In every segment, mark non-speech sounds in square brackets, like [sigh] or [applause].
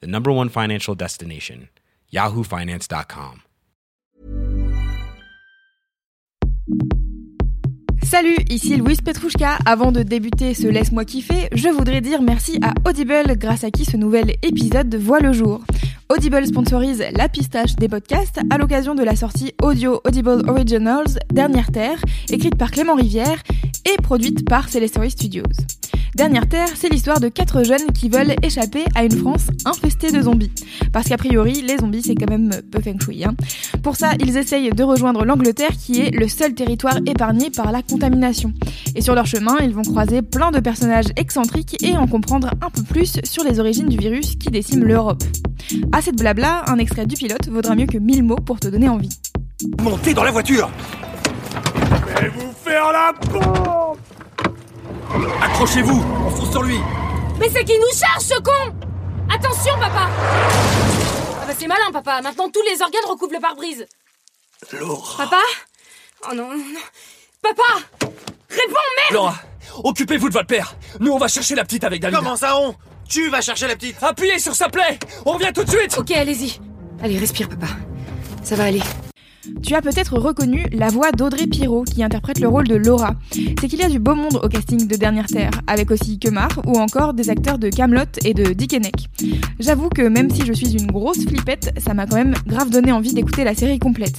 the number one financial destination, yahoofinance.com. Salut, ici Louise Petrouchka. Avant de débuter ce Laisse-moi kiffer, je voudrais dire merci à Audible, grâce à qui ce nouvel épisode voit le jour. Audible sponsorise la pistache des podcasts à l'occasion de la sortie audio Audible Originals Dernière Terre, écrite par Clément Rivière et produite par Celestory Studios. Dernière Terre, c'est l'histoire de quatre jeunes qui veulent échapper à une France infestée de zombies. Parce qu'a priori, les zombies, c'est quand même peu feng shui. Hein. Pour ça, ils essayent de rejoindre l'Angleterre, qui est le seul territoire épargné par la contamination. Et sur leur chemin, ils vont croiser plein de personnages excentriques et en comprendre un peu plus sur les origines du virus qui décime l'Europe. À cette blabla, un extrait du pilote vaudra mieux que mille mots pour te donner envie. Montez dans la voiture Et vous faire la pompe Accrochez-vous, on fonce sur lui Mais c'est qui nous charge ce con Attention papa Ah bah c'est malin papa, maintenant tous les organes recouvrent le pare-brise Laura Papa Oh non, non, non. Papa Réponds merde Laura, occupez-vous de votre père Nous on va chercher la petite avec David Comment ça on Tu vas chercher la petite Appuyez sur sa plaie On revient tout de suite Ok allez-y Allez respire papa, ça va aller Tu as peut-être reconnu la voix d'Audrey Pirot qui interprète le rôle de Laura. C'est qu'il y a du beau monde au casting de Dernière Terre, avec aussi Kemar ou encore des acteurs de Camelot et de Dick Henneck. J'avoue que même si je suis une grosse flippette, ça m'a quand même grave donné envie d'écouter la série complète.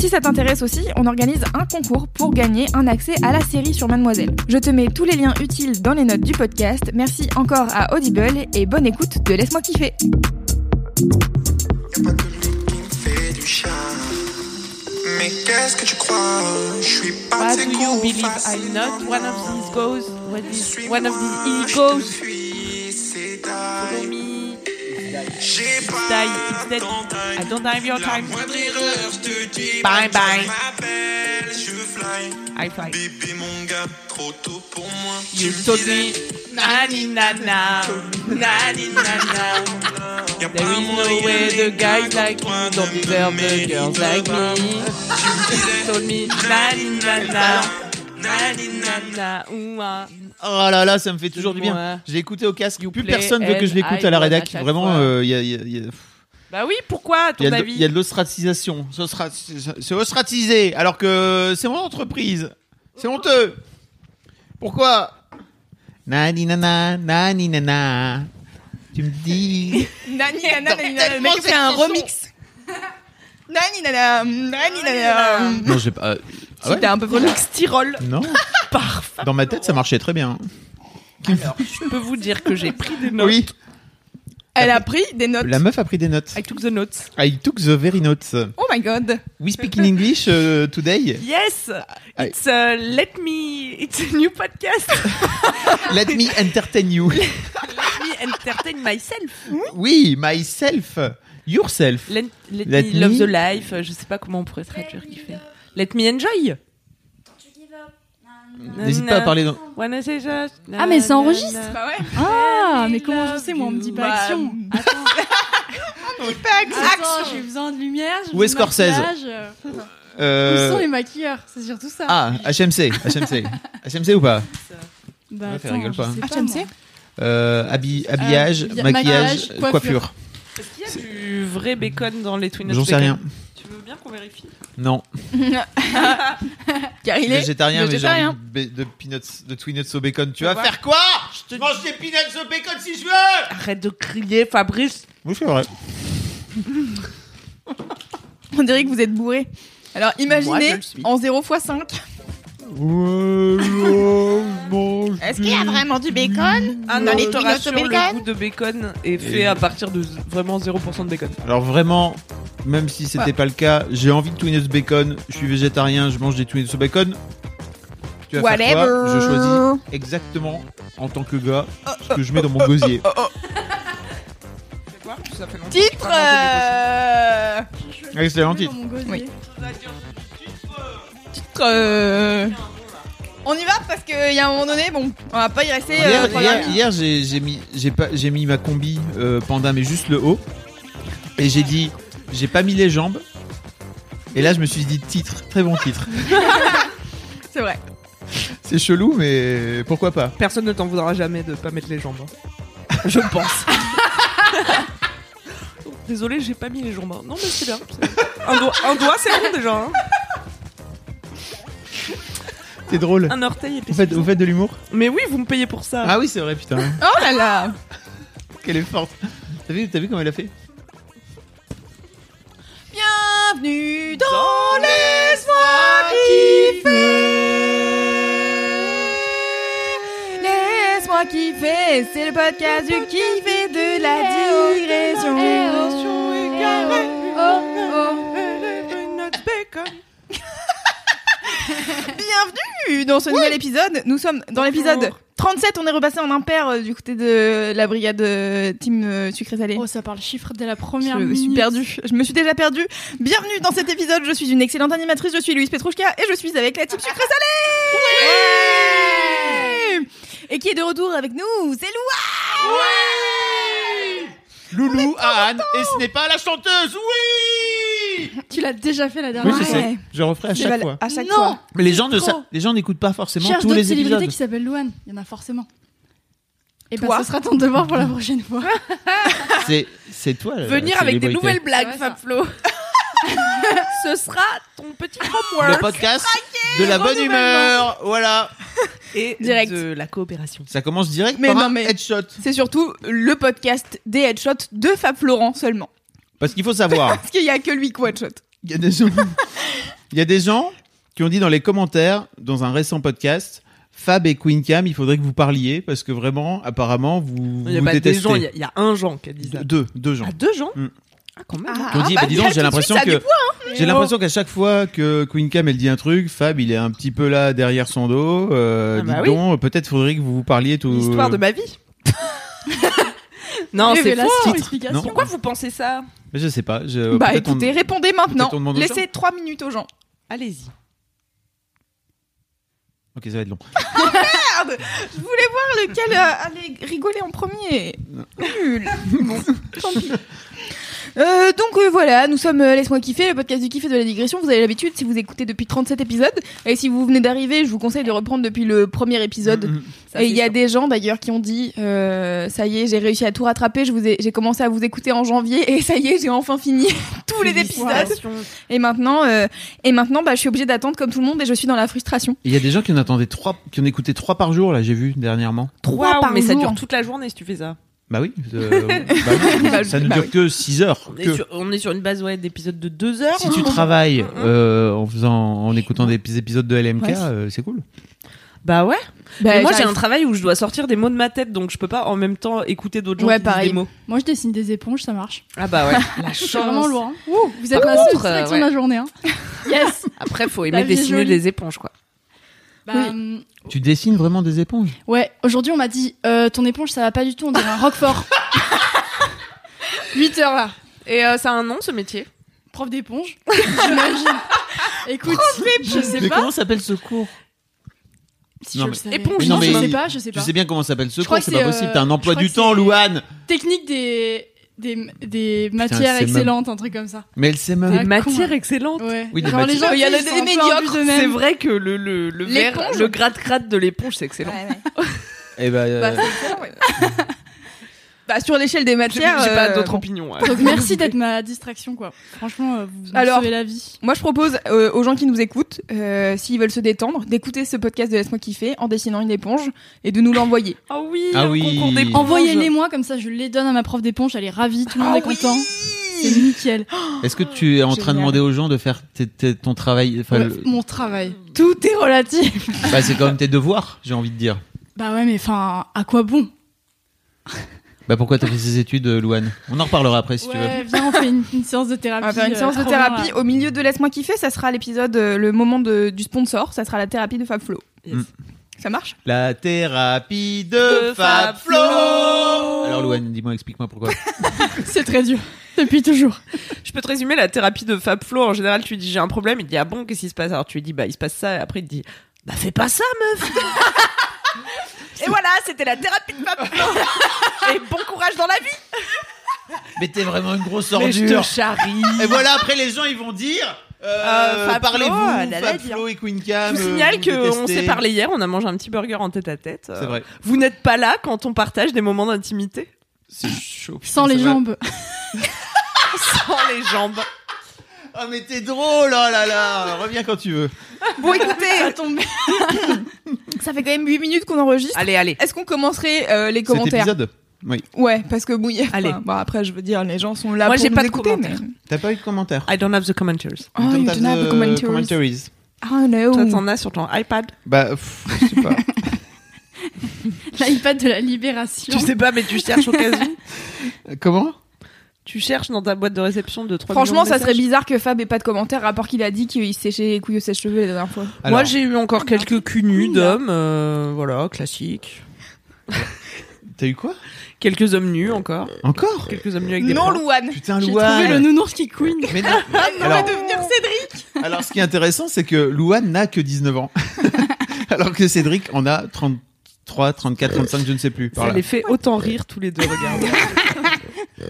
Si ça t'intéresse aussi, on organise un concours pour gagner un accès à la série sur Mademoiselle. Je te mets tous les liens utiles dans les notes du podcast. Merci encore à Audible et bonne écoute de Laisse-moi kiffer. Y'a pas que nous qui fait du chat. Mais qu'est-ce que tu crois? Je suis pas Why tes do you coups believe I'm not facilement. one of these ghosts? What is, Suis-moi, one of these je te egos? fuis, c'est Follow taille. me. J'ai Die. pas It's dead. ton time. I don't have your La time. moindre erreur, je te dis Bye bye. tu m'appelles, je fly. I fly. Bébé, mon gars, trop tôt pour moi. You Tu me told disais, me. [laughs] Nani nana. Nani nana. y'a pas There is no moyen way the guys que like toi me ne don't me deserve the mérites girls like pas. me. You told me. Nani nana. Nani nana. Ouah. Oh là là, ça me fait toujours du Ouais. bien. Je l'ai écouté au casque. Plus play personne veut que je l'écoute and à la I rédac. want à Vraiment, chaque fois. euh, il y a- il y a- il y a- Bah oui, pourquoi, à il y ton a de- il y avis a de l'ostracisation. Ce sera- C'est ostratisé, alors que c'est mon entreprise. C'est honteux. Pourquoi Nani nana, nani nana. Tu me dis. Nani nana nani nana, Tellement le mec cette fait un chanson. remix. [laughs] Nani nana, nani nana. euh, Non, j'ai pas. Ah ouais C'était un peu remix Tyrol. [laughs] Non. Dans ma tête, ça marchait très bien. Je peux vous dire que j'ai pris des notes. Oui, Elle a pris des notes. la meuf a pris des notes. I took the notes. I took the very notes. Oh my god. We speak in English euh, today. Yes! I- It's uh, let me. It's a new podcast. Let me entertain you. [laughs] let me entertain myself. Oui, myself, yourself. Let, let Let me, me- love the life. euh, Je sais pas comment on pourrait traduire qui fait. Let me enjoy. N'hésite pas à parler dans. Wanna say just- Ah, mais ça enregistre. Bah ouais. Ah, mais comment je sais, moi, on me dit pas Bah, action. [laughs] Attends, attends, j'ai besoin de lumière. j'ai Où est besoin de Scorsese maquillage, euh, Euh, Où sont les maquilleurs C'est surtout ça. Ah, HMC, HMC. HMC ou pas bah, Ouais, rigole je pas. sais HMC? moi. Euh, habi- Habillage, habilla- maquillage, maquillage, coiffure. Est-ce qu'il y a du vrai bacon dans les Twin Nuts J'en sais Bacon rien. Tu veux bien qu'on vérifie Non. Car il est. Végétarien, mais j'ai végétarien. envie de ba- de peanuts, de Twin Nuts au bacon. Faut Tu vas voir. faire quoi te- Je mange des peanuts au bacon si je veux Arrête de crier, Fabrice. Oui, c'est vrai. On dirait que vous êtes bourré. Alors imaginez je le suis. en 0 x 5. Est-ce du bacon Un Dans les an, te Twin Nuts rassure, au bacon le goût de bacon est fait Et- à partir de z- vraiment 0% de bacon. Alors vraiment, même si c'était pas le cas, j'ai envie de Twinets bacon. Je suis végétarien, je mange des Twinets au bacon. Tu vas faire quoi Whatever. Je choisis exactement en tant que gars ce que je mets dans mon gosier. Oh, oh. marche, ça fait longtemps. que j'ai Titre pas mangé des euh, Excellent titre. Oui. Vas-y, Titre euh, On y va parce qu'il y a un moment donné, bon, on va pas y rester. euh, Hier, trois hier- heures. hier, j'ai j'ai mis, j'ai pas- j'ai mis ma combi euh, panda, mais juste le haut. Et j'ai dit, j'ai pas mis les jambes. Et là, je me suis dit, titre, très bon titre. C'est vrai. C'est chelou, mais pourquoi pas Personne ne t'en voudra jamais de pas mettre les jambes. hein. Je le pense. Désolé, j'ai pas mis les jambes. hein. Non, mais c'est bien. c'est- Un doigt, un doigt, c'est bon déjà. hein. C'est drôle. Ah, Un orteil était Vous faites, vous faites de l'humour Mais oui, vous me payez pour ça. Ah oui, c'est vrai, putain. Oh là là [laughs] Qu'elle est forte. T'as vu, t'as vu comment elle a fait Bienvenue dans Laisse-moi kiffer Laisse-moi kiffer, c'est le podcast du kiff et de la oh. digression. Eh oh. Bienvenue dans ce nouvel épisode. Nous sommes dans l'épisode 37, on est repassé en impair euh, du côté de la brigade euh, Team euh, Sucré Salé. Oh, ça parle chiffre dès la première Je minute. suis perdue. Je me suis déjà perdue. Bienvenue dans cet épisode. Je suis une excellente animatrice. Je suis Louise Petrouchka et je suis avec la type sucrée salée. et qui est de retour avec nous C'est Loua. Loulou, Anne, et ce n'est pas la chanteuse, oui Tu l'as déjà fait la Oui, dernière je Ah Ouais. ah, fois. sais. Je referai à Je vais chaque le- fois. À chaque Non. fois. Mais les gens ne Trop. sa- les gens n'écoutent pas forcément Cherche tous d'autres les célébrités épisodes. qui s'appellent Louane. Il y en a forcément. Et ben, Toi. ce sera ton devoir pour la prochaine fois. C'est, c'est toi. la Venir avec des célébrité. nouvelles Ouais, blagues, ça. Fab Flo. [laughs] Ce sera ton petit Le homework. podcast de la bonne humeur. Voilà. Et Direct. de la coopération. Ça commence direct Mais par non, un mais- headshot. C'est surtout le podcast des headshots de Fab Florent seulement. Parce qu'il faut savoir, Parce qu'il y a que lui qui headshot. [laughs] il y a des gens, il y a des gens qui ont dit dans les commentaires, dans un récent podcast, Fab et Queen Cam, il faudrait que vous parliez parce que vraiment, apparemment, vous, Il y a vous pas des détestez. gens, il y a- il y, a un Jean qui a dit ça. Deux, deux gens. Ah, deux gens Mm. Ah, quand même. Qui ont dit, bah, dis donc, j'ai l'impression que j'ai Oh. l'impression qu'à chaque fois que Queen Cam elle dit un truc, Fab il est un petit peu là derrière son dos. Euh, Ah bah dites oui. donc, peut-être faudrait que vous vous parliez tout. L'histoire de ma vie. euh, non, c'est faux. Révélation, Titre. explication. Non. Pourquoi vous pensez ça Mais Je sais pas. euh, Je... Bah peut-être on- écoutez, répondez maintenant. peut-être on demande aux Laissez trois minutes aux gens. Allez-y. Ok, ça va être long. Merde Je voulais voir lequel euh, allait rigoler en premier. [laughs] Nul. Bon, tant pis. Euh, donc euh, voilà, nous sommes euh, Laisse-moi kiffer, le podcast du kiff et de la digression. Vous avez l'habitude si vous écoutez depuis 37 épisodes. Et si vous venez d'arriver, je vous conseille de reprendre depuis le premier épisode. Mm, mm. Ça, et il y a c'est des gens d'ailleurs qui ont dit euh, Ça y est, j'ai réussi à tout rattraper. je vous ai- J'ai commencé à vous écouter en janvier et ça y est, j'ai enfin fini [laughs] tous les épisodes. Félicitations. Et maintenant, euh, et maintenant bah, je suis obligée d'attendre comme tout le monde et je suis dans la frustration. Il y a des gens qui en attendaient trois, qui en écoutaient trois par jour là, j'ai vu dernièrement. Trois Waouh, par mais ça jour. dure toute la journée si tu fais ça. Bah oui. euh, bah oui, Bah, ça ne bah dure oui. que 6 heures. On est, que. sur, on est sur une base ouais, d'épisodes de deux heures. Si tu travailles euh, en faisant, en écoutant des petits épisodes de LMK, Ouais. euh, c'est cool. Bah ouais. Mais Bah, moi j'ai j'arrive- un travail où je dois sortir des mots de ma tête, donc je peux pas en même temps écouter d'autres gens Ouais, qui disent pareil. des mots. Moi, je dessine des éponges, ça marche. Ah [laughs] bah ouais. La C'est vraiment chance. lourd. hein. Vous Par êtes la contre, seule distraction euh, de la ouais. journée. hein. Yes. Après faut La aimer vie est dessiner jolie. les éponges quoi. Bah, hum, Tu dessines vraiment des éponges. Ouais, aujourd'hui on m'a dit euh, ton éponge ça va pas du tout, on dirait un roquefort. 8 heures là, Et euh, ça a un nom ce métier prof d'éponge, [laughs] j'imagine. Écoute, je sais Mais pas comment s'appelle ce cours si Ah, Non, je mais- le savais. Éponge, Non, non, je mais- sais pas, je sais Tu pas. sais bien comment s'appelle ce Je crois cours, que c'est pas c'est, possible. euh, T'as un je emploi crois du que temps, c'est- Louane. Technique des, des, des c'est matières même- excellentes, un truc comme ça. Mais elle sait même. Ah, con. excellentes. Ouais. Oui, des Genre les matières- gens Il y en a ils des sont un peu médiocres, en plus d'eux-mêmes. C'est vrai que le le le verre- L'éponge. le gratte-gratte de l'éponge c'est excellent. Ouais, ouais. Eh ben, euh, Bah, c'est excellent, ouais. Bah, sur l'échelle des J'ai j'ai matières. pas euh, d'autres bon. opinions. ouais. Donc merci d'être ma distraction quoi. Franchement, euh, vous Alors- Alors... sauvez la vie. Moi, je propose euh, aux gens qui nous écoutent, euh, s'ils veulent se détendre, d'écouter ce podcast de Laisse-moi kiffer en dessinant une éponge et de nous l'envoyer. Ah oui. Ah le oui. concours d'éponges. Envoyez-les moi comme ça, je les donne à ma prof d'éponge, elle est ravie, tout le Ah monde est content. C'est nickel. Est-ce que tu es en train de Génial. demander aux gens de faire tes- tes- ton travail enfin, Ouais, le- Mon travail. Tout est relatif. bah, C'est quand même tes devoirs, j'ai envie de dire. Bah ouais, mais enfin, à quoi bon Bah pourquoi t'as fait ces études, euh, Louane On en reparlera après si tu veux. Ouais, viens, on fait une, une séance de thérapie. On va faire une euh, séance de trop bien, thérapie là. au milieu de Laisse-moi kiffer. Ça sera l'épisode, euh, le moment de- du sponsor. Ça sera la thérapie de Fab Flo. Yes. Ça marche La thérapie de, De Fab Fab Flo. Flo. Alors alors, Louane, dis-moi, explique-moi pourquoi. C'est très dur. Depuis toujours. Je peux te résumer la thérapie de Fab Flo. En général, tu lui dis j'ai un problème, il te dit ah bon, qu'est-ce qui se passe Alors tu lui dis bah il se passe ça, et après il te dit bah fais pas ça, meuf Et voilà, c'était la thérapie de Fab Flo Et bon courage dans la vie Mais t'es vraiment une grosse [laughs] Mais je te ordure. charrie Et voilà, après, les gens, ils vont dire. Euh, Euh, Fab Flo, Parlez-vous, elle a Fab la dire. Flo et Queen Cam. Je vous euh, signale vous me qu'on détestez. s'est parlé hier, on a mangé un petit burger en tête à tête. C'est vrai. Vous n'êtes pas là quand on partage des moments d'intimité C'est chaud. Sans les C'est vrai. jambes. Sans les jambes. Oh, mais t'es drôle, oh là là. Reviens quand tu veux. Bon, écoutez, [laughs] ça fait quand même 8 minutes qu'on enregistre. Allez, allez. Est-ce qu'on commencerait euh, les Cet commentaires épisode. Oui. Ouais, parce que bon, y a- enfin, Allez. bon, après, je veux dire, les gens sont là Moi, pour j'ai nous pas de écouter, mais- commentaires. T'as pas eu de commentaires. I don't have the commenters. Ah, Oh, you Don't have don't have the the commentaries. commentaries. Ah, Toi, no. t'en as sur ton iPad Bah, pff, je sais pas. L'iPad de la libération. Tu sais pas, mais tu cherches au cas où. Euh, Comment Tu cherches dans ta boîte de réception de 3 Franchement, millions de ça serait messages. bizarre que Fab ait pas de commentaires, rapport qu'il a dit qu'il séchait les couilles au sèche-cheveux la dernière fois. Alors, Moi, j'ai eu encore quelques culs nus d'hommes, euh, voilà, classique. T'as eu quoi Quelques hommes nus encore. Encore Quelques hommes nus avec des Non, bras. Louane Putain, J'ai Louane. trouvé le nounours qui couine. Mais non. alors, devenir Cédric alors, ce qui est intéressant, c'est que Louane n'a que 19 ans. alors que Cédric en a 33, 34, 35, je ne sais plus. par Ça là. les fait autant rire tous les deux, [laughs] regarde.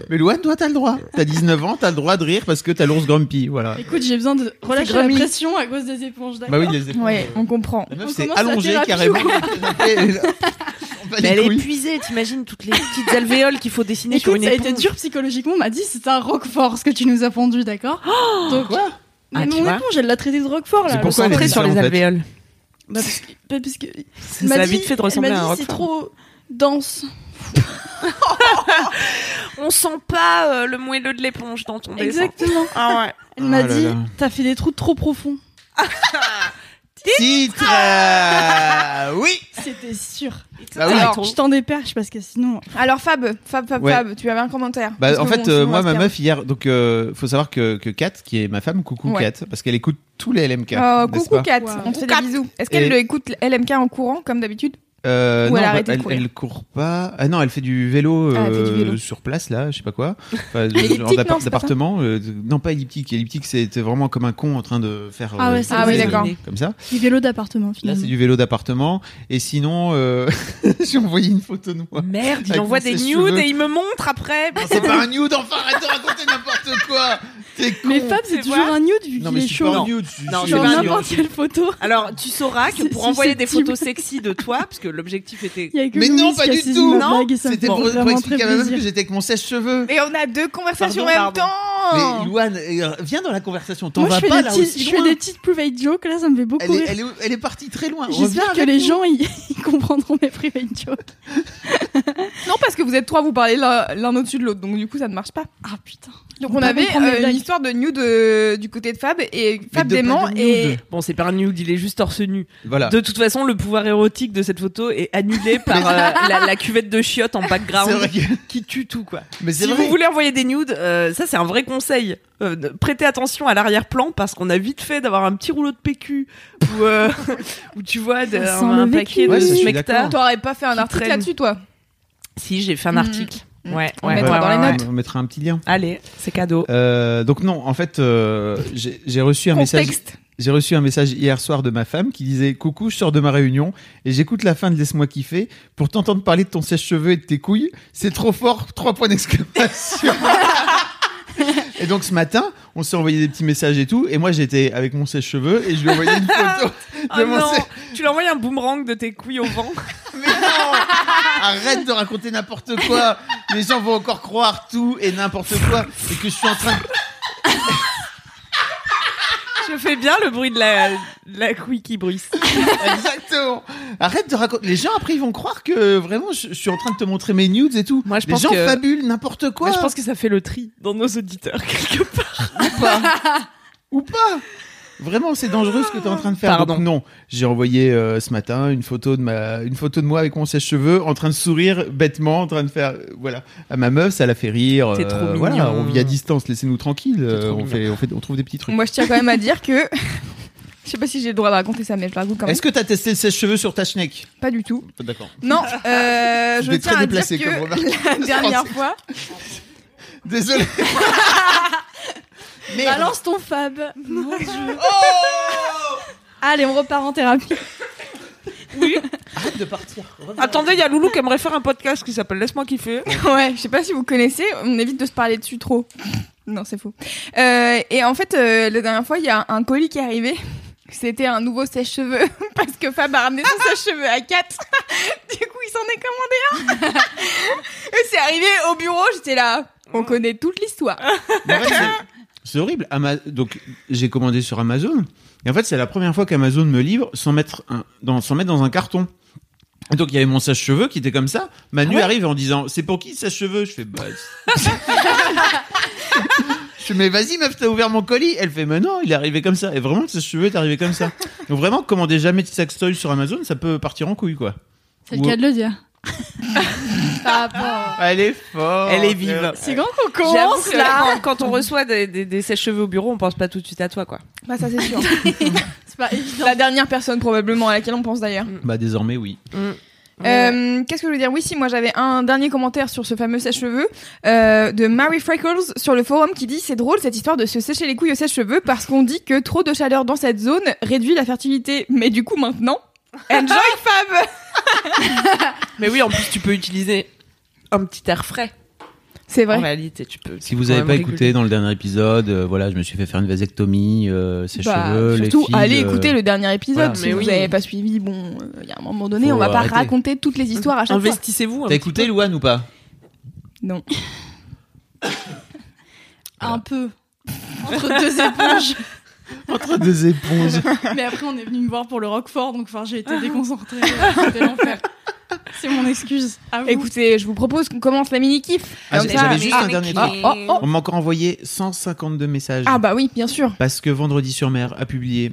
Mais Louane, toi, t'as le droit. T'as 19 ans, t'as le droit de rire parce que t'as l'ours Grumpy. Voilà. Écoute, j'ai besoin de relâcher la Gremlin. pression à cause des éponges. d'accord Bah oui, les épaules. Ouais, on comprend. La meuf On s'est commence la allongée thérapie carrément. ou [laughs] [laughs] Elle est Mais elle est les couilles. épuisée, t'imagines toutes les petites alvéoles qu'il faut dessiner sur Écoute, une ça a été éponge. dur psychologiquement. On m'a dit c'est un roquefort ce que tu nous as pondu, d'accord Donc quoi Mais Ah, tu mon vois éponge, elle l'a traité de roquefort C'est là. pour ça le qu'elle Concentrée est sur bizarre, les en fait. alvéoles. Bah, parce que, bah, parce que- elle Ça m'a a dit- vite fait de ressembler elle m'a à un hein. dit, C'est roquefort. trop dense. On sent pas euh, le moelleux de l'éponge dans ton dessin. Exactement. Ah ouais. Elle m'a Oh là dit là. t'as fait des trous trop profonds. Titre euh, Oui C'était sûr. Ah Bah oui. Alors, je t'en déperche parce que sinon. Alors, Fab, Fab, Fab, Ouais. Fab, tu avais un commentaire. Bah, Parce en que fait, bon, euh, sinon, on moi, va ma se meuf, hier, donc, euh, faut savoir que, que Kat, qui est ma femme, coucou Ouais. Kat, parce qu'elle écoute tous les LMK. perdre. Oh, n'est-ce coucou pas Kat, Wow. on te fait des Coucou, bisous. Est-ce qu'elle Et- écoute LMK en courant comme d'habitude Euh, Ou non, elle a bah, arrêté de elle, courir elle court pas. Ah non, elle fait du vélo, Ah, elle fait du euh, vélo. sur place là, je sais [laughs] pas quoi. Enfin, Elliptique, genre non, d'appart- c'est pas d'appartement. euh, non, pas elliptique. Elliptique, c'était vraiment comme un con en train de faire. Ah ouais, euh, ça Ah oui, des- d'accord. Comme ça. Du vélo d'appartement Là, finalement. c'est du vélo d'appartement. Et sinon, euh, [laughs] j'ai envoyé une photo de moi. Merde, il Avec envoie ses des cheveux. nudes et il me montre après. C'est pas un nude, enfin, arrête de raconter n'importe quoi. T'es con. Mais Fab, c'est C'est toujours vrai un nude vu non, qu'il mais est je suis pas un chaud. nude. je suis- Non, je suis c'est Sur pas un un n'importe nude. quelle photo. Alors, tu sauras [laughs] que C'est pour envoyer des susceptible. photos sexy de toi, parce que l'objectif était. Il y a que Mais Louis non, qui pas a du saisi tout. ma blague et ça me fait C'était pour, pour vraiment très expliquer à ma meuf que plaisir. j'étais avec mon sèche-cheveux. Et on a deux conversations Pardon, en même pardon. temps Mais Louane, euh, viens dans la conversation. T'en Moi, vas je fais, pas des là petites, aussi je loin. fais des petites private jokes, là, ça me fait beaucoup Elle rire. est, elle, est, elle est partie très loin. J'espère que Reviens les avec gens, ils, [laughs] ils comprendront mes private jokes. [laughs] Non, parce que vous êtes trois, vous parlez l'un l'un au-dessus de l'autre, donc du coup ça ne marche pas. Ah putain. Donc Ils on vont pas avait comprendre mes euh, blagues. une histoire de nude euh, du côté de Fab et Fab de pas dément de et euh, nude. Bon, c'est pas un nude, il est juste torse nu. nous. Voilà. De toute façon, le pouvoir érotique de cette photo est [laughs] annulé par euh, la, la cuvette de chiottes en C'est background vrai que- [laughs] qui tue tout, quoi. Mais c'est Si vrai. vous voulez envoyer des nudes, euh, ça c'est un vrai conseil. Euh, ne- prêtez attention à l'arrière-plan parce qu'on a vite fait d'avoir un petit rouleau de PQ ou euh, [laughs] ou tu vois de- Ça sent un le vécu. paquet de Ouais, ça, je suis smecta. d'accord. t'aurais pas fait un Qui article traîne. là-dessus toi. Si j'ai fait un Mhm. article. Mhm. Ouais, On ouais, mettra ouais, dans ouais, les ouais. notes. On mettra un petit lien. Allez, c'est cadeau. Euh, donc non, en fait, euh, j'ai j'ai reçu un message. Contexte. J'ai reçu un message hier soir de ma femme qui disait coucou, je sors de ma réunion et j'écoute la fin de laisse-moi kiffer pour t'entendre parler de ton sèche-cheveux et de tes couilles. C'est trop fort. Trois points d'exclamation. Et donc ce matin, on s'est envoyé des petits messages et tout, et moi j'étais avec mon sèche-cheveux et je lui ai envoyé une photo de Ah mon non, sèche- [laughs] tu l'as envoyé un boomerang de tes couilles au vent. Mais non Arrête de raconter n'importe quoi Les gens vont encore croire tout et n'importe quoi et que je suis en train de... [laughs] Je fais bien le bruit de la, de la couille qui bruisse. [laughs] Exactement Arrête de raconter... Les gens après ils vont croire que vraiment je, je suis en train de te montrer mes nudes et tout. Moi, je Les pense gens que- fabulent n'importe quoi Mais je pense que ça fait le tri dans nos auditeurs quelque part. Ou pas Ou pas Vraiment, c'est dangereux ce que tu es en train de faire. Pardon. Donc, non, j'ai envoyé euh, ce matin une photo de ma, une photo de moi avec mon sèche-cheveux, en train de sourire bêtement, en train de faire, euh, voilà, à ma meuf, ça la fait rire. euh, T'es trop mignon. voilà, on vit à distance, laissez-nous tranquille. T'es trop on mignon. [laughs] fait, on fait, on trouve des petits trucs. Moi je tiens quand même à dire que Je sais pas si j'ai le droit de raconter ça, mais je la raconte quand même. Est-ce que t'as testé le sèche-cheveux sur ta schneck Pas du tout. D'accord. [laughs] Non, euh, je Vous êtes tiens très à déplacé dire [laughs] comme remarque. que la dernière fois... [laughs] Désolé. Bah, Merde. Balance ton fab. Mon [laughs] Dieu. Oh [laughs] Allez, on repart en thérapie. Arrête de partir. [laughs] Attendez, il y a Loulou qui aimerait faire un podcast qui s'appelle Laisse-moi kiffer. Oh, ouais, je sais pas si vous connaissez, on évite de se parler dessus trop. Non, c'est faux. Euh, et en fait, euh, la dernière fois, il y a un colis qui est arrivé. [laughs] C'était un nouveau sèche-cheveux [laughs] parce que Fab a ramené son sèche-cheveux à 4. [laughs] du coup, il s'en est commandé [laughs] un. et c'est arrivé au bureau, j'étais là. Oh. On connaît toute l'histoire. Mais en fait, [laughs] c'est- c'est horrible. Ama- Donc, j'ai commandé sur Amazon. Et en fait, c'est la première fois qu'Amazon me livre sans mettre, un- dans, sans mettre dans un carton. Et donc, il y avait mon sèche-cheveux qui était comme ça. Manu arrive en disant C'est pour qui le sèche-cheveux Je fais Bah. [laughs] c'est- Je fais, mais vas-y meuf, t'as ouvert mon colis. Elle fait mais non, il est arrivé comme ça. Et vraiment, le sèche-cheveux est arrivé comme ça. Donc vraiment, commander jamais de sex toys sur Amazon, ça peut partir en couille quoi. C'est le cas de le dire. Par rapport- Elle est forte. Elle est vive. C'est grand qu'on J'avoue commence que là. quand, quand on reçoit des, des, des sèches-cheveux au bureau, on pense pas tout de suite à toi, quoi. Bah, ça, c'est sûr. [laughs] C'est pas évident. la dernière personne, probablement, à laquelle on pense d'ailleurs. Bah désormais oui. Euh, Qu'est-ce que je veux dire Oui, si, moi j'avais un dernier commentaire sur ce fameux sèche-cheveux euh, de Mary Freckles sur le forum qui dit C'est drôle cette histoire de se sécher les couilles au sèche-cheveux parce qu'on dit que trop de chaleur dans cette zone réduit la fertilité. Mais du coup, maintenant, enjoy Fab Mais oui, en plus, tu peux utiliser un petit air frais. C'est En vrai. Bah, réalité, tu peux. Si vous n'avez pas écouté dans le dernier épisode, euh, voilà, je me suis fait faire une vasectomie, euh, ses Bah, cheveux, les surtout, filles, allez euh, écouter le dernier épisode voilà. si Mais vous oui. n'avez pas suivi. Bon, euh, il y a un moment donné, Faut on va pas arrêter. raconter toutes les histoires à chaque fois. Investissez-vous. un T'as écouté Louane ou pas Non. Un peu. Entre deux éponges. [laughs] Entre deux éponges. Ah, Mais après, on est venu me voir pour le Roquefort, donc enfin, j'ai été déconcentrée. euh, C'était l'enfer. C'est mon excuse. À vous. Écoutez, je vous propose qu'on commence la mini-kiff. Ah, Comme j'ai- ça- j'avais juste un dernier Ah, truc. oh, oh. On m'a encore envoyé 152 messages. Ah bah oui, bien sûr. Parce que Vendredi sur Mer a publié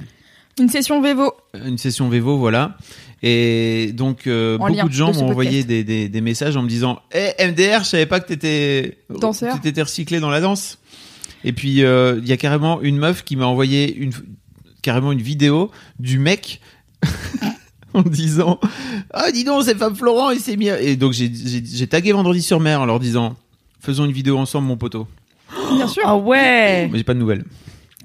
Une session Vevo. une session Vevo, voilà. Et donc, euh, En lien beaucoup de gens de ce m'ont envoyé podcast. des, des- des messages en me disant Eh, Hé, MDR, je savais pas que t'étais Danseur. tu t'étais recyclé dans la danse. Et puis, euh, il y a carrément une meuf qui m'a envoyé une, carrément une vidéo du mec [laughs] en disant Ah, dis donc, c'est Fab Florent, il s'est mis. à- Et donc, j'ai- j'ai j'ai tagué Vendredi sur mer en leur disant Faisons une vidéo ensemble, mon poteau. Bien sûr. Ah ouais. Mais j'ai pas de nouvelles.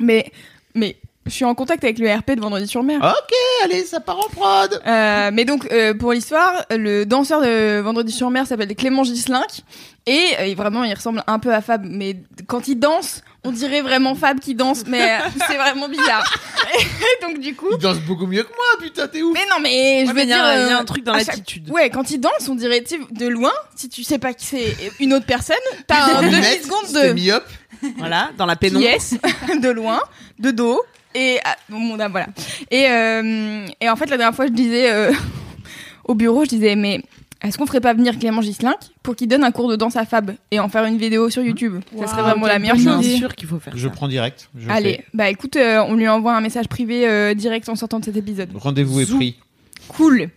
Mais, mais je suis en contact avec le RP de Vendredi sur Mer. Ok, allez, ça part en prod Euh, mais donc, euh, pour l'histoire, le danseur de Vendredi sur Mer s'appelle Clément Gislinck. Et euh, il- vraiment, il ressemble un peu à Fab. Mais quand il danse, on dirait vraiment Fab qui danse. Mais euh, [laughs] c'est vraiment bizarre. Et donc, du coup. Il danse beaucoup mieux que moi, putain, t'es ouf Mais non, mais je Ouais, veux mais il y dire. a un- il y a euh, un truc dans à chaque- l'attitude. Ouais, quand il danse, on dirait, tu sais, de loin, si tu sais pas qui c'est une autre personne, [laughs] t'as un demi-seconde de. myope. Voilà, dans la pénombre. Yes, [laughs] de loin, de dos. Et ah, bon, ah, voilà. Et, euh, et en fait, la dernière fois, je disais euh, [laughs] au bureau, je disais, mais est-ce qu'on ferait pas venir Clément Gislinck pour qu'il donne un cours de danse à Fab et en faire une vidéo sur YouTube Ça Ah, serait vraiment la meilleure Bien chose. sûr qu'il faut faire Je ça. prends direct. je Allez, bah écoute, euh, on lui envoie un message privé euh, direct en sortant de cet épisode. fais. Rendez-vous est Zou. pris. Cool.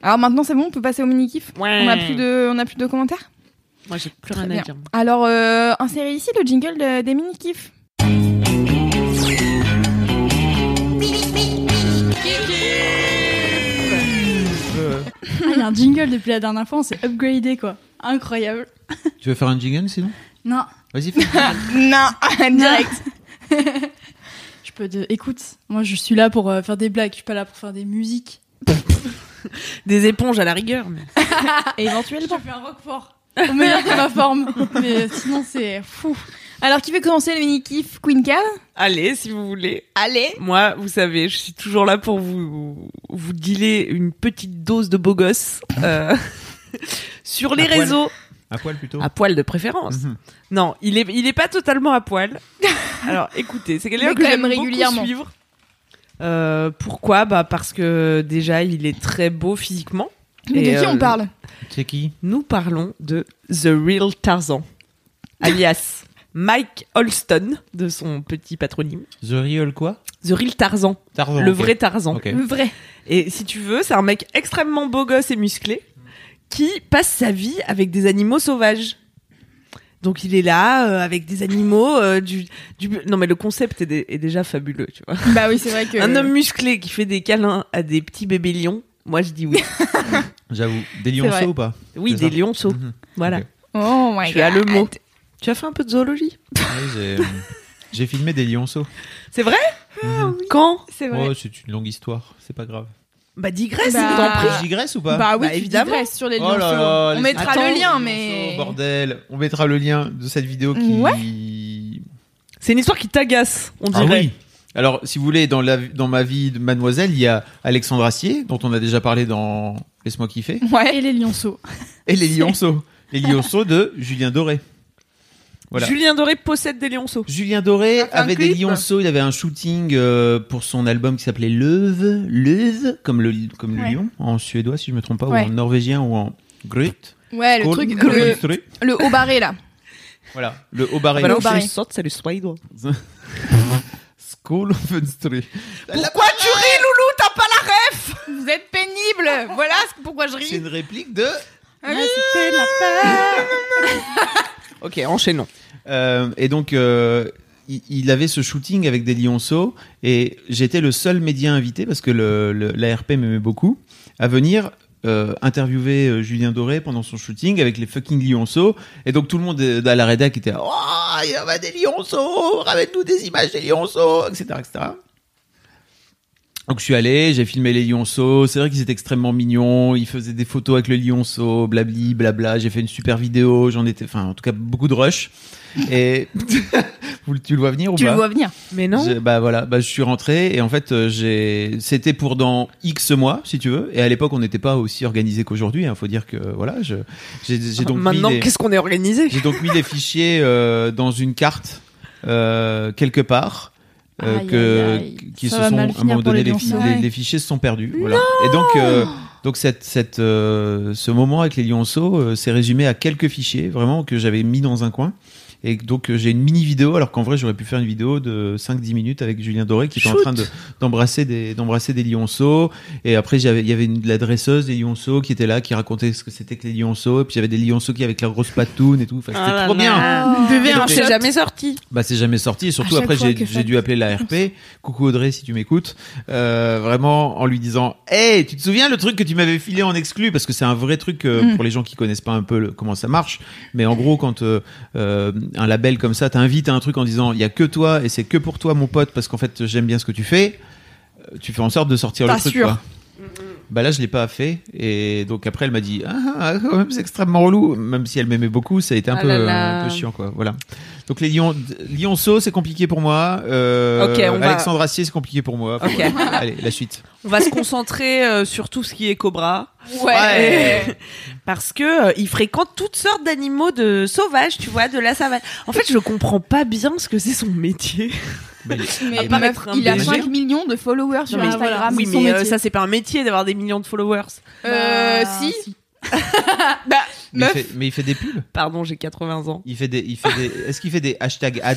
Alors maintenant, c'est bon, on peut passer au mini kiff. Ouais. On a plus de, on a plus de commentaires. Moi, j'ai plus Très rien bien. à dire. Alors, euh, insérez ici le jingle de- des mini kiffs. Ah, Il y a un jingle depuis la dernière fois, on s'est upgradé quoi. Incroyable. Tu veux faire un jingle sinon Non, [laughs] Vas-y, fais. Non, [laughs] direct. je peux. de- Écoute, moi je suis là pour euh, faire des blagues, je suis pas là pour faire des musiques. Des éponges à la rigueur. mais- Éventuellement. Je fais un roquefort. Au meilleur de ma forme. Mais euh, sinon c'est fou. Alors, qui veut commencer le mini-kiff Queen Cave Allez, si vous voulez. Allez Moi, vous savez, je suis toujours là pour vous vous dealer une petite dose de beau gosse euh, [laughs] sur les À poil. réseaux. à poil plutôt. À poil de préférence. Mhm. Non, il est, il est pas totalement à [laughs] poil. Alors, écoutez, c'est quelqu'un Mais que quand j'aime même régulièrement. régulièrement suivre. Euh, pourquoi Bah parce que déjà, il est très beau physiquement. Mais Et, de qui euh, on parle C'est qui Nous parlons de The Real Tarzan, [laughs] alias Mike Holston, de son petit patronyme. The Real quoi The Real Tarzan, Tarzan. le Oh, ok. vrai Tarzan. Ok. Le vrai. Et si tu veux, c'est un mec extrêmement beau gosse et musclé qui passe sa vie avec des animaux sauvages. Donc il est là euh, avec des animaux. euh, du, du... Non mais le concept est, dé- est déjà fabuleux, tu vois. Bah oui, c'est vrai que- Un homme musclé qui fait des câlins à des petits bébés lions, moi je [laughs] dis oui. J'avoue. C'est Des lionceaux vrai. ou pas Oui, C'est ça Mhm. des lionceaux. Voilà. Oh my tu as le mot. Tu as fait un peu de zoologie Oui, j'ai- euh, [laughs] J'ai filmé des lionceaux. C'est vrai Ah Quand C'est Oh, c'est une longue histoire, c'est pas grave. Bah digresse, Bah, je t'en prie. Je digresse ou pas Bah oui, tu évidemment. digresses sur les Oh là lionceaux. là, les On mettra Attends, le lien, les mais. Oh, Bordel, on mettra le lien de cette vidéo qui. C'est une histoire qui t'agace, on Ah dirait. oui. Alors, si vous voulez, dans, la, dans ma vie de mademoiselle, il y a Alexandre Assier, dont on a déjà parlé dans Laisse-moi kiffer, Et les lionceaux. et les lionceaux. les lionceaux de Julien Doré. Voilà. Ah Julien Doré possède des lionceaux. Julien Doré un avait des clip. lionceaux, il avait un shooting euh, pour son album qui s'appelait Leuve, Leuve, comme le, comme le Ouais. lion, en suédois si je me trompe pas, Ouais. ou en norvégien ou en grut. Ouais, le Skål. truc. Skål. Le, le haut barré, là. Voilà, le haut barré. Bah alors, Haut barré. je sorte, c'est le suédois. Skål Fenstré. Pourquoi tu ris, Loulou T'as pas la ref Vous êtes pénible Voilà ce- pourquoi je C'est ris. Ah une réplique de... Ok, enchaînons. Euh, et donc, euh, il, il avait ce shooting avec des lionceaux et j'étais le seul média invité parce que le- le- l'ARP m'aimait beaucoup à venir. euh, interviewer euh, Julien Doré pendant son shooting avec les fucking lionceaux et donc tout le monde euh, à la rédac était oh il y en a des lionceaux ramène-nous des images des lionceaux etc etc donc je suis allé, j'ai filmé les lionceaux. C'est vrai qu'ils étaient extrêmement mignons. Ils faisaient des photos avec le lionceau, blabli, blabla. J'ai fait une super vidéo. J'en étais, enfin, en tout cas, beaucoup de rush. Et [laughs] Vous- tu le vois venir ou Tu pas le vois venir. Mais non Je- bah voilà, bah je suis rentré et en fait euh, j'ai, c'était pour dans X mois si tu veux. Et à l'époque on n'était pas aussi organisé qu'aujourd'hui. Il faut dire que voilà, je, j'ai, j'ai donc mis Maintenant, les- qu'est-ce qu'on est organisé j'ai donc mis les fichiers euh, dans une carte euh, quelque part. euh, Aïe, que, aïe, aïe. qui Ça se va sont mal à un finir moment pour donné les les, lionceaux. fi- les- Ouais. les fichiers se sont perdus voilà. et donc euh, donc cette, cette euh, ce moment avec les lionceaux euh, s'est résumé à quelques fichiers vraiment que j'avais mis dans un coin et donc euh, j'ai une mini vidéo alors qu'en vrai j'aurais pu faire une vidéo de 5-10 minutes avec Julien Doré qui était en Shoot. train de- d'embrasser des d'embrasser des lionceaux et après j'avais il y avait une, la dresseuse des lionceaux qui était là qui racontait ce que c'était que les lionceaux et puis j'avais des lionceaux qui avec leur grosse patoune et tout enfin c'était Ah trop bien Devient un c'est shot. jamais sorti. bah, c'est jamais sorti. Et surtout, À chaque après, fois j'ai que ça- j'ai dû appeler la RP. Coucou Audrey, si tu m'écoutes. Euh, vraiment, en lui disant, hey, tu te souviens le truc que tu m'avais filé en exclu? Parce que c'est un vrai truc euh, Mm. pour les gens qui connaissent pas un peu le- comment ça marche. Mais en gros, quand euh, euh, un label comme ça t'invite à un truc en disant, il y a que toi et c'est que pour toi, mon pote, parce qu'en fait, j'aime bien ce que tu fais, euh, tu fais en sorte de sortir Pas le truc, sûr. quoi. Bah là, je l'ai pas fait. Et donc après, elle m'a dit, ah, ah, quand même, c'est extrêmement relou. Même si elle m'aimait beaucoup, ça a été un, Ah peu, là euh, là. un peu chiant, quoi. Voilà. Donc les lions, lionceaux, c'est compliqué pour moi. Euh, Ok, on va- Alexandre Assier, c'est compliqué pour moi. Enfin, Ok. voilà. Allez, la suite. On va se concentrer euh, sur tout ce qui est cobra. Ouais. [laughs] Parce que euh, il fréquente toutes sortes d'animaux de sauvages, tu vois, de la savane. En fait, je comprends pas bien ce que c'est son [laughs] métier. Mais Ah, À part meuf, être un il a baiser. 5 millions de followers sur mais Instagram. voilà. oui, c'est son mais euh, métier. ça c'est pas un métier d'avoir des millions de followers. Euh, Bah, si. Bah, Mais meuf. il, fait, mais il fait des pubs. Pardon, j'ai 80 ans. Il fait des, il fait des. Est-ce qu'il fait des hashtags ads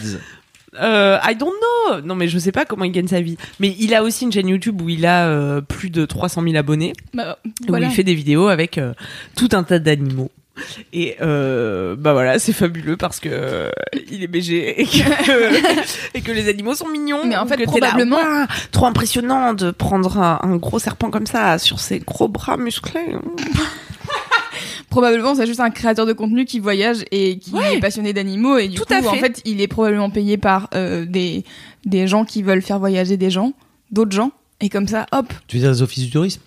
Euh, I don't know. Non, mais je sais pas comment il gagne sa vie. Mais il a aussi une chaîne YouTube où il a euh, plus de 300 000 abonnés. Bah, où voilà. il fait des vidéos avec euh, tout un tas d'animaux. Et euh, bah voilà, c'est fabuleux parce que euh, il est BG [laughs] et que, et que les animaux sont mignons. Mais en Ou fait, que t'es là, probablement- Ouah, trop impressionnant de prendre un, un gros serpent comme ça sur ses gros bras musclés. hein. Probablement, c'est juste un créateur de contenu qui voyage et qui est passionné d'animaux. Et du Tout coup, à en fait. fait, il est probablement payé par euh, des, des gens qui veulent faire voyager des gens, d'autres gens. Et comme ça, hop, Tu veux dire les offices du tourisme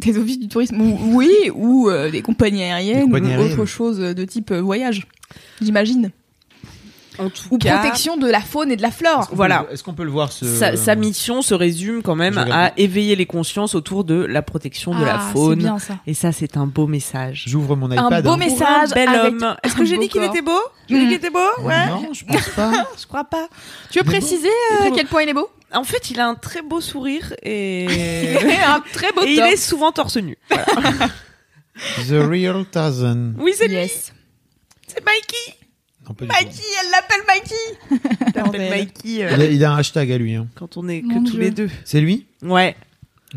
des offices du tourisme. Ou- [laughs] oui, ou euh, des compagnies aériennes, Des compagnies ou aériennes. autre chose de type euh, voyage, j'imagine. En tout Ou cas, protection de la faune et de la flore. Ah, Voilà. Est-ce qu'on peut le voir ce. sa, sa mission se résume quand même Je regarde. à éveiller les consciences autour de la protection de la Ah, faune. C'est bien ça. Et ça, c'est un beau message. J'ouvre mon Un iPad. beau hein. message. Message Pour un bel avec homme. Est-ce un que j'ai beau dit qu'il corps. était beau J'ai dit Mm. qu'il était beau Ouais. Non, je pense pas. Je crois pas. Tu veux Il est beau. préciser euh, à quel point il est beau En fait, il a un très beau sourire [laughs] et, [laughs] un très beau et il est souvent torse nu. The real Tarzan. Oui, c'est lui. Yes. C'est Mikey. Non, pas du tout. Mikey, elle l'appelle Mikey. Bordel. Mikey euh, Il a, il a un hashtag à lui. hein. quand on est que Mon tous Dieu. les deux. C'est lui Ouais.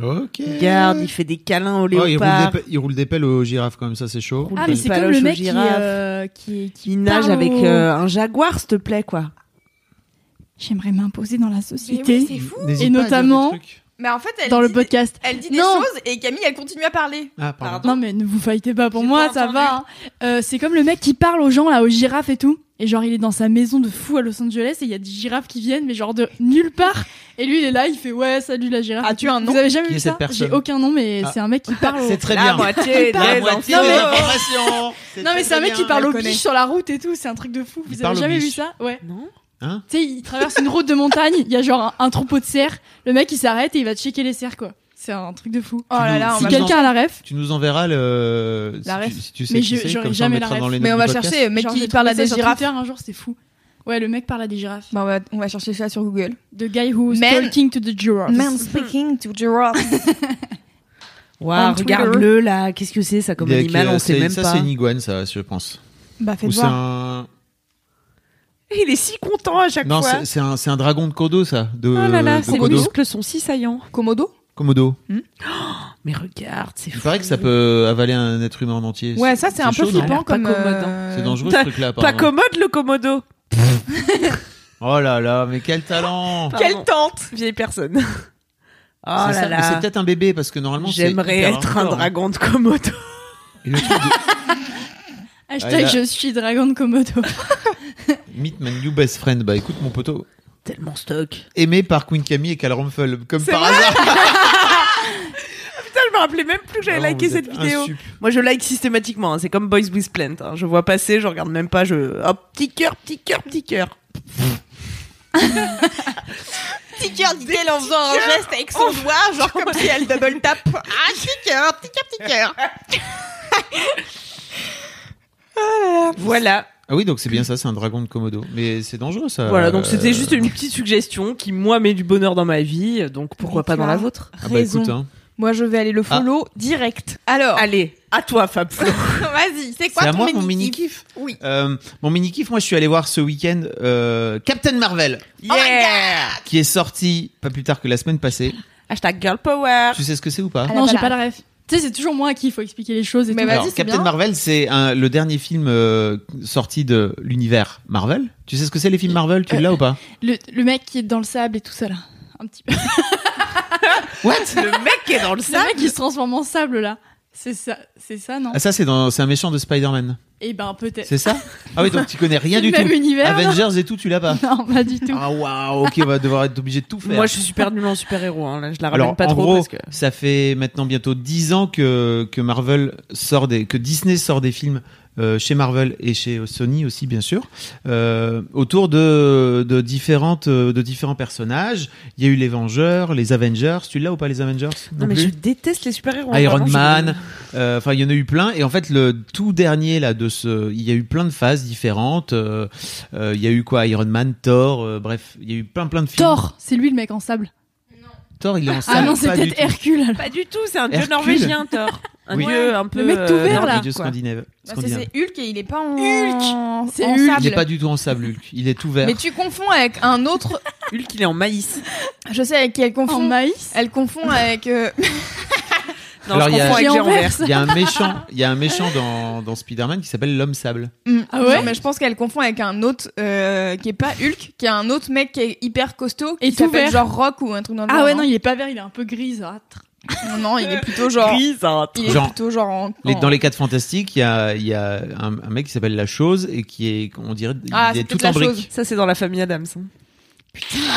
Ok. Garde, il fait des câlins au Oh, il, roule léopard. des pe- il roule des pelles aux girafes quand même, ça c'est chaud. Ah, mais c'est comme le mec qui, euh, euh, qui, Il nage avec euh, un jaguar, s'il te plaît, quoi. J'aimerais m'imposer dans la Mais société. oui, c'est fou. Et N'hésite pas à dire notamment des Mais en fait, elle dans le dit- podcast. Elle dit des Non. choses et Camille, elle continue à parler. Ah, Non, mais ne vous fightez pas pour moi, ça va. hein. Euh, c'est comme le mec qui parle aux gens, là, aux girafes et tout. Et genre, il est dans sa maison de fou à Los Angeles et il y a des girafes qui viennent, mais genre de nulle part. Et lui, il est là, il fait ouais, salut la girafe. As-tu Ah, un nom Vous avez jamais Ah, Qui vu est cette ça personne J'ai aucun nom, mais Ah. c'est un mec [laughs] qui parle. aux- C'est très [laughs] La bien. moitié Il des parle. La moitié Non, des mais- informations. [laughs] Non, mais c'est un très mec qui bien. parle on aux le connaît. biches sur la route et tout, c'est un truc de fou. Il Vous parle avez aux jamais vu biches. ça Ouais. Non Hein Tu sais, il traverse une route de montagne, il y a genre un, un troupeau de cerfs, le mec il s'arrête et il va checker les cerfs quoi. C'est un truc de fou. Oh là Ah, là, on si bah, va- quelqu'un a la ref, Tu nous enverras le. si La tu- ref. Si, tu sais Mais qui je- c'est, j'aurais comme ça, on jamais mettra la dans ref. les notes Mais on du va podcast. chercher, euh, mec genre, qui j'ai parle trouvé à des ça sur girafes. Twitter un jour, c'est fou. Ouais, le mec parle à des girafes. Bah, on, va, on va chercher ça sur Google. The guy who was Man- talking to the Ah, giraffes. speaking to giraffes. Waouh, On Twitter. regarde-le là, qu'est-ce que c'est ça comme Il y a animal, que- on sait c'est- même ça, pas. c'est une iguane, ça, je pense. bah, faites Ou c'est voir. un. Eh, Il est si content à chaque Non, fois. c'est- euh, c'est un, c'est un dragon de Kodo, ça. De, Oh là là, de ses Kodo. muscles sont si saillants. [laughs] Komodo Komodo. Mais regarde, c'est fou. Il [laughs] paraît que ça peut avaler un être humain en entier. Ouais, ça, c'est un peu chaud, non flippant Pas comme. commode, hein. euh, C'est dangereux ce truc-là. Pas apparemment. commode le commodo. Oh là là, mais quel talent Pardon. Quelle tente Vieille personne. [laughs] Oh C'est ça, là mais C'est là. peut-être un bébé parce que normalement c'est J'aimerais hyper hein. être un hardcore. dragon de commodo. [laughs] Et le truc de Hashtag Ah, il a- je suis dragon de Komodo. Meet my new best friend. Bah écoute mon poteau, Tellement stock. aimé par Queen Camille et Cal Rumpel, comme C'est par vrai hasard. Putain, je me rappelais même plus que j'avais Vraiment, liké vous cette êtes vidéo. insup. Moi, je like systématiquement. hein. C'est comme Boys with Plant. hein. Je vois passer, je regarde même pas. Je oh, petit cœur, petit cœur, petit cœur. [laughs] Petit cœur, dit-elle en faisant un geste avec son doigt, genre comme si elle double [laughs] tape. Ah, petit cœur, petit cœur, petit cœur. [laughs] Voilà. Ah oui, donc c'est bien ça, c'est un dragon de Komodo. Mais c'est dangereux ça. Voilà. Donc c'était Euh, juste une petite suggestion qui moi met du bonheur dans ma vie. Donc pourquoi Mais pas tu dans la as vôtre Ah bah écoute, hein. Ah. Moi, je vais aller le follow direct. Alors, Allez, à toi, [laughs] Fab. Flo. vas-y, c'est quoi C'est à ton moi mon mini mini-kiff kiff. Euh, Oui. mon mini kiff, moi je suis allé voir ce week-end euh, Captain Marvel, Oh my Yeah. qui est sorti pas plus tard que la semaine passée. Hashtag girl power. Tu sais ce que c'est ou pas Elle a non, pas j'ai la pas la ref. Tu sais, c'est toujours moi à qui il faut expliquer les choses et Mais tout. vas-y, Alors, c'est Captain bien. Marvel, c'est un- le dernier film euh, sorti de l'univers Marvel. Tu sais ce que c'est les films Marvel Tu Euh, l'as ou pas Le, le mec qui est dans le sable et tout ça là. Un petit peu. What Le mec qui est dans le Le sac. mec qui se transforme en sable là. C'est ça, c'est ça non Ah ça c'est dans c'est un méchant de Spider-Man. Et ben peut-être. C'est ça Ah oui, donc tu connais [laughs] rien C'est du le tout. même univers, non Avengers et tout, tu l'as [laughs] pas. [laughs] Non, pas du tout. Ah waouh, OK, on va devoir être obligé de tout faire. Moi, je suis super nulle en super héros. Hein. Là, je la ramène Alors, pas en trop gros, parce que. ça fait maintenant bientôt 10 ans que, que Marvel sort des, que Disney sort des films euh, chez Marvel et chez Sony aussi, bien sûr, euh, autour de, de différentes, euh, de différents personnages. Il y a eu les Vengeurs, les Avengers. Tu l'as ou pas les Avengers Non, mais plus je déteste les hein, super héros. Iron Man, euh, enfin il y en a eu plein et en fait le tout dernier là de ce, il y a eu plein de phases différentes. euh, euh, Il y a eu quoi Iron Man, Thor, euh, bref, il y a eu plein plein de films. Thor, c'est lui le mec en sable. Thor, il est en Ah salle, non, c'est pas du peut-être tout. Hercule. alors. Pas du tout, c'est un dieu dieu Hercule. norvégien, norvégien, Thor. Un Un Oui. dieu dieu un peu. peu, mec tout euh, vert, Non, là, le dieu quoi. scandinave. Bah, c'est- scandinave. c'est Hulk et il est pas en. Hulk C'est en Hulk. Il sable. est hein. pas du tout en sable, Hulk. Il est tout vert. Mais tu confonds avec un autre. Hulk, il est en maïs. Je sais avec qui elle En confond. maïs Elle confond avec. euh, [laughs] Non, Alors, je Ah, il y a- confonds avec Géant Géant vert. vert. [laughs] Il y a un méchant, il y a un méchant dans, dans Spider-Man qui s'appelle l'homme sable. hmm, Ah ouais non, mais je pense qu'elle confond avec un autre euh, qui est pas Hulk, qui est un autre mec qui est hyper costaud, Et qui tout s'appelle vert. genre Rock ou un truc dans le Ah genre, hein. ouais, non, il est pas vert, il est un peu grisâtre. non, non, il est plutôt genre. Grisâtre. Il est Genre. plutôt genre en. Les- en- Oh. dans les quatre fantastiques, il y a, il y a un, un mec qui s'appelle la chose et qui est, on dirait, il Ah, c'est est tout peut-être en La briques. Chose. Ça, c'est dans la famille Adams. hein.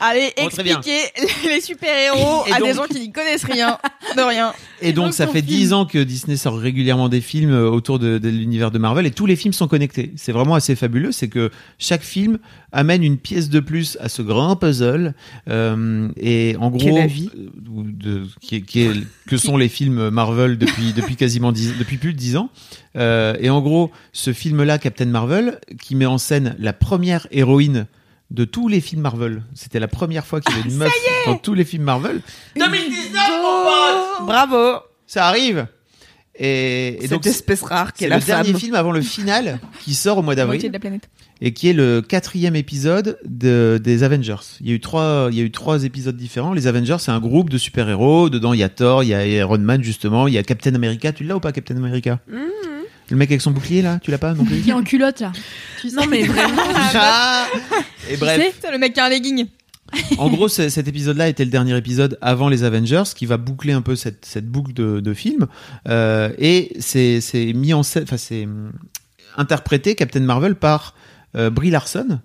Allez, Bon, Oh, très bien. expliquer [laughs] les super-héros Et à des donc- gens qui n'y connaissent rien, de rien. Et donc, donc, ça ton fait film. dix ans que Disney sort régulièrement des films euh, autour de, de l'univers de Marvel et tous les films sont connectés. C'est vraiment assez fabuleux, c'est que chaque film amène une pièce de plus à ce grand puzzle euh, et en gros, Qu'est la vie. euh, ou de- qui est- qui est- que sont les films Marvel depuis depuis quasiment dix, depuis plus de dix ans. Euh, et en gros, ce film-là, Captain Marvel, qui met en scène la première héroïne de tous les films Marvel. C'était la première fois qu'il y avait Ah, une meuf dans tous les films Marvel. Oh Bravo. Ça arrive. Et, et Cette donc, espèce rare qu'est c'est la le dernier femme. film avant le final qui sort au mois Moitié [laughs] d'avril de la planète. et qui est le quatrième épisode de, des Avengers. Il y a eu trois, il y a eu trois épisodes différents. Les Avengers, c'est un groupe de super héros. Dedans, il y a Thor, il y a Iron Man justement, il y a Captain America. Tu l'as ou pas Captain America Le mec avec son bouclier là, tu l'as pas non plus Qui est en culotte là. Tu sais. Non, [laughs] mais vraiment. Ah Et Tu bref. sais, Putain, le mec qui a un legging. En gros, c'est- cet épisode-là était le dernier épisode avant les Avengers, qui va boucler un peu cette, cette boucle de, de film. Euh, et c'est c'est mis en scène, enfin, c'est hum, interprété Captain Marvel par euh, Brie Larson,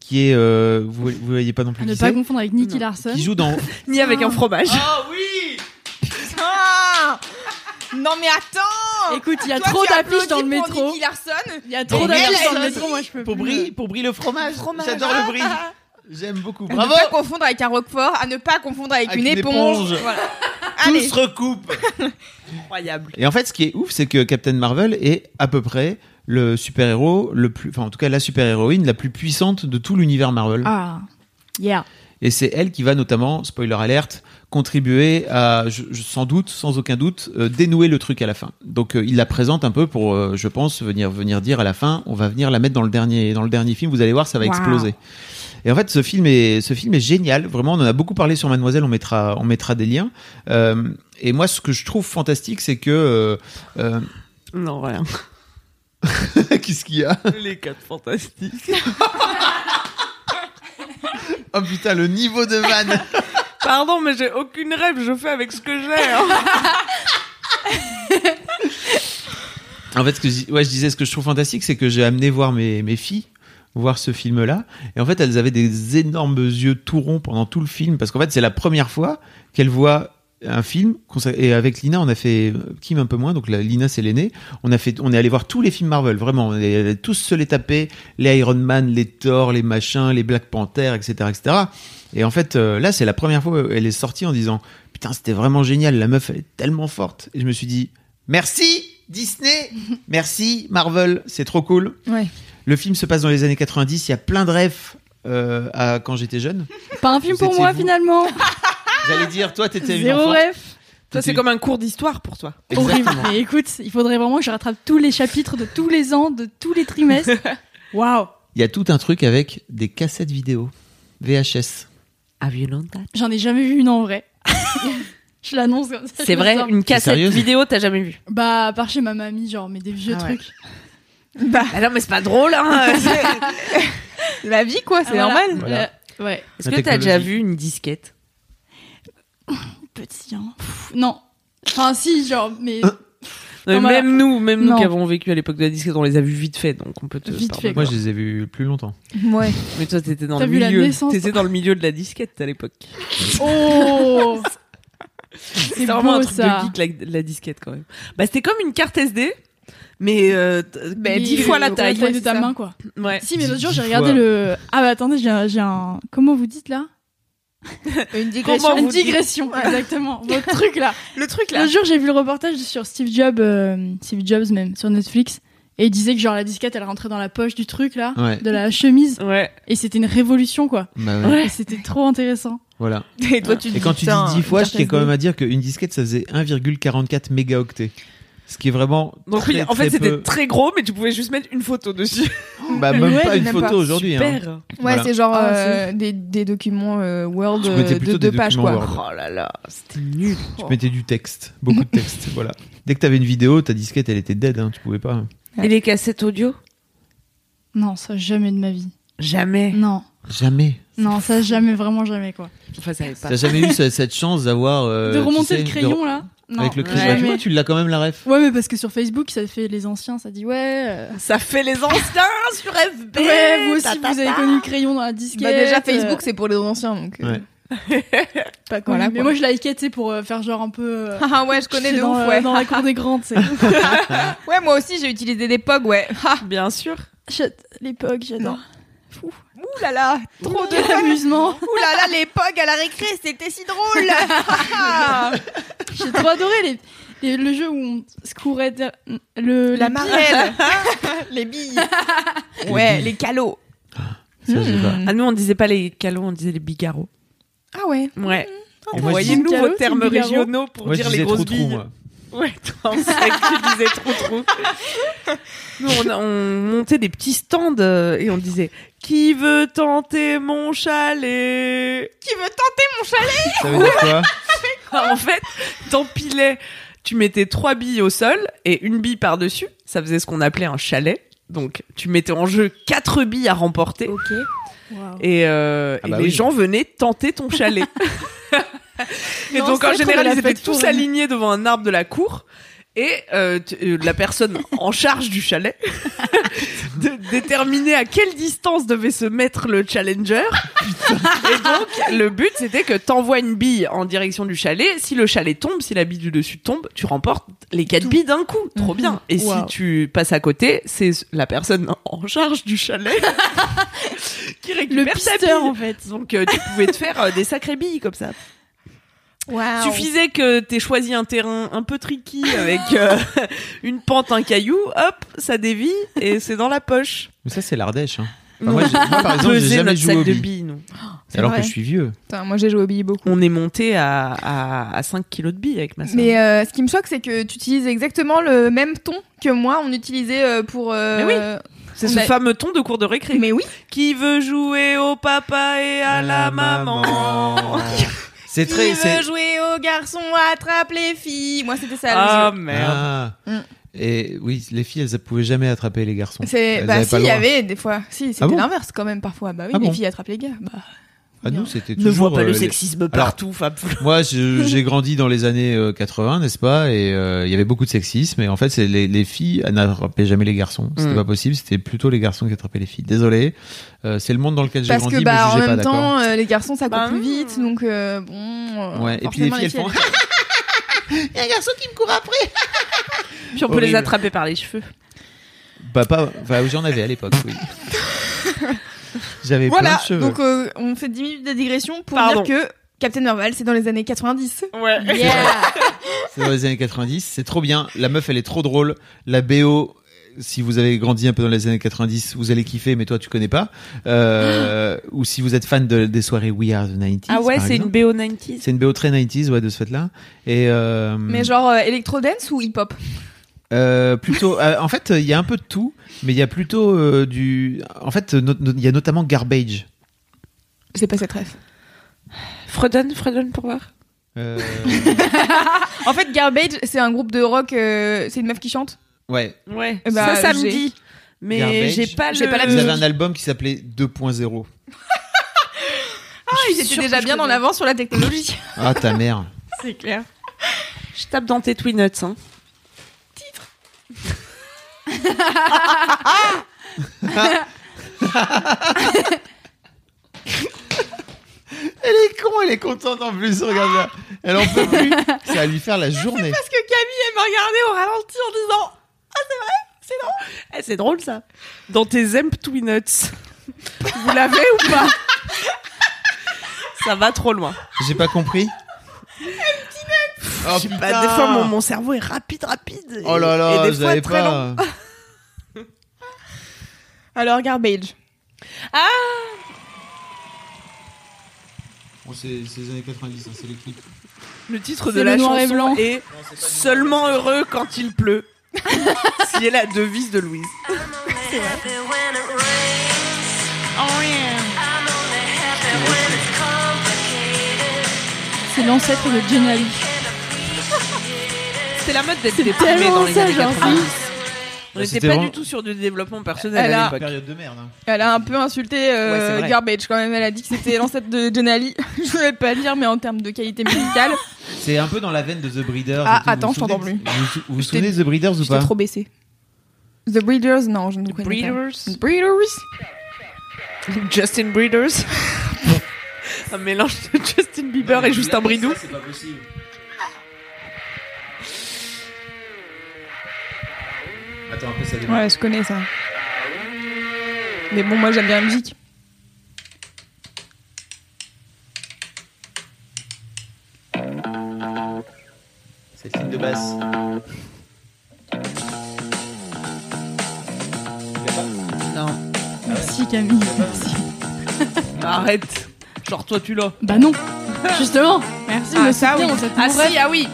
qui est, euh, vous, vous voyez pas non À plus ne qui pas c'est, confondre avec Nicky Larson. qui joue dans Ni avec un fromage. Ah non mais attends Écoute, il y a Toi, trop tu d'affiches dans le applaudis pour métro. Nicky Larson. Il y a trop Mais elle, d'affiches dans le elle métro, moi je peux pour plus. Brie, pour Brie le fromage. fromage. J'adore [laughs] le Brie. J'aime beaucoup. À ne Bravo. pas confondre avec un roquefort, à ne pas confondre avec, Avec une une éponge. éponge. Voilà. Tout Allez. se recoupe. Incroyable. Et en fait, ce qui est ouf, c'est que Captain Marvel est à peu près le super-héros le plus, enfin en tout cas la super-héroïne la plus puissante de tout l'univers Marvel. Ah, yeah. Et c'est elle qui va notamment, spoiler alerte, contribuer à, je- je- sans doute, sans aucun doute, euh, dénouer le truc à la fin. Donc euh, il la présente un peu pour, euh, je pense, venir venir dire à la fin, on va venir la mettre dans le dernier dans le dernier film. Vous allez voir, ça va Wow. exploser. Et en fait, ce film est ce film est génial. Vraiment, on en a beaucoup parlé sur Mademoiselle. On mettra on mettra des liens. Euh, et moi, ce que je trouve fantastique, c'est que euh, euh, Non, voilà. [laughs] Qu'est-ce qu'il y a Les quatre fantastiques. Oh putain, le niveau de vanne Pardon, mais j'ai aucune rêve, je fais avec ce que j'ai. hein. En fait, ce que je, dis- ouais, je disais, ce que je trouve fantastique, c'est que j'ai amené voir mes, mes filles voir ce film-là. Et en fait, elles avaient des énormes yeux tout ronds pendant tout le film. Parce qu'en fait, c'est la première fois qu'elles voient un film. consacré- Et avec Lina, on a fait euh, Kim un peu moins. Donc la- Lina, c'est l'aînée. On, a fait- on est allé voir tous les films Marvel, vraiment. On est allé tous se les taper. Les Iron Man, les Thor, les machins, les Black Panther, etc. etc. Et en fait, euh, là, c'est la première fois où elle est sortie en disant Putain, c'était vraiment génial. La meuf, elle est tellement forte. Et je me suis dit Merci Disney Merci Marvel, c'est trop cool. Ouais. Le film se passe dans les années 90, il y a plein de refs euh, à quand j'étais jeune. Pas un film Vous pour étiez moi [laughs] vous. finalement. J'allais dire, toi t'étais une Zéro enfant. ref. Toi, c'est comme un cours d'histoire pour toi. Horrible. Exactement. [laughs] Mais écoute, il faudrait vraiment que je rattrape tous les chapitres de tous les ans, de tous les trimestres. [laughs] Waouh. Il y a tout un truc avec des cassettes vidéo, VHS. Have you known that? J'en ai jamais vu une en vrai. [laughs] je l'annonce comme ça. C'est je vrai, le sors. une cassette sérieuse vidéo, t'as jamais vu. Bah, à part chez ma mamie, genre, mais des vieux Ah ouais. trucs. Ah. Bah non, mais c'est pas drôle, [laughs] hein. C'est- La vie quoi, c'est Ah, voilà. normal. Voilà. Euh, ouais, Est-ce La que t'as technologie. déjà vu une disquette? petit, hein. Pff, non. Enfin, si, genre, mais Euh. Hein Non, Non, mais mais Même nous, même Non. nous qui avons vécu à l'époque de la disquette, on les a vus vite fait, donc on peut te. Vite pardonner. fait, Moi je les ai vus plus longtemps. Ouais. Mais toi, t'étais dans T'as le vu la milieu. naissance T'étais dans le milieu de la disquette à l'époque. [laughs] Oh C'est C'est vraiment beau, un truc ça. de geek, la, la disquette quand même. Bah, c'était comme une carte SD, mais euh, t- mais Mais dix fois la le- taille. de ta ça. main, quoi. Ouais. Si, mais l'autre jour, Dix j'ai regardé fois. le. Ah, bah attendez, j'ai un, j'ai un. Comment vous dites là [laughs] Une Comment Une vous dites- digression, exactement. Votre truc là. Le truc Le jour, j'ai vu le reportage sur Steve Jobs, euh, Steve Jobs même, sur Netflix. Et il disait que genre la disquette, elle rentrait dans la poche du truc là, Ouais. de la chemise. Ouais. Et c'était une révolution quoi. Bah ouais, Et C'était trop intéressant. Voilà. Et toi tu Et quand tu dis 10 fois, je tiens quand même à dire qu'une disquette ça faisait 1,44 mégaoctets. Ce qui est vraiment. Donc très, oui, en fait, très peu- c'était très gros, mais tu pouvais juste mettre une photo dessus. Bah, même Ouais, pas une même photo pas. aujourd'hui. hein. Super. Ouais, Voilà. c'est genre Ah, euh, des, des documents euh, Word Je euh, mettais de plutôt deux des pages documents quoi. Word. Oh là là, c'était nul. Tu mettais du texte, beaucoup de texte. voilà. Dès que t'avais une vidéo, ta disquette elle était dead, hein, tu pouvais pas. Et les cassettes audio Non, ça jamais de ma vie. Jamais. Non, Jamais. non, ça jamais, vraiment jamais quoi. Enfin, ça avait pas. T'as jamais eu ce- cette chance d'avoir. euh, de tu remonter sais, le de- crayon là. Non. Avec le crayon. Ouais. Bah, tu vois, tu l'as quand même la ref. Ouais, mais parce que sur Facebook, ça fait les anciens, ça dit ouais. euh, Ça fait les anciens sur FB. Ouais, vous aussi, ta, ta, vous avez ta. connu le crayon dans la disquette. Bah, déjà Facebook euh, c'est pour les anciens donc. euh, Ouais. Pas connu. Voilà, mais mais moi je likais, tu sais, pour euh, faire genre un peu. [laughs] euh, [laughs] Ah ouais, je connais sais, de dans, ouf, euh, ouais. Dans la cour des grandes, c'est. Ouais, moi aussi j'ai utilisé des POG, ouais. Ah, Bien sûr. L'époque, j'adore. Ouh là là, trop de amusement. Ouh là là, les POG à la récré, c'était si drôle. Ah, [laughs] J'ai trop adoré les, les- le jeu où on se courait der- Euh, le la les billes. marelle, [laughs] les billes. Ouais, les calots. Ça, j'ai pas. Ah, nous, on disait pas les calons, on disait les bigarros. Ah ouais. Ouais. Et moi, je dis- Voyez-nous Bigaro, vos c'est termes Bigaro. régionaux pour moi, je dire disais les grosses trou-trou, billes. moi. Ouais, toi, c'est vrai que tu disais trop [laughs] trop. Nous, on, a- on montait des petits stands euh, et on disait Qui veut tenter mon chalet Qui veut tenter mon chalet Ça veut dire quoi [laughs] En fait, t'empilais, tu mettais trois billes au sol et une bille par-dessus. Ça faisait ce qu'on appelait un chalet. Donc, tu mettais en jeu quatre billes à remporter. Ok. Et, euh, Ah et bah les oui. gens venaient tenter [laughs] ton chalet. et Non, donc c'est en trop général, la ils étaient fête tous foraine. alignés devant un arbre de la cour. Et euh, tu- euh, la personne en charge du chalet [laughs] de déterminait à quelle distance devait se mettre le challenger. et donc, le but, c'était que t'envoies une bille en direction du chalet. Si le chalet tombe, si la bille du dessus tombe, tu remportes les quatre billes d'un coup. Trop bien. Et Wow. si tu passes à côté, c'est la personne en charge du chalet qui récupère sa bille. en fait. Donc euh, tu pouvais te faire euh, des sacrées billes comme ça. Ah Suffisait que t'aies choisi un terrain un peu tricky avec euh, [laughs] une pente, un caillou, hop, ça dévie et c'est dans la poche. Mais ça, c'est l'Ardèche. Hein. Enfin, Nous, moi, j'ai- moi, [laughs] par on exemple, j'ai pesait jamais notre joué sac au de billes. billes, nous. C'est Alors que vrai. je suis vieux. moi, j'ai joué au billes beaucoup. On est monté à, à, à 5 kilos de billes avec Ah, ma soeur. Mais euh, ce qui me choque, c'est que tu utilises exactement le même ton que moi, on utilisait euh, pour. Mais oui. C'est ce fameux ton de cours de récré. Mais oui. Qui veut jouer au papa et à, la maman, C'est très. c'est- jouer aux garçons, attrape les filles. Moi, c'était ça. Ah, le jeu. Ah. Mm. Et oui, les filles, elles ne pouvaient jamais attraper les garçons. C'est Elles bah avaient si pas il le y droit. avait des fois si c'était Ah bon l'inverse quand même parfois bah oui Ah les bon filles attrapent les gars bah Ah nous, c'était Ne toujours. vois pas le les- sexisme Alors, partout, Fab. Moi, je- j'ai grandi dans les années euh, 80, n'est-ce pas Et euh, il y avait beaucoup de sexisme. Et en fait, c'est les, les filles elles n'attrapaient jamais les garçons. C'était Mm. pas possible. C'était plutôt les garçons qui attrapaient les filles. Désolé. Euh, c'est le monde dans lequel j'ai parce grandi. que me bah en jugez pas, même d'accord temps euh, les garçons ça court plus vite donc euh, bon euh, Ouais, et puis les forcément, filles, elles [laughs] Il y a un garçon qui me court après. Puis on peut les Horrible. attraper par les cheveux. Bah, pas. Enfin, j'en avais à l'époque. Oui. J'avais plein Voilà, de cheveux. donc euh, on fait 10 minutes de digression pour Pardon. dire que Captain Marvel, c'est dans les années [laughs] 90. [laughs] Ouais. [laughs] C'est dans les années 90, c'est trop bien. La meuf, elle est trop drôle. La BO, si vous avez grandi un peu dans les années 90, vous allez kiffer, mais toi, tu connais pas. Euh, ou si vous êtes fan de- des soirées We Are the 90s. Ah ouais, par c'est une BO exemple. 90s. C'est une BO très 90s, ouais, de ce fait-là. Et euh, Mais genre euh, électro dance ou hip hop euh, plutôt, euh, en fait, il y a un peu de tout, mais il y a plutôt euh, du. En fait, no- no- il y a notamment Garbage. C'est pas cette rêve. Fredonne, Fredonne pour voir. [laughs] Euh, en fait, Garbage, c'est un groupe de rock, euh, c'est une meuf qui chante. ouais. Ouais. Eh bah, ça, ça me j'ai- dit. Mais Garbage. ben, j'ai pas le. Ils avaient un album qui s'appelait 2.0. Ah, ils étaient déjà bien en avance sur la [laughs] technologie. Ah, ta mère. C'est clair. Je tape dans tes Twinuts. Hein. Elle est con, elle est contente en plus, regarde là. Elle en peut plus. Ça va lui faire la journée. Parce que Camille, elle m'a regardé au ralenti en disant Ah, c'est vrai C'est drôle Eh, C'est drôle ça. Dans tes Zemp Twinuts. [laughs] Vous l'avez ou pas Ça va trop loin. J'ai pas compris. Oh, Je sais pas, putain. Bah, des fois, mon, mon cerveau est rapide, rapide. et- Oh là là, et des vous fois, avez très [laughs] pas. lent. Alors, Garbage. Ah Bon, c'est c'est les années 90, hein, c'est les clips. Le titre C'est de le la noir et chanson blanc. est Seulement heureux quand il pleut. [laughs] qui est la devise de Louise. C'est l'ancêtre de Jenny C'est la mode d'être C'est déprimé tellement dans les ça, années genre, oui. 90. On Ouais, n'était Bah, c'était pas vraiment- du tout sur du développement personnel Elle à a, l'époque. de merde. hein. elle a un peu insulté euh, Ouais, c'est vrai. Garbage quand même. Elle a dit que c'était l'ancêtre de Denali. [laughs] Je vais pas dire, mais en termes de qualité musicale. C'est un peu dans la veine de The Breeders. Ah, et attends, tout. Vous vous je t'entends souvenez de- plus. Vous vous, vous souvenez de The Breeders ou J'étais pas trop baissée. The Breeders, non, je ne connais pas. Breeders. The Breeders. [laughs] Justin [laughs] Breeders. un mélange de Justin Bieber et Justin Bridou. C'est pas possible. Attends, un peu ça démarre. Ouais, je connais ça. Mais bon, moi j'aime bien la musique. Cette ligne de basse. Non. Merci Camille, merci. Arrête. Genre toi tu l'as. Bah non, justement. Merci, Ah, me ça, soutenir oui. dans cette Ah, mouvance. si, ah oui.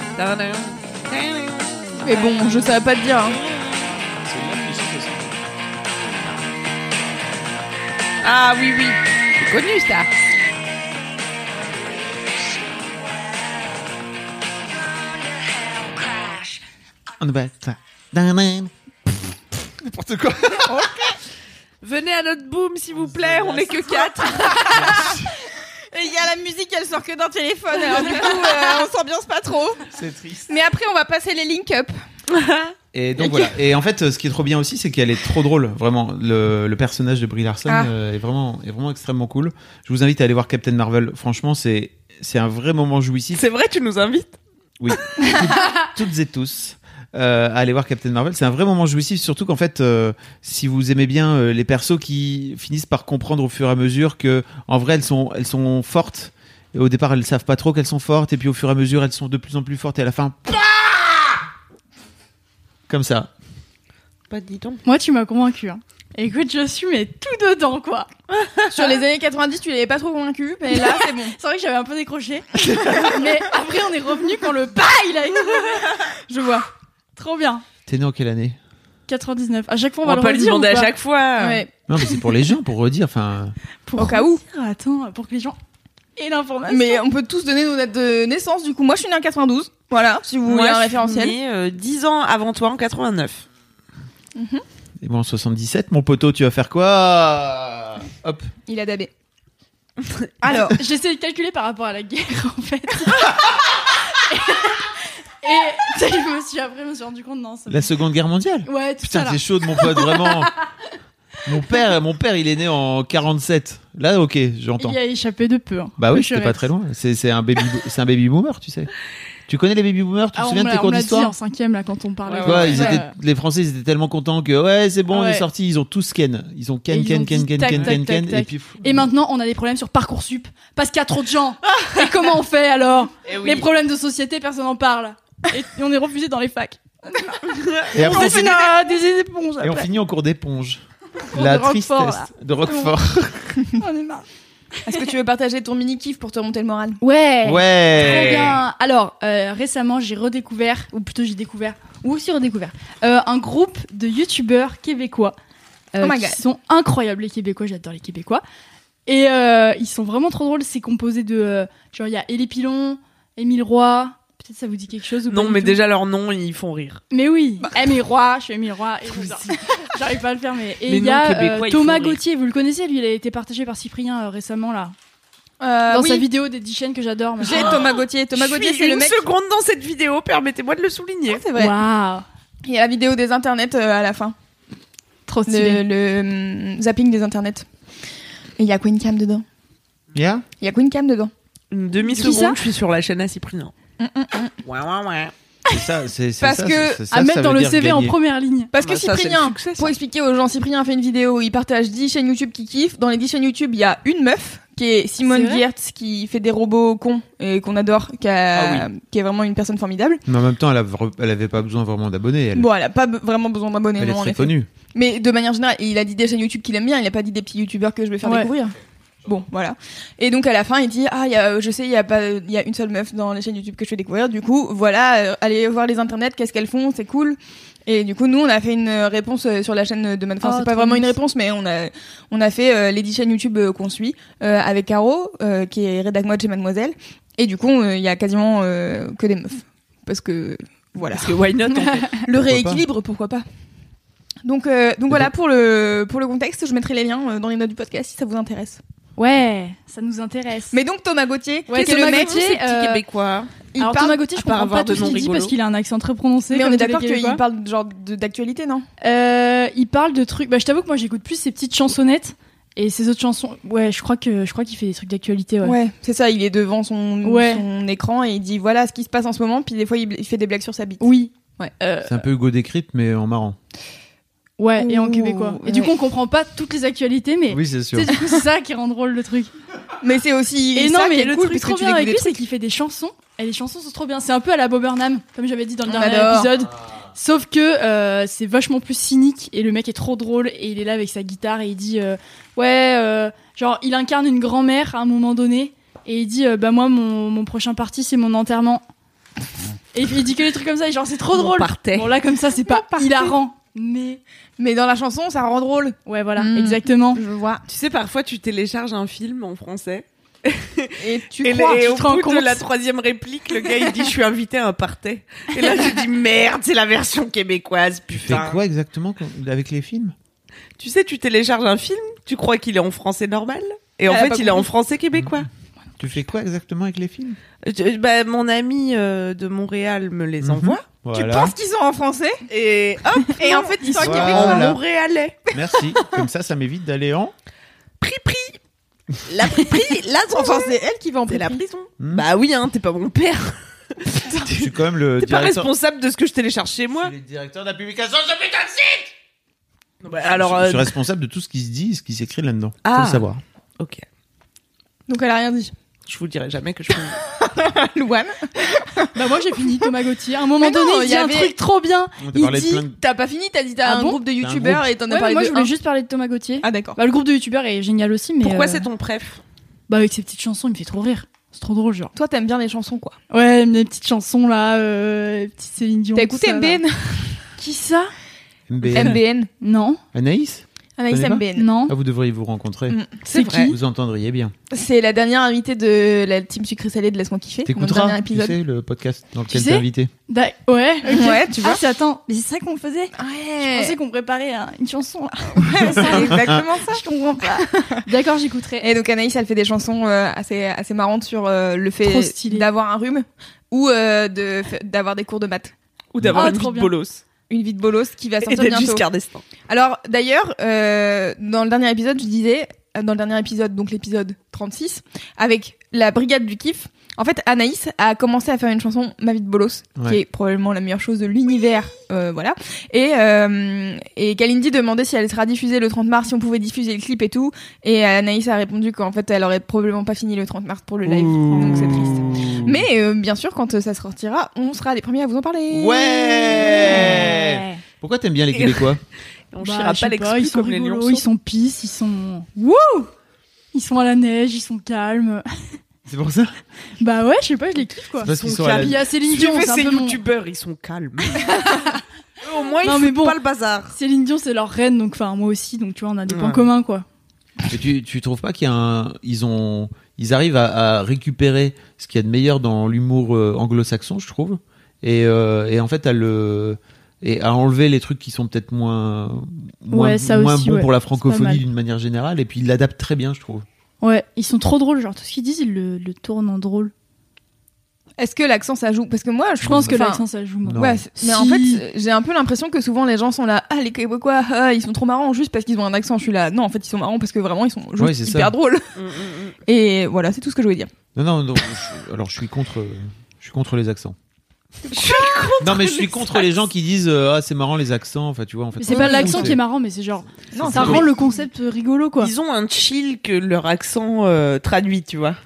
Mais bon, je savais pas te dire. hein. Ah oui, oui. C'est connu ça. On ne va pas. Dun-dun. N'importe quoi. Venez à notre boom, s'il vous plaît. On n'est que quatre. [laughs] Et il y a la musique, elle sort que d'un téléphone. Alors du coup, euh, on s'ambiance pas trop. C'est triste. Mais après, on va passer les link up. Et donc voilà. Et en fait, euh, ce qui est trop bien aussi, c'est qu'elle est trop drôle, vraiment. Le, le personnage de Brie Larson Ah. euh, est vraiment, est vraiment extrêmement cool. Je vous invite à aller voir Captain Marvel. Franchement, c'est, c'est un vrai moment jouissif. C'est vrai, tu nous invites. Oui. Toutes- toutes et tous. euh, à aller voir Captain Marvel, c'est un vrai moment jouissif, surtout qu'en fait, euh, si vous aimez bien euh, les persos qui finissent par comprendre au fur et à mesure que, en vrai, elles sont, elles sont fortes. Et au départ, elles savent pas trop qu'elles sont fortes, et puis au fur et à mesure, elles sont de plus en plus fortes, et à la fin, comme ça. Pas dis donc. Moi, tu m'as convaincu. Hein. Écoute, je suis mais tout dedans, quoi. Sur les années 90, tu l'avais pas trop convaincu, mais [laughs] là, c'est bon. C'est vrai que j'avais un peu décroché. [laughs] mais après, on est revenu quand le pas, il a Je vois. Trop bien. T'es né en quelle année 99. À chaque fois, On on, va, va pas le lui redire demander ou à pas chaque fois. Ouais. Non, mais c'est pour les gens, pour redire. Enfin, Pour Au cas où. redire, Attends, pour que les gens aient l'information. Mais on peut tous donner nos dates de naissance. Du coup, moi, je suis née en 92. Voilà, si vous voulez un référentiel. 10 euh, ans avant toi en 89. et bon, en 77, mon poteau, tu vas faire quoi Hop. Il a [laughs] dabé. Alors, J'essaie de calculer par rapport à la guerre, [laughs] en fait. Et tu sais, je me suis après, je me suis rendu compte, non, ça. La Seconde Guerre mondiale. Ouais, tout Putain, ça. là. c'est chaud de mon [laughs] pote, vraiment. Mon père, mon père, il est né en 47. Là, ok, j'entends. Il y a échappé de peu. hein. Bah oui, Le j'étais pas charrette. très loin. C'est c'est un baby, c'est un baby boomer, tu sais. Tu connais les baby boomers Tu Ah, te on souviens de me tes l'a- on cours me l'a dit en d'histoire cinquième, là, quand on parlait. Quoi, ils Ouais. étaient, les Français, ils étaient tellement contents que ouais, c'est bon, on Ouais. est sorti. Ils ont tous ken, ils ont Et ken, ils ont ken, ken, dit ken, tac, ken, tac, ken, tac, ken, et tac. puis Et maintenant, on a des problèmes sur Parcoursup parce qu'il y a trop de gens. Et comment on fait alors Les problèmes de société, personne n'en parle. Et on est refusé dans les facs. et on après, fait des- des éponges Et on après. finit en cours d'éponge. Cours La [laughs] de Roquefort, tristesse de Roquefort. On est marre. est-ce que tu veux partager ton mini kiff pour te remonter le moral Ouais. Ouais. Trop bien. Alors, euh, récemment, j'ai redécouvert, ou plutôt j'ai découvert, ou aussi redécouvert, euh, un groupe de youtubeurs québécois euh, Oh my qui God. sont incroyables. Les Québécois, j'adore les Québécois. Et euh, ils sont vraiment trop drôles. C'est composé de. euh, genre, il y a Élie Pilon, Émile Roy. Peut-être ça vous dit quelque chose ou pas Non, du mais tout. déjà leurs noms, ils font rire. Mais oui, Émile Roy, je suis Émile Roy. et j'adore. J'arrive pas à le faire, mais. Et Les il y a noms québécois, euh, ils Thomas font rire. Gauthier, vous le connaissez, lui, il a été partagé par Cyprien euh, récemment, là. Euh, dans oui. sa vidéo des 10 chaînes que j'adore. mais- ah. J'ai Thomas Gauthier. Thomas Je Gauthier, suis c'est le une mec. seconde dans cette vidéo, permettez-moi de le souligner. C'est vrai. Waouh, Il y a la vidéo des internets euh, à la fin. Oh, trop stylé. Le, le, hum, zapping des internets. Et il y a Queen Cam dedans. Yeah. Il y a Queen Cam dedans. Une Qui ça demi-seconde, je suis sur la chaîne à Cyprien. Ouais, ouais, ouais. C'est ça, c'est c'est Parce ça, que c'est- c'est ça, à ça mettre veut dans le dire CV en gagner. première ligne. Parce que Bah, ça, c'est le Cyprien, succès, ça. pour expliquer aux gens, Cyprien fait une vidéo où il partage 10 chaînes YouTube qui kiffent. Dans les 10 chaînes YouTube, il y a une meuf qui est Simone C'est vrai Giertz qui fait des robots cons et qu'on adore, qui, a- Ah qui est vraiment une personne formidable. Mais en même temps, elle, a vr- elle avait pas besoin vraiment d'abonnés. Elle, Bon, elle a pas be- vraiment besoin d'abonnés, elle est non, en très effet. connue. Mais de manière générale, il a dit des chaînes YouTube qu'il aime bien, il a pas dit des petits youtubeurs que je vais faire Ouais. découvrir. Bon, voilà. Et donc à la fin, il dit Ah, il y a, je sais, il y, a pas- il y a une seule meuf dans les chaînes YouTube que je vais découvrir. Du coup, voilà, euh, allez voir les internets, qu'est-ce qu'elles font, c'est cool. Et du coup, nous, on a fait une euh, réponse euh, sur la chaîne de Man. Enfin, Oh, c'est pas trop vraiment une nice. réponse, mais on a, on a fait euh, les 10 chaînes YouTube euh, qu'on suit euh, avec Caro, euh, qui est rédac mode chez Mademoiselle. Et du coup, euh, il y a quasiment euh, que des meufs. Parce que, voilà. Parce que why not en fait. [laughs] Le Pourquoi rééquilibre, pourquoi pas donc, euh, donc voilà donc- pour le, pour le contexte, je mettrai les liens euh, dans les notes du podcast si ça vous intéresse. Ouais, ça nous intéresse. Mais donc Thomas Gauthier, Ouais, qui est le Thomas mec, Gauthier, C'est petit euh, québécois. il Alors parle, Thomas Gauthier, je à part comprends pas avoir de tout ce qu'il noms dit rigolos. parce qu'il a un accent très prononcé. mais on comme est tous les d'accord qu'il Québécois. parle genre de- d'actualité, non Euh, il parle de trucs. Bah, je t'avoue que moi, j'écoute plus ses petites chansonnettes et ses autres chansons. Ouais, je crois que je crois qu'il fait des trucs d'actualité. Ouais. c'est ça, il est devant son, Ouais. son écran et il dit voilà ce qui se passe en ce moment, puis des fois il, il fait des blagues sur sa bite. Oui. Ouais. Euh, C'est un peu Hugo Décrypte, mais en marrant. ouais, et en Ouh, québécois. Et du ouais. coup, on comprend pas toutes les actualités, mais Oui, c'est sûr. tu sais, du coup, c'est ça qui rend drôle le truc. Mais c'est aussi Et ça non, qui mais est le cool, truc puisque trop tu bien avec découvres lui, des c'est qu'il fait des chansons. Et les chansons sont trop bien. C'est un peu à la Bob Burnham, comme j'avais dit dans le On dernier adore. épisode. Sauf que euh, c'est vachement plus cynique et le mec est trop drôle et il est là avec sa guitare et il dit euh, ouais euh, genre il incarne une grand-mère à un moment donné et il dit euh, bah moi mon, mon prochain parti c'est mon enterrement Et puis il dit que les trucs comme ça, et genre c'est trop drôle. Bon là [laughs] comme ça c'est pas hilarant, mais mais dans la chanson ça rend drôle. Ouais voilà, Mm. exactement. Je vois. Tu sais, parfois tu télécharges un film en français. Et tu crois, et tu au te rends bout de compte. la troisième réplique, le gars il dit je suis invité à un party. Et là je dis merde, c'est la version québécoise, Fais putain. quoi exactement qu'on- avec les films Tu sais, tu télécharges un film, tu crois qu'il est en français normal, et en Elle a fait pas il est en compris. français québécois. Mhm. Tu fais quoi exactement avec les films Je- bah, mon ami euh, de Montréal me Mhm. les envoie. Voilà. penses qu'ils sont en français Et hop, [laughs] Et en fait, ils sont en Voilà. québécois. Voilà. Montréalais. Merci. Comme ça, ça m'évite d'aller en. La prison, [laughs] la Enfin, c'est elle qui va en C'est la prison. prison. Bah oui, hein, t'es pas mon père. Hmm Je suis quand même le T'es pas directeur. responsable de ce que je télécharge chez moi. le directeur de la publication de ce putain de site Bah, alors, je, je suis euh, responsable de tout ce qui se dit et ce qui s'écrit là-dedans. Ah. Faut le savoir. ok, Donc elle a rien dit. je vous dirai jamais que je. [laughs] Louane Bah moi j'ai fini Thomas Gauthier. À un moment Mais non, donné il il dit y un avait- truc trop bien. On t'a Il parlé de dit. plein de- T'as pas fini, t'as dit t'as Ah un bon groupe de un youtubeurs groupe. et t'en as Ouais, mais parlé moi de je voulais un. juste parler de Thomas Gauthier. Ah d'accord. Bah, le groupe de youtubeurs est génial aussi, mais Pourquoi euh, c'est ton préf bah avec ses petites chansons il me fait trop rire. C'est trop drôle genre. Toi t'aimes bien les chansons quoi. Ouais mes petites chansons là, euh, les petites Céline Dion. T'as tout écouté ça, là. MBN Qui ça MBN. MBN. Non, Anaïs Anaïs Connais pas MBN. non. Ah, vous devriez vous rencontrer. Mm. C'est Hein qui Vous entendriez bien. C'est la dernière invitée de la team sucré salé de Laisse-moi kiffer. Mon dernier T'écouteras, tu épisode. sais, le podcast dans lequel sais t'es invité. Da- Ouais. ok. Bah, Ouais, tu vois. Ah, c'est- attends, mais c'est ça qu'on faisait. Eh. Je pensais Ah Ouais. qu'on préparait euh, une chanson Ah, [laughs] là. c'est exactement ça. Je comprends pas. [laughs] D'accord, j'écouterai. Et donc Anaïs, elle fait des chansons euh, assez assez marrantes sur euh, le Trop fait stylé. d'avoir un rhume ou euh, de f- d'avoir des cours de maths. Ou d'avoir Ah, une vie trop de bien. bolos Une vie de bolos qui va Et sortir d'être bientôt. Giscard d'Estaing. Alors d'ailleurs, euh, dans le dernier épisode, je disais, euh, dans le dernier épisode, donc l'épisode 36, avec la brigade du kiff, en fait Anaïs a commencé à faire une chanson Ma vie de bolos, qui Ouais. est probablement la meilleure chose de l'univers, euh, voilà. Et, euh, et Kalindi demandait si elle sera diffusée le 30 mars, si on pouvait diffuser le clip et tout. Et Anaïs a répondu qu'en fait elle aurait probablement pas fini le 30 mars pour le live, donc c'est triste. Mais euh, bien sûr, quand euh, ça sortira, on sera les premiers à vous en parler. Eh. Ouais Pourquoi t'aimes bien les Québécois Eh. On Bah, chira je pas sais l'exclu ils sont comme les rigolos, lionceaux. Ils sont pisses, ils sont. Wouh Ils sont à la neige, ils sont calmes. [laughs] [laughs] C'est pour ça Bah ouais, je sais pas, je les kiffe quoi. C'est parce sont qu'ils sont à Puis il y la... a Céline Dion, Suivez c'est un ces peu mon- youtubeurs, ils sont calmes. Eux, Au moins, ils Non, foutent mais bon. pas le bazar. Céline Dion, c'est leur reine, donc enfin moi aussi, donc tu vois, on a des points Ouais. communs quoi. Et tu, tu trouves pas qu'il y a un... Ils ont... Ils arrivent à, à récupérer ce qu'il y a de meilleur dans l'humour euh, anglo-saxon, je trouve. Et, euh, et en fait, à le... Et à enlever les trucs qui sont peut-être moins, moins, Ouais, ça moins aussi, bons ouais. pour la mal. francophonie d'une manière générale, et puis ils l'adaptent très bien, je trouve. Ouais, ils sont trop drôles, genre tout ce qu'ils disent, ils le, le tournent en drôle. Est-ce que l'accent ça joue Parce que moi, je Je pense que enfin, l'accent ça joue. moi. Non. Ouais, c'est- mais en Si. fait, j'ai un peu l'impression que souvent les gens sont là, ah les Québécois, ah, ils sont trop marrants juste parce qu'ils ont un accent. Je suis là, non, en fait, ils sont marrants parce que vraiment ils sont juste Ouais, c'est hyper ça. drôles. Mm, mm, mm. Et voilà, c'est tout ce que je voulais dire. Non, non, non. je- alors, je suis contre, je suis contre les accents. Je suis contre Non, mais je suis les contre les gens qui disent euh, ah c'est marrant les accents. Enfin, tu vois, en fait. Mais c'est pas non, l'accent c'est- qui est marrant, mais c'est genre. Non, Ça c'est- rend le concept rigolo quoi. Ils ont un chill que leur accent euh, traduit, tu vois.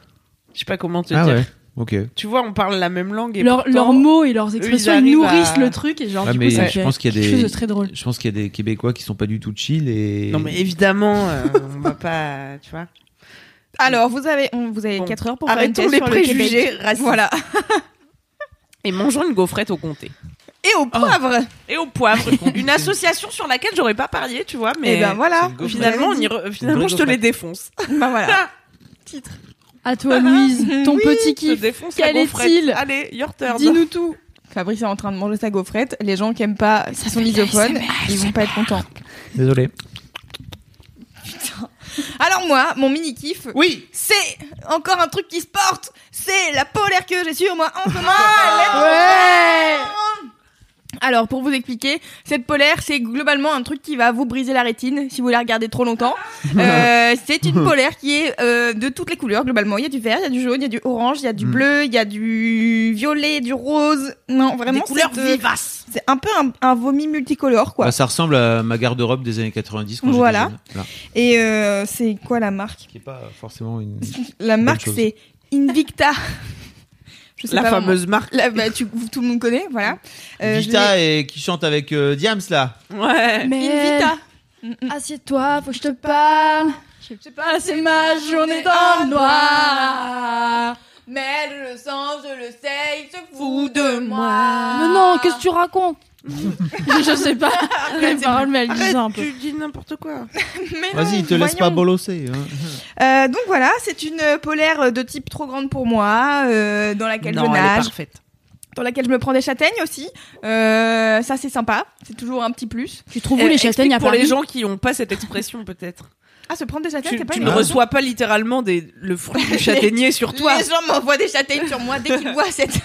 Je sais pas comment te Ah dire. ouais. Ok. Tu vois, on parle la même langue et Leur- pourtant- Leurs mots et leurs expressions ils arrivent nourrissent à- le truc et genre Ouais, du mais coup ça je fait pense qu'il y a quelque des- chose de très drôle. Je pense qu'il y a des Québécois qui sont pas du tout chill et. Non mais évidemment, euh, on va pas, tu vois. Alors vous avez, on, vous avez Bon, 4 heures pour faire une Arrêtons thèse les sur le Québec. préjugés racistes. Voilà. Et mangeons une gaufrette au comté. Et Ah. au poivre. Et au [laughs] poivre, une association sur laquelle j'aurais pas parié, tu vois, Eh mais Et ben voilà. c'est une gaufre. finalement, on y re- finalement vraie je te les gaufrette. défonce. Bah voilà. [laughs] À toi Louise, Ah. ton Oui, petit Je te kiff. défonce la Quel gaufrette. est-il Allez, your turn. Dis-nous tout. Fabrice est en train de manger sa gaufrette. Les gens qui aiment pas, qui sont misophones, ils vont pas être contents. Désolé. Alors moi, mon mini kiff, Oui. c'est encore un truc qui se porte. C'est la polaire que j'ai sur moi en [laughs] ce moment. Alors pour vous expliquer, cette polaire c'est globalement un truc qui va vous briser la rétine si vous la regardez trop [laughs] longtemps. Euh, c'est une polaire qui est euh, de toutes les couleurs globalement. Il y a du vert, il y a du jaune, il y a du orange, il y a du Mm. bleu, il y a du violet, du rose. Non vraiment. Des couleurs c'est de- vivaces. C'est un peu un, un vomi multicolore quoi. Bah, ça ressemble à ma garde-robe des années 90 quand j'étais Voilà. jeune. Voilà. Et euh, c'est quoi la marque Qui est pas forcément Euh, une. La Bonne marque chose. c'est Invicta. [laughs] Je sais La pas vraiment. fameuse marque. La- bah, tu- tout le monde connaît, voilà. Euh, je Vita et qui chante avec euh, Diams là. Ouais. l'ai- Invita. assieds-toi, faut que je te parle. Je sais pas, c'est ma journée dans le noir. Mais je le sens, je le sais, il se Vous fout de moi. Non, non, qu'est-ce que tu racontes [laughs] je, je sais pas. Les paroles me le disent un peu. Tu dis n'importe quoi. Mais non, Vas-y, il te laisse Ah, voyons. pas bolosser. hein. Euh, donc voilà, c'est une euh, polaire de type trop grande pour moi, euh, dans laquelle Non, je elle est nage. parfaite. Dans laquelle je me prends des châtaignes aussi. Euh, ça, c'est sympa. C'est toujours un petit plus. Tu Euh, explique pour les gens qui n'ont pas cette expression peut-être. Ah, se prendre des châtaignes, Tu, c'est pas tu une ne raison. reçois pas littéralement des, le fruit [laughs] du châtaignier sur toi. Les gens m'envoient des châtaignes sur moi dès qu'ils voient [laughs] cette,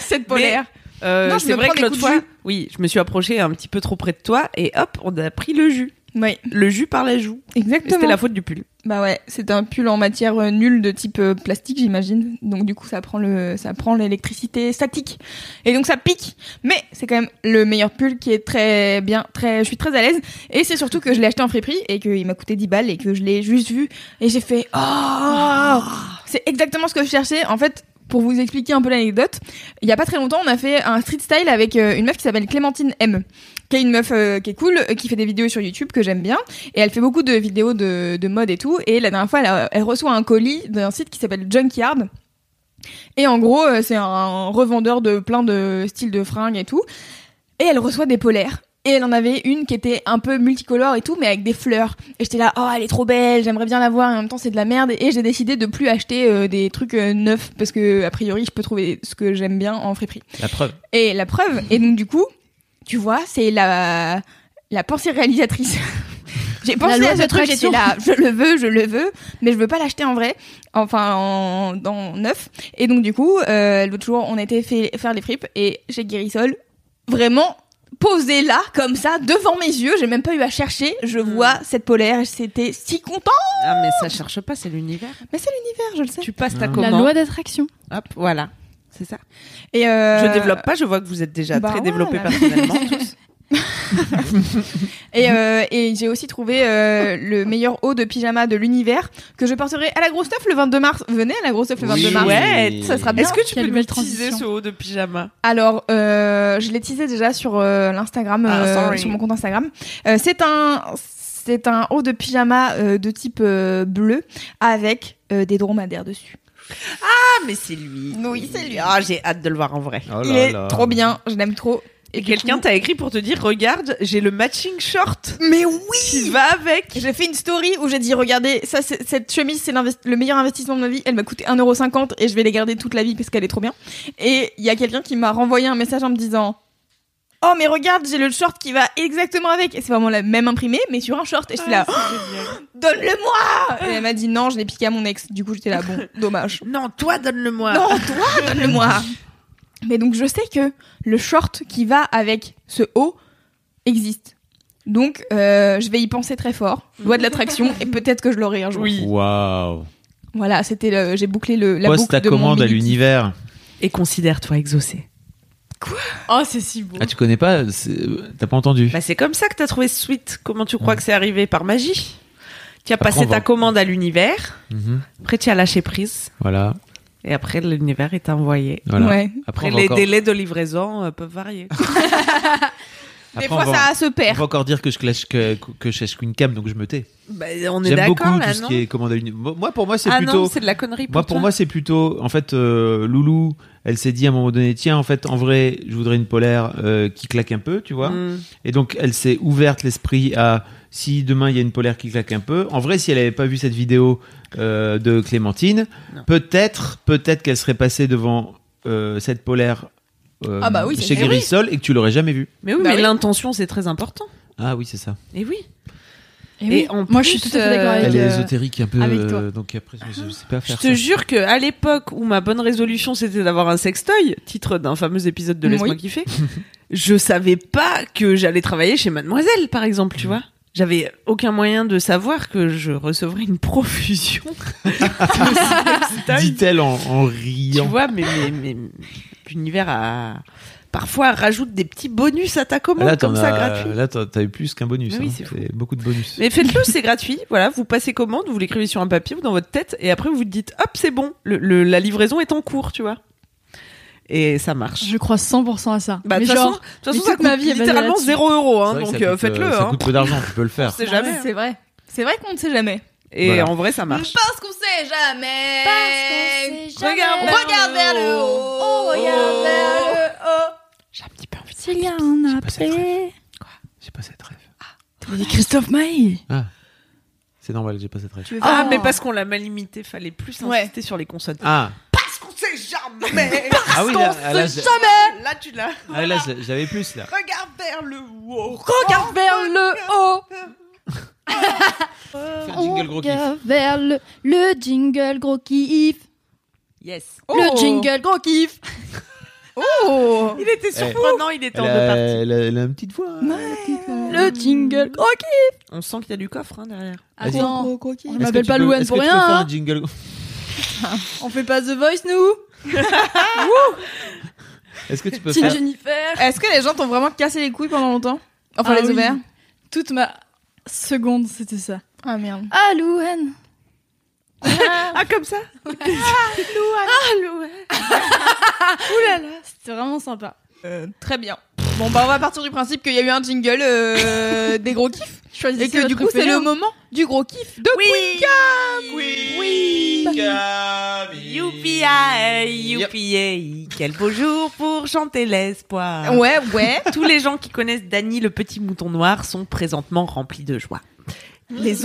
cette polaire. Euh, Non, je c'est me vrai prends que des l'autre coups de fois, jus. oui, je me suis approchée un petit peu trop près de toi et hop, on a pris le jus. Le jus par la joue. Exactement. C'était la faute du pull. Bah ouais, c'est un pull en matière euh, nulle de type euh, plastique, j'imagine. Donc du coup, ça prend le, ça prend l'électricité statique, et donc ça pique. Mais c'est quand même le meilleur pull qui est très bien, très, je suis très à l'aise. Et c'est surtout que je l'ai acheté en friperie et qu'il m'a coûté 10 balles et que je l'ai juste vu et j'ai fait oh, c'est exactement ce que je cherchais. En fait, pour vous expliquer un peu l'anecdote, il y a pas très longtemps, on a fait un street style avec euh, une meuf qui s'appelle Clémentine M, qui est une meuf euh, qui est cool, euh, qui fait des vidéos sur YouTube que j'aime bien, et elle fait beaucoup de vidéos de, de mode et tout. Et la dernière fois, elle, a- elle reçoit un colis d'un site qui s'appelle Junkyard. Et en gros, euh, c'est un, un revendeur de plein de styles de fringues et tout. Et elle reçoit des polaires. Et elle en avait une qui était un peu multicolore et tout, mais avec des fleurs. Et j'étais là, oh, elle est trop belle, j'aimerais bien la voir, et en même temps, c'est de la merde. Et j'ai décidé de plus acheter euh, des trucs euh, neufs, parce que, a priori, je peux trouver ce que j'aime bien en friperie. La preuve. Et la preuve, et donc du coup, tu vois, c'est la, la pensée réalisatrice. [laughs] J'ai pensé loi à ce truc, d'attraction. j'étais là, je le veux, je le veux, mais je veux pas l'acheter en vrai, enfin en dans neuf. Et donc du coup, euh, l'autre jour, on était fait faire des fripes et chez Guérissol, vraiment posé là comme ça devant mes yeux, j'ai même pas eu à chercher, je Hmm. vois cette polaire, j'étais si contente. Ah mais ça cherche pas, c'est l'univers. Mais c'est l'univers, je le sais. [laughs] Tu passes ta La commande. loi d'attraction. Hop, voilà, c'est ça. Et euh, Je développe pas, je vois que vous êtes déjà bah très ouais, développé là. personnellement. [laughs] tous. Et, euh, et j'ai aussi trouvé euh, le meilleur haut de pyjama de l'univers que je porterai à la grosse teuf le 22 mars. Venez à la grosse teuf le 22 mars. Ouais, ça sera bien. Est-ce que tu peux l'utiliser ce haut de pyjama Alors, euh, je l'ai teasé déjà sur euh, l'Instagram, Ah, euh, sorry. sur mon compte Instagram. Euh, c'est un c'est un haut de pyjama euh, de type euh, bleu avec euh, des dromadaires dessus. Ah mais c'est lui. Oui, c'est lui. Ah j'ai hâte de le voir en vrai. Oh Il est trop bien, je l'aime trop. Et quelqu'un t'a écrit pour te dire regarde, j'ai le matching short. Mais oui, qui va avec. J'ai fait une story où j'ai dit regardez, ça, c'est- cette chemise, c'est l'invest- le meilleur investissement de ma vie. Elle m'a coûté 1,50€ et je vais les garder toute la vie parce qu'elle est trop bien. Et il y a quelqu'un qui m'a renvoyé un message en me disant Oh, mais regarde, j'ai le short qui va exactement avec. Et c'est vraiment la même imprimée, mais sur un short. Et je suis là, [gasps] donne-le-moi Et elle m'a dit non, je l'ai piqué à mon ex. Du coup, j'étais là, bon, dommage. Non, toi, donne-le-moi. Non, toi, donne-le-moi. Mais donc, je sais que le short qui va avec ce haut existe. Donc, euh, je vais y penser très fort. Loi de l'attraction, et peut-être que je l'aurai un jour. Waouh. Voilà, c'était le- j'ai bouclé le, la Poste boucle ta de mon commande à mini- l'univers. Et considère-toi exaucé. Oh, c'est si beau. Ah, tu connais pas c'est- T'as pas entendu Bah, c'est comme ça que t'as trouvé ce Sweet. Comment tu Mm. crois que c'est arrivé Par magie Tu as Après, passé on va- ta commande à l'univers. Mhm. Après, tu as lâché prise. Voilà. Et après, l'univers est envoyé. Voilà. Ouais. Après, Après, on va les encore- délais de livraison euh, peuvent [laughs] varier. Des Après, on fois, va- ça se On perd. va encore dire que je clash que, que je clash Queen Cam, donc je me tais. Bah, on est J'aime d'accord, beaucoup là, tout ce non qui est commande à l'univers. Moi, pour moi, c'est Ah non, plutôt. c'est de la connerie pour moi, pour toi. moi, c'est plutôt. En fait, euh, Loulou, elle s'est dit à un moment donné, tiens, en fait, en vrai, je voudrais une polaire euh, qui claque un peu, tu vois. Mm. Et donc, elle s'est ouverte l'esprit à si demain il y a une polaire qui claque un peu. En vrai, si elle n'avait pas vu cette vidéo euh, de Clémentine, peut-être, peut-être qu'elle serait passée devant euh, cette polaire euh, Ah bah oui, c'est chez sûr. Guérissol et que tu l'aurais jamais vue. Mais oui, Bah mais oui. l'intention, c'est très important. Ah oui, c'est ça. Et oui. Et Eh oui. Moi, je suis tout à fait d'accord avec, Elle est euh, ésotérique un peu, avec toi. euh, donc après je, je sais pas Je faire te ça. jure que à l'époque où ma bonne résolution c'était d'avoir un sextoy, titre d'un fameux épisode de Laisse-moi Oui. kiffer, je savais pas que j'allais travailler chez Mademoiselle, par exemple, Mm. tu vois. J'avais aucun moyen de savoir que je recevrais une profusion. [laughs] Dit-elle en, en tu riant. vois, mais, mais- mais l'univers a parfois rajoute des petits bonus à ta commande là, t'en comme ça as- gratuit. là, t'as t'as eu plus qu'un bonus. Mais oui, hein. c'est C'est beaucoup de bonus. Mais faites-le, c'est gratuit. Voilà, vous passez commande, vous l'écrivez sur un papier ou dans votre tête, et après vous vous dites hop, c'est bon, le- le- la livraison est en cours, tu vois. Et ça marche. Je crois 100% à ça. Bah, de Mais toute façon, genre, de toute façon, mais ça toute coûte ma vie est basée littéralement là-dessus. 0 euros, C'est hein, vrai que donc ça euh, coûte, euh, faites-le. Ça hein. coûte peu d'argent, tu peux le faire. C'est jamais. C'est vrai. C'est vrai qu'on ne sait jamais. Et en vrai, ça marche. Parce qu'on sait jamais. Parce qu'on sait jamais. Regarde, regarde vers le haut. Oh, regarde vers le haut. S'il y a un appel. J'ai pas cette rêve. T'as dit Christophe Maé. Ah. C'est normal, j'ai pas cette rêve. Ah, mais parce qu'on l'a mal imité, fallait plus insister sur les consonnes. Ah. Parce qu'on sait [laughs] jamais. Ah oui, là, là, je- jamais. Là, tu l'as. Ah, là, je- j'avais plus, là. Regarde vers le haut. Regarde vers le haut. Euh, jingle gros kiff. Regarde vers le, le jingle gros kiff. Yes. Oh. Le jingle gros kiff. Oh Il était Eh. surprenant, il était en Elle deux a- parties. elle a- elle a une petite voix. hein. Le jingle gros kiff. On sent qu'il y a du coffre hein, derrière. Vas-y. Attends, Gros, on Est-ce m'appelle que tu pas peux- Louane est-ce pour que tu peux rien. faire hein. un jingle... On fait pas The Voice, nous [laughs] Est-ce que tu peux Team faire... Jennifer Est-ce que les gens t'ont vraiment cassé les couilles pendant longtemps Enfin, Ah les oui. ovaires Toute ma seconde, c'était ça. Ah merde. Ah, Louane Ah, comme ça C'était vraiment sympa. Euh, Très bien. Bon, bah, on va partir du principe qu'il y a eu un jingle euh, des gros kiffs. [laughs] Choisissez Et que du coup, votre c'est préféré, le hein. moment du gros kiff de Queen UPA, UPA, eh, quel beau jour pour chanter l'espoir. Ouais, ouais. Tous les gens qui connaissent Danny le petit mouton noir sont présentement remplis de joie. Les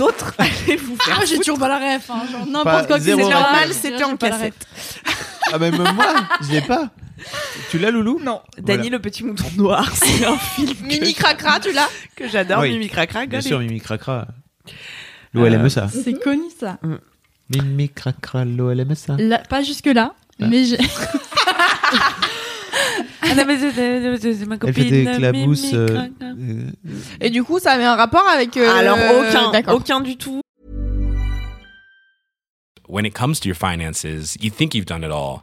[laughs] autres, allez vous faire. Ah, j'ai toujours pas la ref, hein, genre n'importe Pas quoi que zéro c'est ref. Mal, normal, c'était en cassette. Ah, mais même moi, je l'ai pas. Tu l'as, Loulou Non. Danny le petit mouton noir, [laughs] c'est un film Mimi Cracra, tu l'as que j'adore, Oui. Mimi Cracra. Bien regardez. sûr, Mimi Cracra. Euh, L'OLME, ça. C'est connu ça. Mimi Cracra, l'OLME, ça. Là, pas jusque là, Ah. mais j'ai- Ah, non, mais c'est- c'est c'est- c'est ma Elle copine. fait des clabousses. Mimi euh, Cracra. euh, Et du coup, ça avait un rapport avec. euh, Alors aucun, D'accord. aucun du tout. when it comes to your finances, you think you've done it all.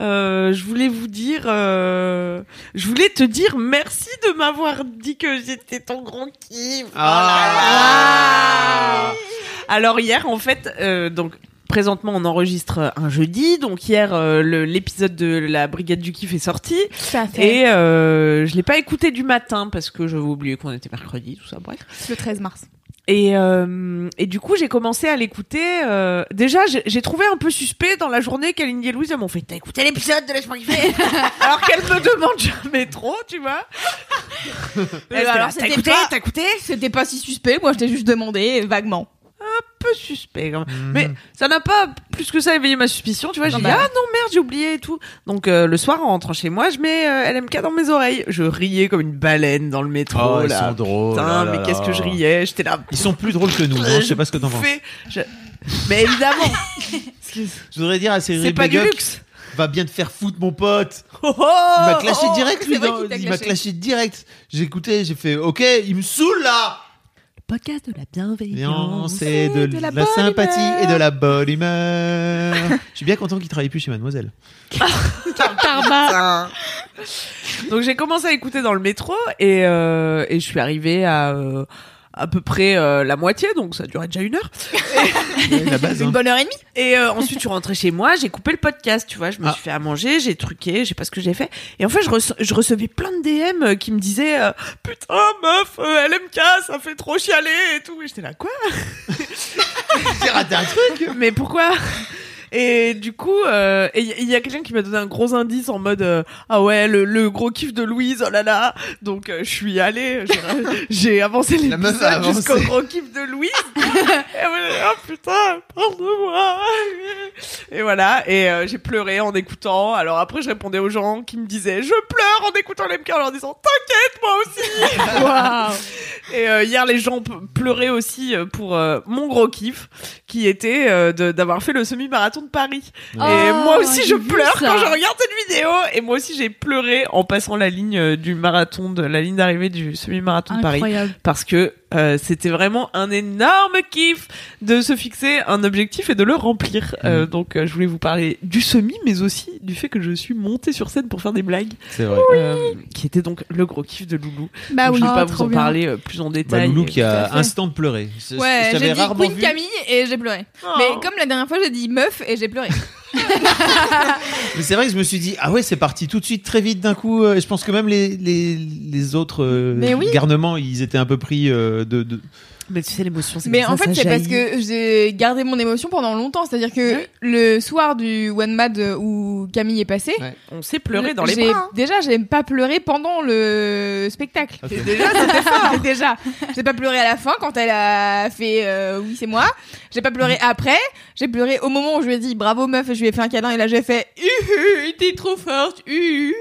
Euh, je voulais vous dire, euh, je voulais te dire merci de m'avoir dit que j'étais ton grand kiff. Oh là là. Alors hier, en fait, euh, donc. Présentement, on enregistre un jeudi, donc hier euh, le- l'épisode de la Brigade du Kiff est sorti et euh, je l'ai pas écouté du matin parce que j'avais oublié qu'on était mercredi, tout ça, bref. Le 13 mars. Et, euh, et du coup, j'ai commencé à l'écouter. euh, déjà, j'ai j'ai trouvé un peu suspect dans la journée qu'Aline et Louise elles m'ont fait T'as écouté l'épisode de Laisse-moi [laughs] kiffer Alors qu'elle me demande jamais trop, tu vois. bah, Eh ben alors, alors, t'as c'était écouté pas- T'as écouté C'était pas si suspect, moi je t'ai juste demandé vaguement. Un peu suspect. quand même. Mm. Mhm. Mais ça n'a pas plus que ça éveillé ma suspicion, tu vois. J'ai Non, dit bah. Ah non, merde, j'ai oublié et tout. Donc euh, le soir, en rentrant chez moi, je mets euh, LMK dans mes oreilles. Je riais comme une baleine dans le métro. Oh, ils là. sont drôles. Putain, oh là mais là. qu'est-ce que je riais J'étais là. Ils sont plus drôles que nous. hein, je sais pas ce que t'en penses. bouffais. Euh, Je- Mais [laughs] évidemment, Je voudrais dire à Cyril c'est pas du Bégueux, luxe. va bien te faire foutre, mon pote. Oh, oh, Il m'a clashé oh, direct, c'est lui. vrai dans- qu'il t'a Il m'a clashé. clashé direct. J'ai écouté, j'ai fait, ok, il me saoule là. Podcast de la Non, bienveillance. c'est de, la, sympathie et de la bonne [laughs] humeur. Je suis bien content qu'il travaille plus chez [laughs] Mademoiselle. Donc j'ai commencé à écouter dans le métro et, euh, et je suis arrivée à euh, à peu près euh, la moitié, donc ça durait déjà une heure. Ouais, la base. hein. Une bonne heure et demie Et euh, ensuite je suis rentrée chez moi, j'ai coupé le podcast, tu vois, je me Ah. suis fait à manger, j'ai truqué, je sais pas ce que j'ai fait. Et en fait je, rece- je recevais plein de DM euh, qui me disaient euh, putain meuf euh, LMK ça fait trop chialer et tout. Et j'étais là quoi [laughs] J'ai raté un truc. Mais pourquoi et du coup, euh, et il y- il y a quelqu'un qui m'a donné un gros indice en mode euh, ah ouais le, le gros kiff de Louise oh là là donc euh, je suis allée j'ai- [laughs] j'ai avancé La meuf a l'épisode avancé. jusqu'au gros kiff de [laughs] Louise et voilà, oh putain pardonne-moi et voilà et euh, j'ai pleuré en écoutant alors après je répondais aux gens qui me disaient je pleure en écoutant l'MK en leur disant t'inquiète moi [laughs] aussi et euh, hier les gens p- pleuraient aussi euh, pour euh, mon gros kiff qui était euh, de- d'avoir fait le semi-marathon de Paris. et Ah, Oh, moi aussi, j'ai je vu pleure ça. quand je regarde cette vidéo. Et moi aussi, j'ai pleuré en passant la ligne euh, du marathon, de la ligne d'arrivée du semi-marathon de Paris, Incroyable. parce que euh, c'était vraiment un énorme kiff de se fixer un objectif et de le remplir. Euh, Mm. donc euh, je voulais vous parler du semi, mais aussi du fait que je suis montée sur scène pour faire des blagues. C'est vrai. Euh, qui était donc le gros kiff de Loulou. Bah Donc, oui. je ne vais Ah, pas vous trop en bien. parler euh, plus en détail. Bah, Loulou qui a Tout à fait. instant pleuré. C'est- Ouais, je t'avais j'ai dit rarement Queen vu. Oh. Camille et j'ai pleuré. Mais comme la dernière fois, j'ai dit meuf et j'ai pleuré. Mais c'est vrai que je me suis dit, ah ouais, c'est parti tout de suite, très vite d'un coup. euh, et je pense que même les, les, les autres euh, Mais oui. garnements, ils étaient un peu pris euh, de, de- Mais tu sais, l'émotion, [laughs] c'est Mais comme en ça, fait, ça c'est parce jaillit. que j'ai gardé mon émotion pendant longtemps. C'est-à-dire que le soir du One Mad où Camille est passée, on s'est pleuré dans les j'ai- hein. bras. Déjà, j'ai pas pleuré pendant le spectacle. Et Déjà, c'était [laughs] fort. Et Déjà, j'ai pas pleuré à la fin quand elle a fait euh, oui c'est moi. J'ai pas pleuré après. J'ai pleuré au moment où je lui ai dit bravo meuf et je lui ai fait un câlin et là j'ai fait uhu t'es trop forte uhu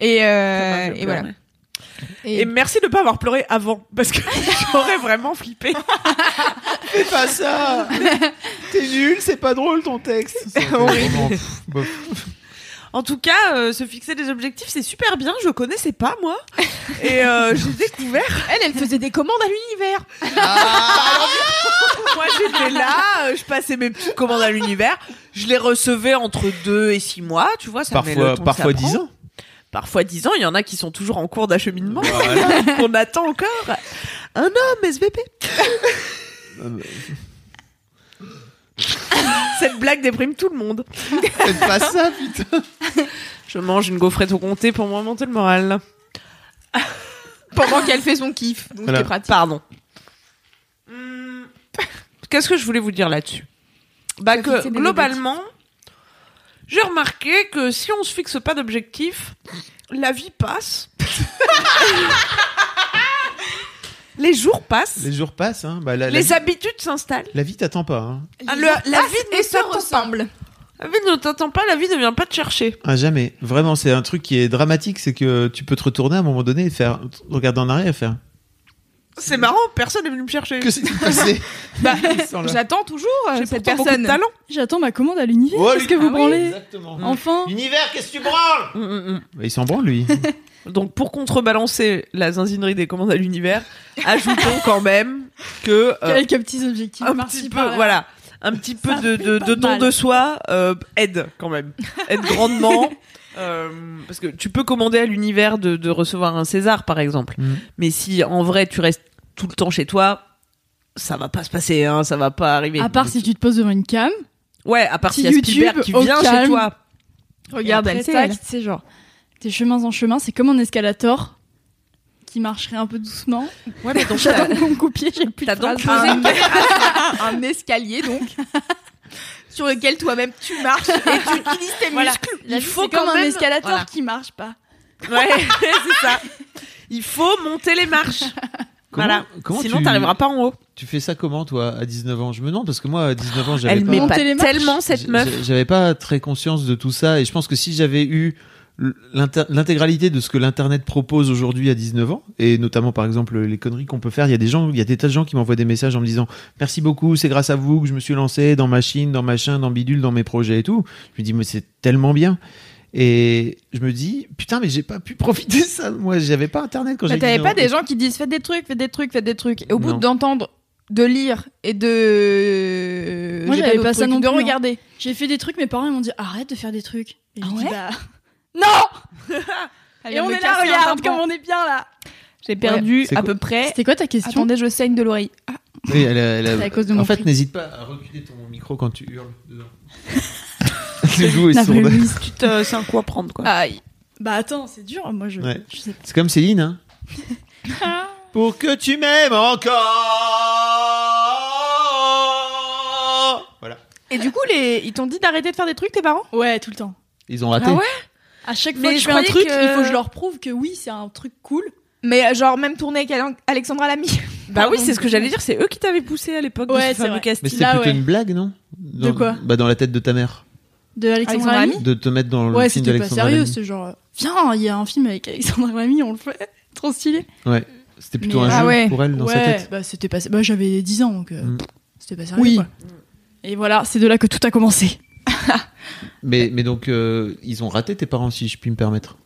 et euh, et voilà. Et... Eh merci de ne pas avoir pleuré avant, parce que [laughs] j'aurais vraiment flippé. [laughs] Fais pas ça T'es nul, c'est pas drôle ton texte. Vraiment, pff, bof. En tout cas, euh, se fixer des objectifs, c'est super bien. Je connaissais pas [laughs] moi, et euh, j'ai découvert. Bah, Elle, elle faisait des commandes à l'univers. Ah. [laughs] moi, j'étais là, euh, je passais mes petites commandes à l'univers. Je les recevais entre 2 et 6 mois, tu vois. Ça met le Parfois, temps que ça parfois prend. 10 ans. Parfois 10 ans, il y en a qui sont toujours en cours d'acheminement, [laughs] qu'on attend encore. Un homme SVP. [laughs] Cette blague déprime tout le monde. Faites pas ça, putain. Je mange une gaufrette au comté pour me remonter le [laughs] moral. Pendant qu'elle fait son kiff. Donc Voilà. c'est pratique. Pardon. Hmm. Qu'est-ce que je voulais vous dire là-dessus Bah Se que fixer des globalement, j'ai remarqué que si on se fixe pas d'objectif, la vie [laughs] passe. Les jours passent. Les jours passent, hein. Bah, la, la Les vie, habitudes s'installent. la vie t'attend pas. Hein. Ah, le- la vie ne se ressemble. La vie ne t'attend pas, la vie ne vient pas te chercher. Ah, jamais. Vraiment, c'est un truc qui est dramatique, c'est que tu peux te retourner à un moment donné et faire, regarder en arrière et faire. C'est marrant, personne n'est venu me chercher. Que [laughs] s'est-il passé Bah, sont là. j'attends toujours euh, cette pourtant beaucoup personne. de talent. J'attends ma commande à l'univers. Oh, Qu'est-ce que lui- vous Ah oui, branlez exactement. Enfin. L'univers, qu'est-ce que tu branles Bah, il s'en branle, lui. Mm, Donc pour contrebalancer la zinzinerie des commandes à [laughs] l'univers, ajoutons quand même que euh, Quelques petits objectifs. un par-ci, petit peu, par-là. voilà, un petit peu de, de, de pas don mal. de soi euh, aide quand [laughs] même, aide grandement. Euh, parce que tu peux commander à l'univers de, de recevoir un César par exemple, [laughs] Mm. mais si en vrai tu restes tout le temps chez toi, ça va pas se passer, hein, ça va pas arriver. À part si tu te poses devant une cam. Ouais, à part Petit s'il y a Spielberg YouTube qui au vient chez calme. [laughs] toi. Regarde, Et après, elle sait, tac, elle. tu sais, genre, tes chemins en chemin, c'est comme un escalator qui marcherait un peu doucement. [laughs] Ouais, mais donc J'attends que vous me coupiez, j'ai plus de Ah. T'as donc phrases. un- un escalier donc sur lequel toi-même tu marches et tu utilises tes Voilà. muscles. La Il vie, faut c'est quand comme un même escalator Voilà. qui marche pas. Ouais, [laughs] c'est ça. Il faut monter les marches. Comment- voilà. comment Sinon, tu- t'arriveras pas en haut. Tu fais ça comment, toi, à 19 ans Je me demande, parce que moi, à 19 ans, j'avais Elle pas... met pas Monter les marches. tellement cette J- meuf. j- J'avais pas très conscience de tout ça et je pense que si j'avais eu l- l'inter- l'intégralité de ce que l'internet propose aujourd'hui à 19 ans et notamment par exemple les conneries qu'on peut faire, il y a des gens, il y a des tas de gens qui m'envoient des messages en me disant merci beaucoup, c'est grâce à vous que je me suis lancé dans machine, dans machin, dans bidule, dans mes projets et tout. Je me dis mais c'est tellement bien. Et je me dis putain mais j'ai pas pu profiter de ça. Moi j'avais pas internet quand Mais j'avais t'avais 19 pas ans. des gens qui disent faites des trucs, faites des trucs, faites des trucs. Et au bout Non. d'entendre, de lire et de. euh, Moi, J'ai j'avais d'autres pas ça trucs, non De plus, hein. regarder. J'ai fait des trucs, mes parents ils m'ont dit arrête de faire des trucs. Et je Ah dis, ouais bah, Non [laughs] Elle Et vient on de me est là, casser un regarde tympan. comme on est bien là J'ai perdu C'est à quoi- peu près. C'était quoi ta question Attendez, je saigne de l'oreille. Ah, Oui, elle a- elle a- C'est à cause de mon en fait prix. n'hésite pas à reculer ton micro quand tu hurles dedans. [laughs] Le goût est La sourd. Louise. Tu te c'est un coup à prendre, quoi. Aïe. Bah attends, c'est dur, moi je, Ouais. je sais pas. C'est comme Céline, hein. [laughs] Pour que tu m'aimes encore. Voilà. Et du coup, les... ils t'ont dit d'arrêter de faire des trucs, tes parents Ouais, tout le temps. Ils ont raté. Ah ouais À chaque Mais fois que je je fais un croyais truc, que- il faut que je leur prouve que oui, c'est un truc cool. Mais euh, genre, même tourner avec Ale- Alexandra [laughs] Lamy. Bah oui, Pardon. c'est ce que j'allais dire. C'est eux qui t'avaient poussé à l'époque Ouais, de c'est ce fameux vrai. Mais casting. c'était Là, plutôt ouais. une blague, non Dans- De quoi Bah dans la tête de ta mère. De Alexandre Alexandre Lamy. Lamy De te mettre dans le Ouais, film c'était pas d'Alexandre sérieux, Lamy. c'est genre euh, viens, il y a un film avec Alexandre Lamy, on le fait. [laughs] Trop stylé. Ouais. C'était plutôt Mais- un Ah jeu ouais. pour elle dans sa Ouais, tête. bah c'était pas bah j'avais 10 ans donc euh, Mm. pff, c'était pas sérieux Oui. quoi. Et voilà, c'est de là que tout a commencé. Mais mais donc euh, ils ont raté tes parents si je puis me permettre.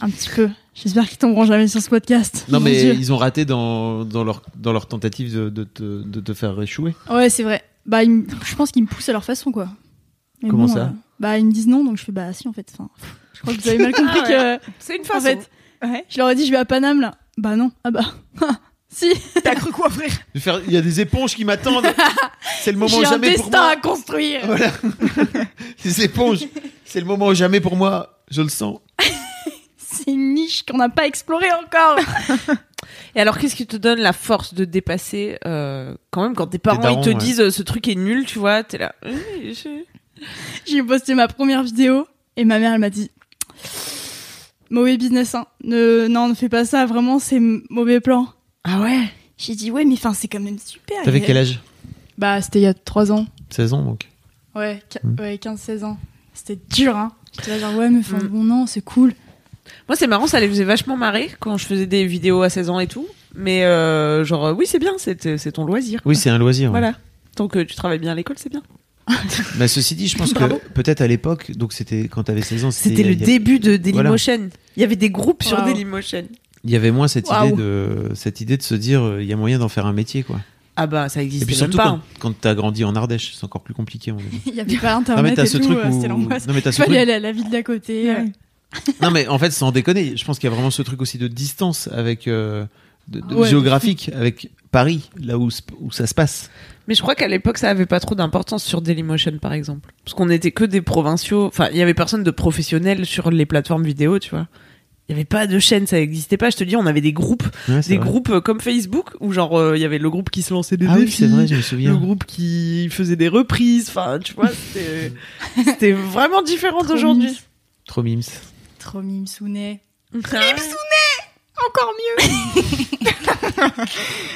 Un petit peu. J'espère qu'ils tomberont jamais sur ce podcast. Non, Mon mais Dieu. ils ont raté dans, dans, leur, dans leur tentative de, de te, de te faire échouer. Ouais, c'est vrai. Bah, ils me- je pense qu'ils me poussent à leur façon, quoi. Mais Comment ça Bah, ils me disent non, donc je fais bah si, en fait. Enfin, je crois que vous avez [laughs] mal compris Ah ouais. que. C'est une En façon. fait, je leur ai dit, je vais à Paname, là. Bah non. Ah bah. [laughs] si. T'as cru quoi, frère De faire- Il y a des éponges [laughs] qui m'attendent. C'est le moment J'ai un jamais destin pour moi. Ah, à construire. Voilà. [laughs] Des éponges. C'est le moment jamais pour moi. Je le sens. C'est une niche qu'on n'a pas explorée [laughs] encore. Et alors, qu'est-ce qui te donne la force de dépasser euh, quand même quand tes parents darons, ils te ouais. disent euh, ce truc est nul, tu vois, t'es là. euh, je- J'ai posté ma première vidéo et ma mère, elle m'a dit Mauvais business, hein. Ne, non, ne fais pas ça, vraiment, c'est m- mauvais plan. Ah ouais J'ai dit Ouais, mais enfin, c'est quand même super. T'avais Et- quel âge Bah, c'était il y a 3 ans. 16 ans donc. Ouais, qui- Mm. ouais 15-16 ans. C'était dur, hein. J'étais là, genre, ouais, mais enfin, bon, non, c'est cool. [laughs] Moi, c'est marrant, ça les faisait vachement marrer quand je faisais des vidéos à 16 ans et tout. Mais euh, genre, euh, oui, c'est bien, c'est c'est ton loisir. Oui, quoi. c'est un loisir, ouais. Voilà. Tant que tu travailles bien à l'école, c'est bien. Mais ceci dit, je pense que Bravo. peut-être à l'époque, donc c'était quand t'avais 16 ans, C'était le il y a- début de Voilà. Dailymotion. Il y avait des groupes sur Waouh. Dailymotion. Il y avait moins cette Waouh. idée de cette idée de se dire euh, il y a moyen d'en faire un métier quoi. Ah bah, ça Et existait puis même surtout pas. hein. quand, quand t'as grandi en Ardèche, c'est encore plus compliqué. on va dire. Il y avait pas Non, internet. mais t'as et ce tout, truc euh, où- c'était l'angoisse. Non, [laughs] mais t'as ce Fallait truc- aller à la ville d'à côté. euh, non mais en fait, sans déconner, je pense qu'il y a vraiment ce truc aussi de distance avec euh, de- de- Ouais. géographique avec Paris, là où s- où ça se passe. Mais je crois qu'à l'époque, ça avait pas trop d'importance sur Dailymotion, par exemple. Parce qu'on était que des provinciaux. Enfin, il y avait personne de professionnel sur les plateformes vidéo, tu vois. Il y avait pas de chaîne, ça n'existait pas. Je te dis, on avait des groupes. Ouais, c'est des vrai. groupes euh, comme Facebook, où genre, euh, il y avait le groupe qui se lançait des Ah oui, défis, c'est vrai, je me souviens. Le groupe qui faisait des reprises. Enfin, tu vois, [laughs] c'était c'était vraiment différent Trop d'aujourd'hui. mimes. Trop mimes. Trop Mimsouné. Encore mieux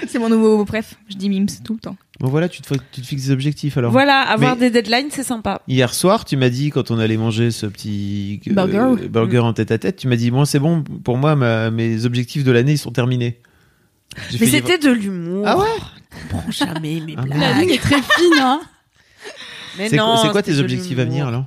C'est mon nouveau bref, je dis mimes tout le temps. Bon voilà, tu te, fo- tu te fixes des objectifs alors. Voilà, avoir Mais- des deadlines, c'est sympa. Hier soir, tu m'as dit, quand on allait manger ce petit euh, Burger. burger en tête à tête, tu m'as dit, bon, c'est bon, pour moi, ma- mes objectifs de l'année, ils sont terminés. J'ai Mais fait- c'était de l'humour. Ah ouais Ah Prends jamais mes blagues. La ligne est très fine, hein. Mais C'est quoi- non, c'est quoi c'était tes de objectifs à venir, l'humour. alors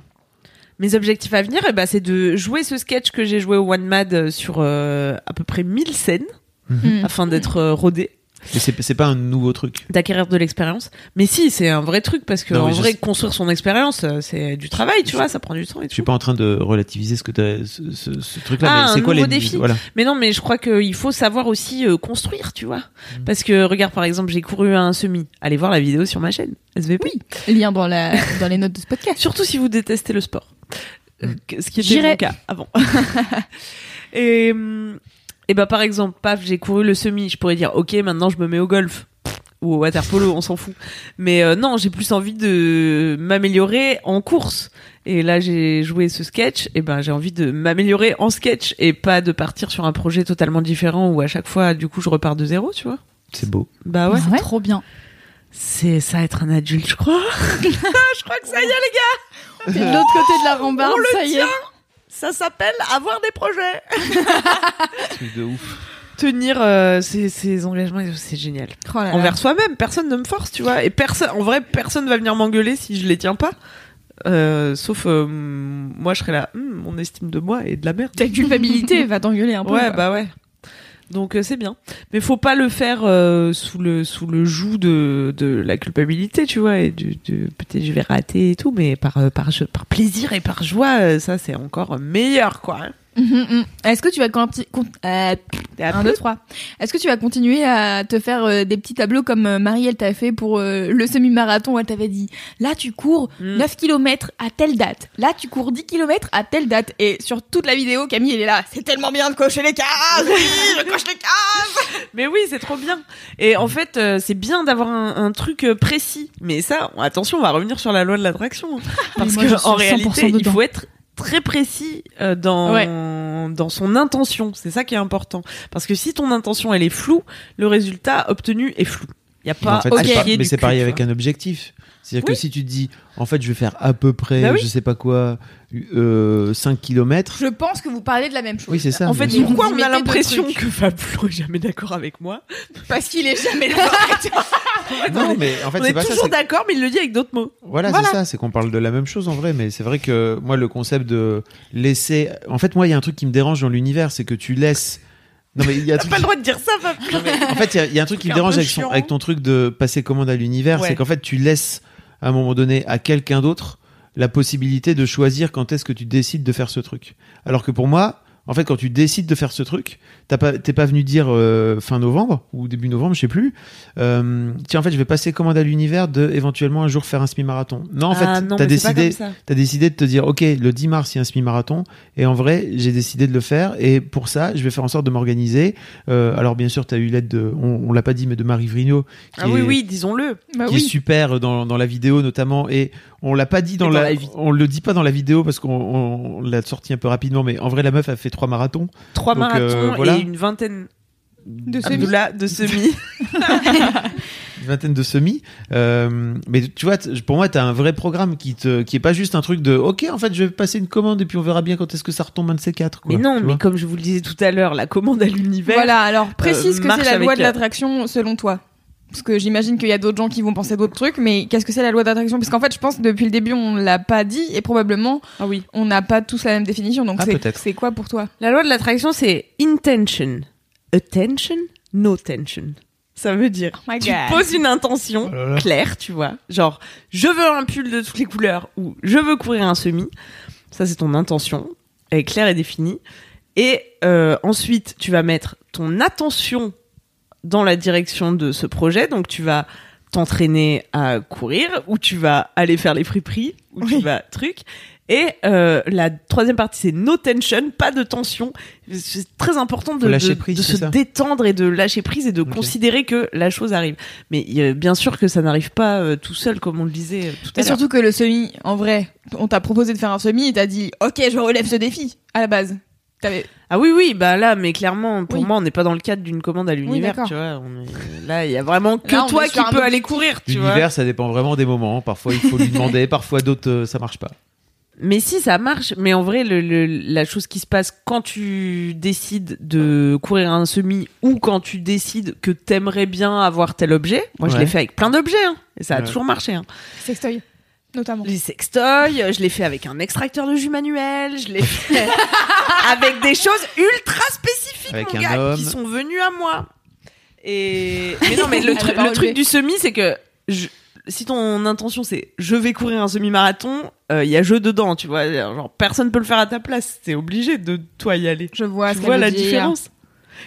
Mes objectifs à venir, eh ben, c'est de jouer ce sketch que j'ai joué au One Mad euh, sur euh, à peu près 1000 scènes Mhm. afin d'être euh, rodé, Mais c'est c'est pas un nouveau truc. d'acquérir de l'expérience. Mais si, c'est un vrai truc parce que Non, en mais je vrai, sais. construire son expérience, euh, c'est du travail, tu vois, ça prend du temps. Et Je tout. suis pas en train de relativiser ce que t'as- ce, ce- ce truc-là, Ah, mais un c'est quoi les nouveau défi. Voilà. Mais non, mais je crois qu'il faut savoir aussi euh, construire, tu vois. Mmh. Parce que regarde, par exemple, j'ai couru un semi. Allez voir la vidéo sur ma chaîne SVP. Lien dans, la, dans les notes de ce podcast. Surtout si vous détestez le sport. Euh, que- ce qui était J'irai. mon cas avant. [laughs] et, hum, et bah par exemple, paf, j'ai couru le semi, je pourrais dire OK, maintenant je me mets au golf Pff, ou au waterpolo, on s'en fout. Mais euh, non, j'ai plus envie de m'améliorer en course. Et là, j'ai joué ce sketch, et ben j'ai envie de m'améliorer en sketch et pas de partir sur un projet totalement différent où à chaque fois du coup je repars de zéro, tu vois. C'est beau. Bah ouais. C'est trop bien. C'est ça être un adulte, je crois. je crois que ça y est les gars. Et de l'autre côté de la rambarde, On le ça y est. tient. Ça s'appelle avoir des projets. Truc de ouf. Tenir euh, ses, ses engagements, et tout, c'est génial. Oh là là. Envers soi-même, personne ne me force, tu vois. Et personne, en vrai, personne va venir m'engueuler si je les tiens pas. Euh, sauf euh, moi, je serais là. Hum, mon estime de moi est de la merde. Ta culpabilité va t'engueuler un peu. Ouais, quoi. bah ouais. Donc euh, c'est bien, mais faut pas le faire euh, sous le sous le joug de, de la culpabilité, tu vois, et du, du- peut-être je vais rater et tout, mais par euh, par je- par plaisir et par joie, euh, ça c'est encore meilleur quoi. hein. Mhm, mhm. Est-ce que tu vas conti- con- euh, un, deux, trois. Est-ce que tu vas continuer à te faire euh, des petits tableaux comme euh, Marie elle t'a fait pour euh, le semi-marathon où elle t'avait dit là tu cours Mm. 9 km à telle date. Là tu cours 10 km à telle date et sur toute la vidéo Camille elle est là, c'est tellement bien de cocher les cases. Oui, je coche les cases. Mais oui, c'est trop bien. Et en fait, euh, c'est bien d'avoir un, un truc euh, précis. Mais ça, attention, on va revenir sur la loi de l'attraction. hein. Parce Ah, moi, je suis que 100% en réalité, il dedans. faut être très précis euh, dans dans son intention. C'est ça qui est important. Parce que si ton intention elle est floue, le résultat obtenu est flou. Il y a Mais pas. en fait, à c'est pas- chier mais du hein. c'est cul, pareil tu avec vois. un objectif. C'est-à-dire Oui. que si tu te dis, en fait, je vais faire à peu près, Bah oui. je sais pas quoi, euh, 5 km. Je pense que vous parlez de la même chose. Oui, c'est ça, En bien fait, sûr. pourquoi Pourquoi on a l'impression que Fablo est jamais d'accord avec moi Parce qu'il est jamais d'accord. [laughs] Non, mais en fait, on c'est est pas ça, toujours c'est- d'accord, mais il le dit avec d'autres mots. Voilà, c'est ça, c'est qu'on parle de la même chose en vrai, mais c'est vrai que moi, le concept de laisser. En fait, moi, il y a un truc qui me dérange dans l'univers, c'est que tu laisses. Non, mais il y a un truc- Pas le droit de dire ça, Fablo. En fait, il y a- il y, a un truc qui me dérange peu avec, son- chiant. avec ton truc de passer commande à l'univers, Ouais. c'est qu'en fait, tu laisses à un moment donné à quelqu'un d'autre la possibilité de choisir quand est-ce que tu décides de faire ce truc. Alors que pour moi, en fait, quand tu décides de faire ce truc, t'as pas- t'es pas venu dire euh, fin novembre ou début novembre, je sais plus. euh, tiens, en fait, je vais passer commande à l'univers de éventuellement un jour faire un semi-marathon. Non, en Ah fait, non, t'as mais c'est pas décidé, comme ça. t'as décidé de te dire, ok, le 10 mars, il y a un semi-marathon, et en vrai, j'ai décidé de le faire, et pour ça, je vais faire en sorte de m'organiser. Euh, alors, bien sûr, t'as eu l'aide de, on, on l'a pas dit, mais de Marie Vrigno. qui Ah oui, est- oui, disons-le. Bah qui est super dans, dans la vidéo notamment et on l'a pas dit dans, Et dans la, la vie. on le dit pas dans la vidéo parce qu'on on- on l'a sorti un peu rapidement mais en vrai la meuf a fait trois marathons Trois Donc, marathons euh, voilà, et une vingtaine de semis. de [laughs] semis. Ah, une vingtaine de semis Euh, mais tu vois t- pour moi t'as un vrai programme qui te qui est pas juste un truc de ok en fait je vais passer une commande et puis on verra bien quand est-ce que ça retombe un de ces quatre quoi, mais non, tu mais vois. comme je vous le disais tout à l'heure, la commande à l'univers. Voilà, alors euh, précise que marche c'est la avec loi de l'attraction selon toi. Parce que j'imagine qu'il y a d'autres gens qui vont penser d'autres trucs, mais qu'est-ce que c'est la loi d'attraction Parce qu'en fait, je pense que depuis le début, on l'a pas dit et probablement on n'a pas tous la même définition. Donc Ah, c'est- peut-être. c'est quoi pour toi La loi de l'attraction, c'est intention, attention, no tension. Ça veut dire, Oh my tu God. poses une intention claire, tu vois, genre je veux un pull de toutes les couleurs ou je veux courir un semi. Ça c'est ton intention, elle est claire et définie. Et euh, ensuite, tu vas mettre ton attention dans la direction de ce projet. Donc tu vas t'entraîner à courir ou tu vas aller faire les friperies ou tu vas truc. Et euh, la troisième partie, c'est no tension, pas de tension. C'est très important de, Faut lâcher de- prise, de c'est se ça détendre et de lâcher prise et de considérer que la chose arrive. Mais euh, bien sûr que ça n'arrive pas euh, tout seul, comme on le disait euh, tout à Et l'heure. surtout que le semi, en vrai, on t'a proposé de faire un semi et t'as dit Ok, je relève ce défi à la base. T'avais- Ah oui, oui, bah là, mais clairement, pour Oui. moi, on n'est pas dans le cadre d'une commande à l'univers, d'accord. tu vois. On est- Là, il y a vraiment que Là, on est toi sur qui un peux autre aller type. courir, tu vois. l'univers ça dépend vraiment des moments parfois il faut lui [laughs] demander parfois d'autres euh, ça marche pas Mais si, ça marche. Mais en vrai, le- le- la chose qui se passe quand tu décides de courir un semi ou quand tu décides que t'aimerais bien avoir tel objet, moi je Ouais. l'ai fait avec plein d'objets, hein, et ça a Ouais. toujours marché. hein. Sextoy, notamment. Les sextoys, euh, je l'ai fait avec un extracteur de jus manuel, je l'ai fait [laughs] avec des choses ultra spécifiques, Avec mon un gars, homme. qui sont venues à moi. Et mais non, mais le, Elle tru- l'a pas le truc relevé. du semi, c'est que je- si ton intention c'est je vais courir un semi-marathon, euh, il y a jeu dedans, tu vois. Genre personne peut le faire à ta place, t'es obligé de toi y aller. Je vois, tu ce vois qu'elle la veut dire. différence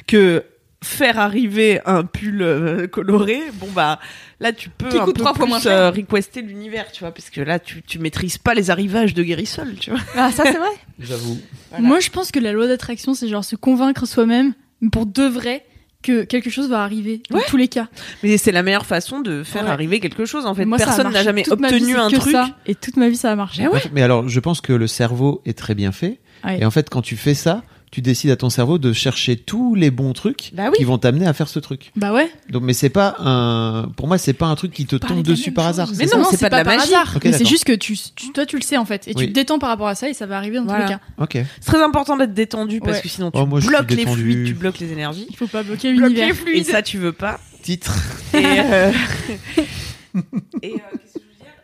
que faire arriver un pull euh, coloré, bon bah là tu peux Qui un coûte peu trois fois plus, moins cher. euh, requester l'univers, tu vois, parce que là tu, tu maîtrises pas les arrivages de Guérissol, tu vois. Ah, ça c'est [laughs] vrai. j'avoue Moi, je pense que la loi d'attraction, c'est genre se convaincre soi-même pour de vrai que quelque chose va arriver dans tous les cas. Mais c'est la meilleure façon de faire Ouais. arriver quelque chose en fait. Moi, ça a Personne n'a marché jamais toute ma vie, obtenu c'est un que truc. ça. et toute ma vie ça a Eh marché. Mais alors, je pense que le cerveau est très bien fait. Ouais. Et en fait, quand tu fais ça, tu décides à ton cerveau de chercher tous les bons trucs Bah oui. qui vont t'amener à faire ce truc. Bah ouais. Donc, mais c'est pas un. Pour moi, c'est pas un truc qui te tombe dessus par hasard. Mais ça non, c'est pas, de la magie. Ok, mais c'est d'accord. juste que tu, tu- toi, tu le sais en fait, et Oui. tu te détends par rapport à ça, et ça va arriver dans Voilà. tous les cas. Ok. C'est très important d'être détendu parce Ouais. que sinon tu Oh, moi, je suis bloques les détendu. fluides, tu bloques les énergies. Il faut pas bloquer l'univers. Et ça tu veux pas. Titre. Et, euh, [laughs] et, euh, qu'est-ce que je veux dire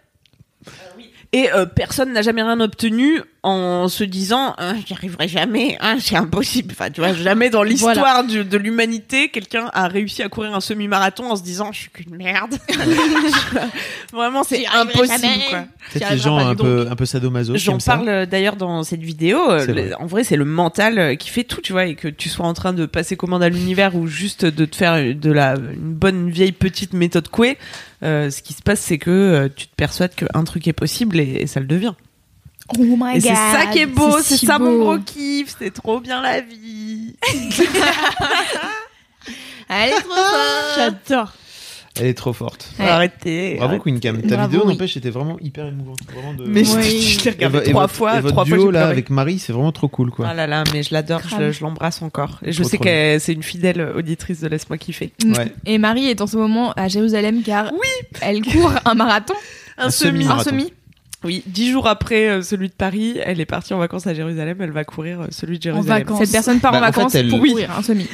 Euh, oui. Et, euh, personne n'a jamais rien obtenu en se disant Ah, j'y arriverai jamais, Ah, c'est impossible. Enfin, tu vois, jamais dans l'histoire Voilà. du- de l'humanité, quelqu'un a réussi à courir un semi-marathon en se disant je suis qu'une merde. [laughs] Vraiment, c'est impossible. quoi. Peut-être les gens un peu, un peu sadomaso. bah, J'en comme ça. parle euh, d'ailleurs dans cette vidéo. euh, C'est le- vrai. En vrai, c'est le mental euh, qui fait tout, tu vois, et que tu sois en train de passer commande à l'univers ou juste de te faire euh, de la une bonne vieille petite méthode couée. euh, ce qui se passe, c'est que euh, tu te persuades qu'un truc est possible et, et ça le devient. Oh my et c'est ça qui est beau, c'est si ça mon beau. gros kiff, c'est trop bien la vie. Allez, trop fort. J'adore. Elle est trop forte. Ouais. Arrêtez, Bravo arrêtez. Queen Cam. Ta Bravo, vidéo, oui. n'empêche, était vraiment hyper émouvante. Vraiment de... Mais je- Oui. je l'ai regardée Et vo- et trois votre- fois, et votre trois fois, duo, j'ai là pleuré. avec Marie, c'est vraiment trop cool, quoi. Ah là là, mais je l'adore, je, Grave. je l'embrasse encore. Et je Trop, sais trop que c'est une fidèle auditrice de Laisse-moi kiffer. Ouais. Et Marie est en ce moment à Jérusalem car elle court un marathon. Un semi. Un semi. Oui, dix jours après euh, celui de Paris, elle est partie en vacances à Jérusalem. Elle va courir euh, celui de Jérusalem. vacances. Cette personne part en Bah, En fait, elle- oui.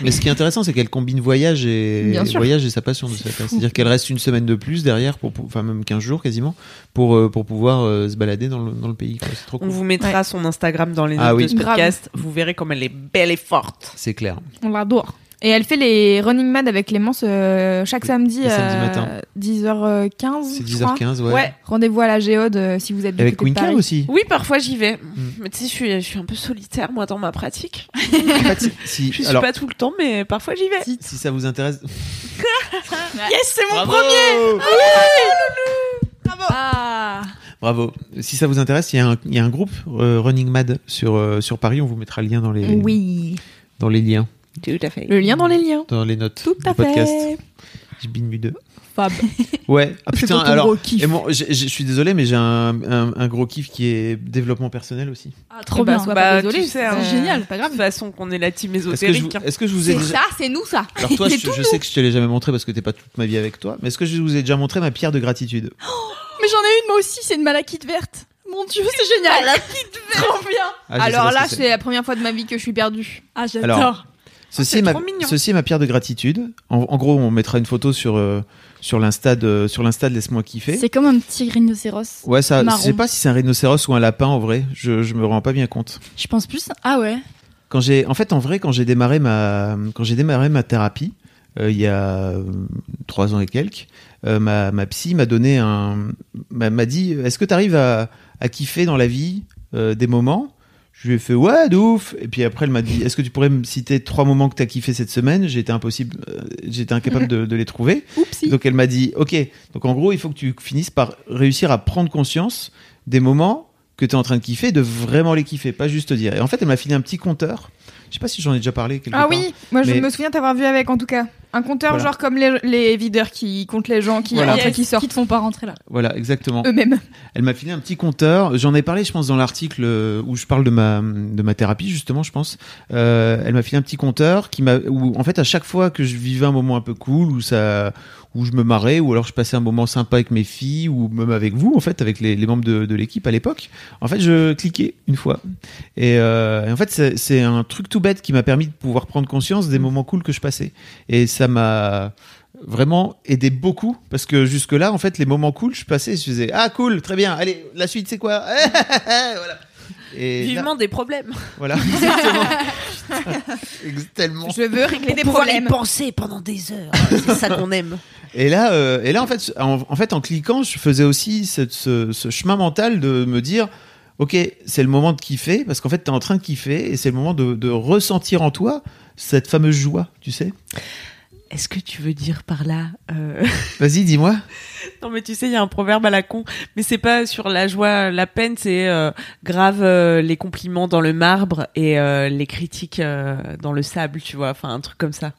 Mais ce qui est intéressant, c'est qu'elle combine voyage et Bien sûr. voyage et sa passion de cette C'est-à-dire qu'elle reste une semaine de plus derrière, pour, pour- enfin même 15 jours quasiment, pour, euh, pour pouvoir euh, se balader dans le, dans le pays. quoi. C'est trop On cool. vous mettra son Instagram dans les notes Ah oui. de ce Grave. podcast. Vous verrez comme elle est belle et forte. C'est clair. On l'adore. Et elle fait les Running Mad avec Clémence euh, chaque samedi, le samedi euh, matin. 10h15. C'est je crois. 10h15, ouais. Ouais. Rendez-vous à la Géode euh, si vous êtes du Avec côté de Winka Paris. aussi. Oui, parfois j'y vais. Mm. Mais tu sais, je suis, je suis un peu solitaire, moi, dans ma pratique. Si, je suis alors, pas tout le temps, mais parfois j'y vais. si ça vous intéresse, Yes, c'est mon Bravo. premier Oui. Oui. Bravo bravo. Si ça vous intéresse, il y a un, il y a un groupe euh, Running Mad sur, euh, sur Paris. On vous mettra le lien dans les, Oui. dans les liens, Tout à fait. Le lien dans les liens. dans les notes Tout à du podcast. fait. J'ai bien vu deux. Fab. [laughs] Ouais. Ah, C'est putain, quoi ton alors, gros kiff et moi, j'ai- j'ai- je suis désolé, mais j'ai un, un- un gros kiff qui est développement personnel aussi. Ah, trop bah bien. sois pas désolé, tu sais, c'est hein, génial, De toute façon, qu'on est la team Est-ce que hein. je vous- ésotérique. est-ce que je vous ai C'est déjà- ça, c'est nous, ça. Alors toi, C'est je, tout je nous. sais que je te l'ai jamais montré parce que t'es pas toute ma vie avec toi, mais est-ce que je vous ai déjà montré ma pierre de gratitude Mais j'en ai une moi aussi, c'est une malachite verte. Mon dieu, [laughs] c'est génial. Malachite verte. Trop bien. Ah, je sais Ah, Alors pas ce là, que c'est. c'est la première fois de ma vie que je suis perdue. Ah, Alors, ceci, c'est est ma, trop mignon. ceci est ma pierre de gratitude. En, en gros, on mettra une photo sur euh, sur l'insta de sur l'insta de laisse-moi kiffer. C'est comme un petit rhinocéros. Ouais, ça. marron. Je sais pas si c'est un rhinocéros ou un lapin en vrai. Je je me rends pas bien compte. Je pense plus. Ah ouais. Quand j'ai en fait en vrai quand j'ai démarré ma quand j'ai démarré ma thérapie euh, il y a euh, trois ans et quelques, euh, ma, ma psy m'a donné un m'a m'a dit est-ce que tu arrives à, à kiffer dans la vie euh, des moments je lui ai fait ouais de ouf et puis après elle m'a dit est-ce que tu pourrais me citer trois moments que tu as kiffé cette semaine j'étais impossible euh, j'étais incapable de, de [laughs] les trouver donc elle m'a dit ok donc en gros il faut que tu finisses par réussir à prendre conscience des moments que tu es en train de kiffer et de vraiment les kiffer pas juste te dire et en fait elle m'a filé un petit compteur je sais pas si j'en ai déjà parlé quelque Ah part. oui, moi je Mais- me souviens t'avoir vu avec en tout cas. Un compteur Voilà. genre comme les, les videurs qui comptent les gens qui Voilà. rentrent et qui Yes, sortent. Qui te font pas rentrer là. Voilà, exactement. Eux-mêmes. Elle m'a filé un petit compteur. J'en ai parlé, je pense, dans l'article euh, où je parle de ma de ma thérapie justement, je pense. Euh, elle m'a filé un petit compteur qui m'a où en fait à chaque fois que je vivais un moment un peu cool où ça où je me marrais ou alors je passais un moment sympa avec mes filles ou même avec vous en fait avec les, les membres de, de l'équipe à l'époque. En fait, je cliquais une fois et, euh, et en fait c'est- c'est un truc tout bête qui m'a permis de pouvoir prendre conscience des moments cool que je passais et ça m'a vraiment aidé beaucoup parce que jusque là en fait les moments cool je passais je faisais ah cool très bien allez la suite c'est quoi [laughs] voilà et là- Vivement des problèmes. voilà exactement Ex- tellement [laughs] Je veux régler des Pour pouvoir problèmes. y penser pendant des heures. C'est ça qu'on aime. et là euh, et là en fait en, en fait en cliquant je faisais aussi ce, ce- ce chemin mental de me dire ok c'est le moment de kiffer parce qu'en fait t'es en train de kiffer et c'est le moment de, de ressentir en toi cette fameuse joie tu sais Est-ce que tu veux dire par là euh, vas-y dis-moi Non mais tu sais, il y a un proverbe à la con, mais c'est pas sur la joie, la peine, c'est euh, grave euh, les compliments dans le marbre et euh, les critiques euh, dans le sable, tu vois, enfin un truc comme ça.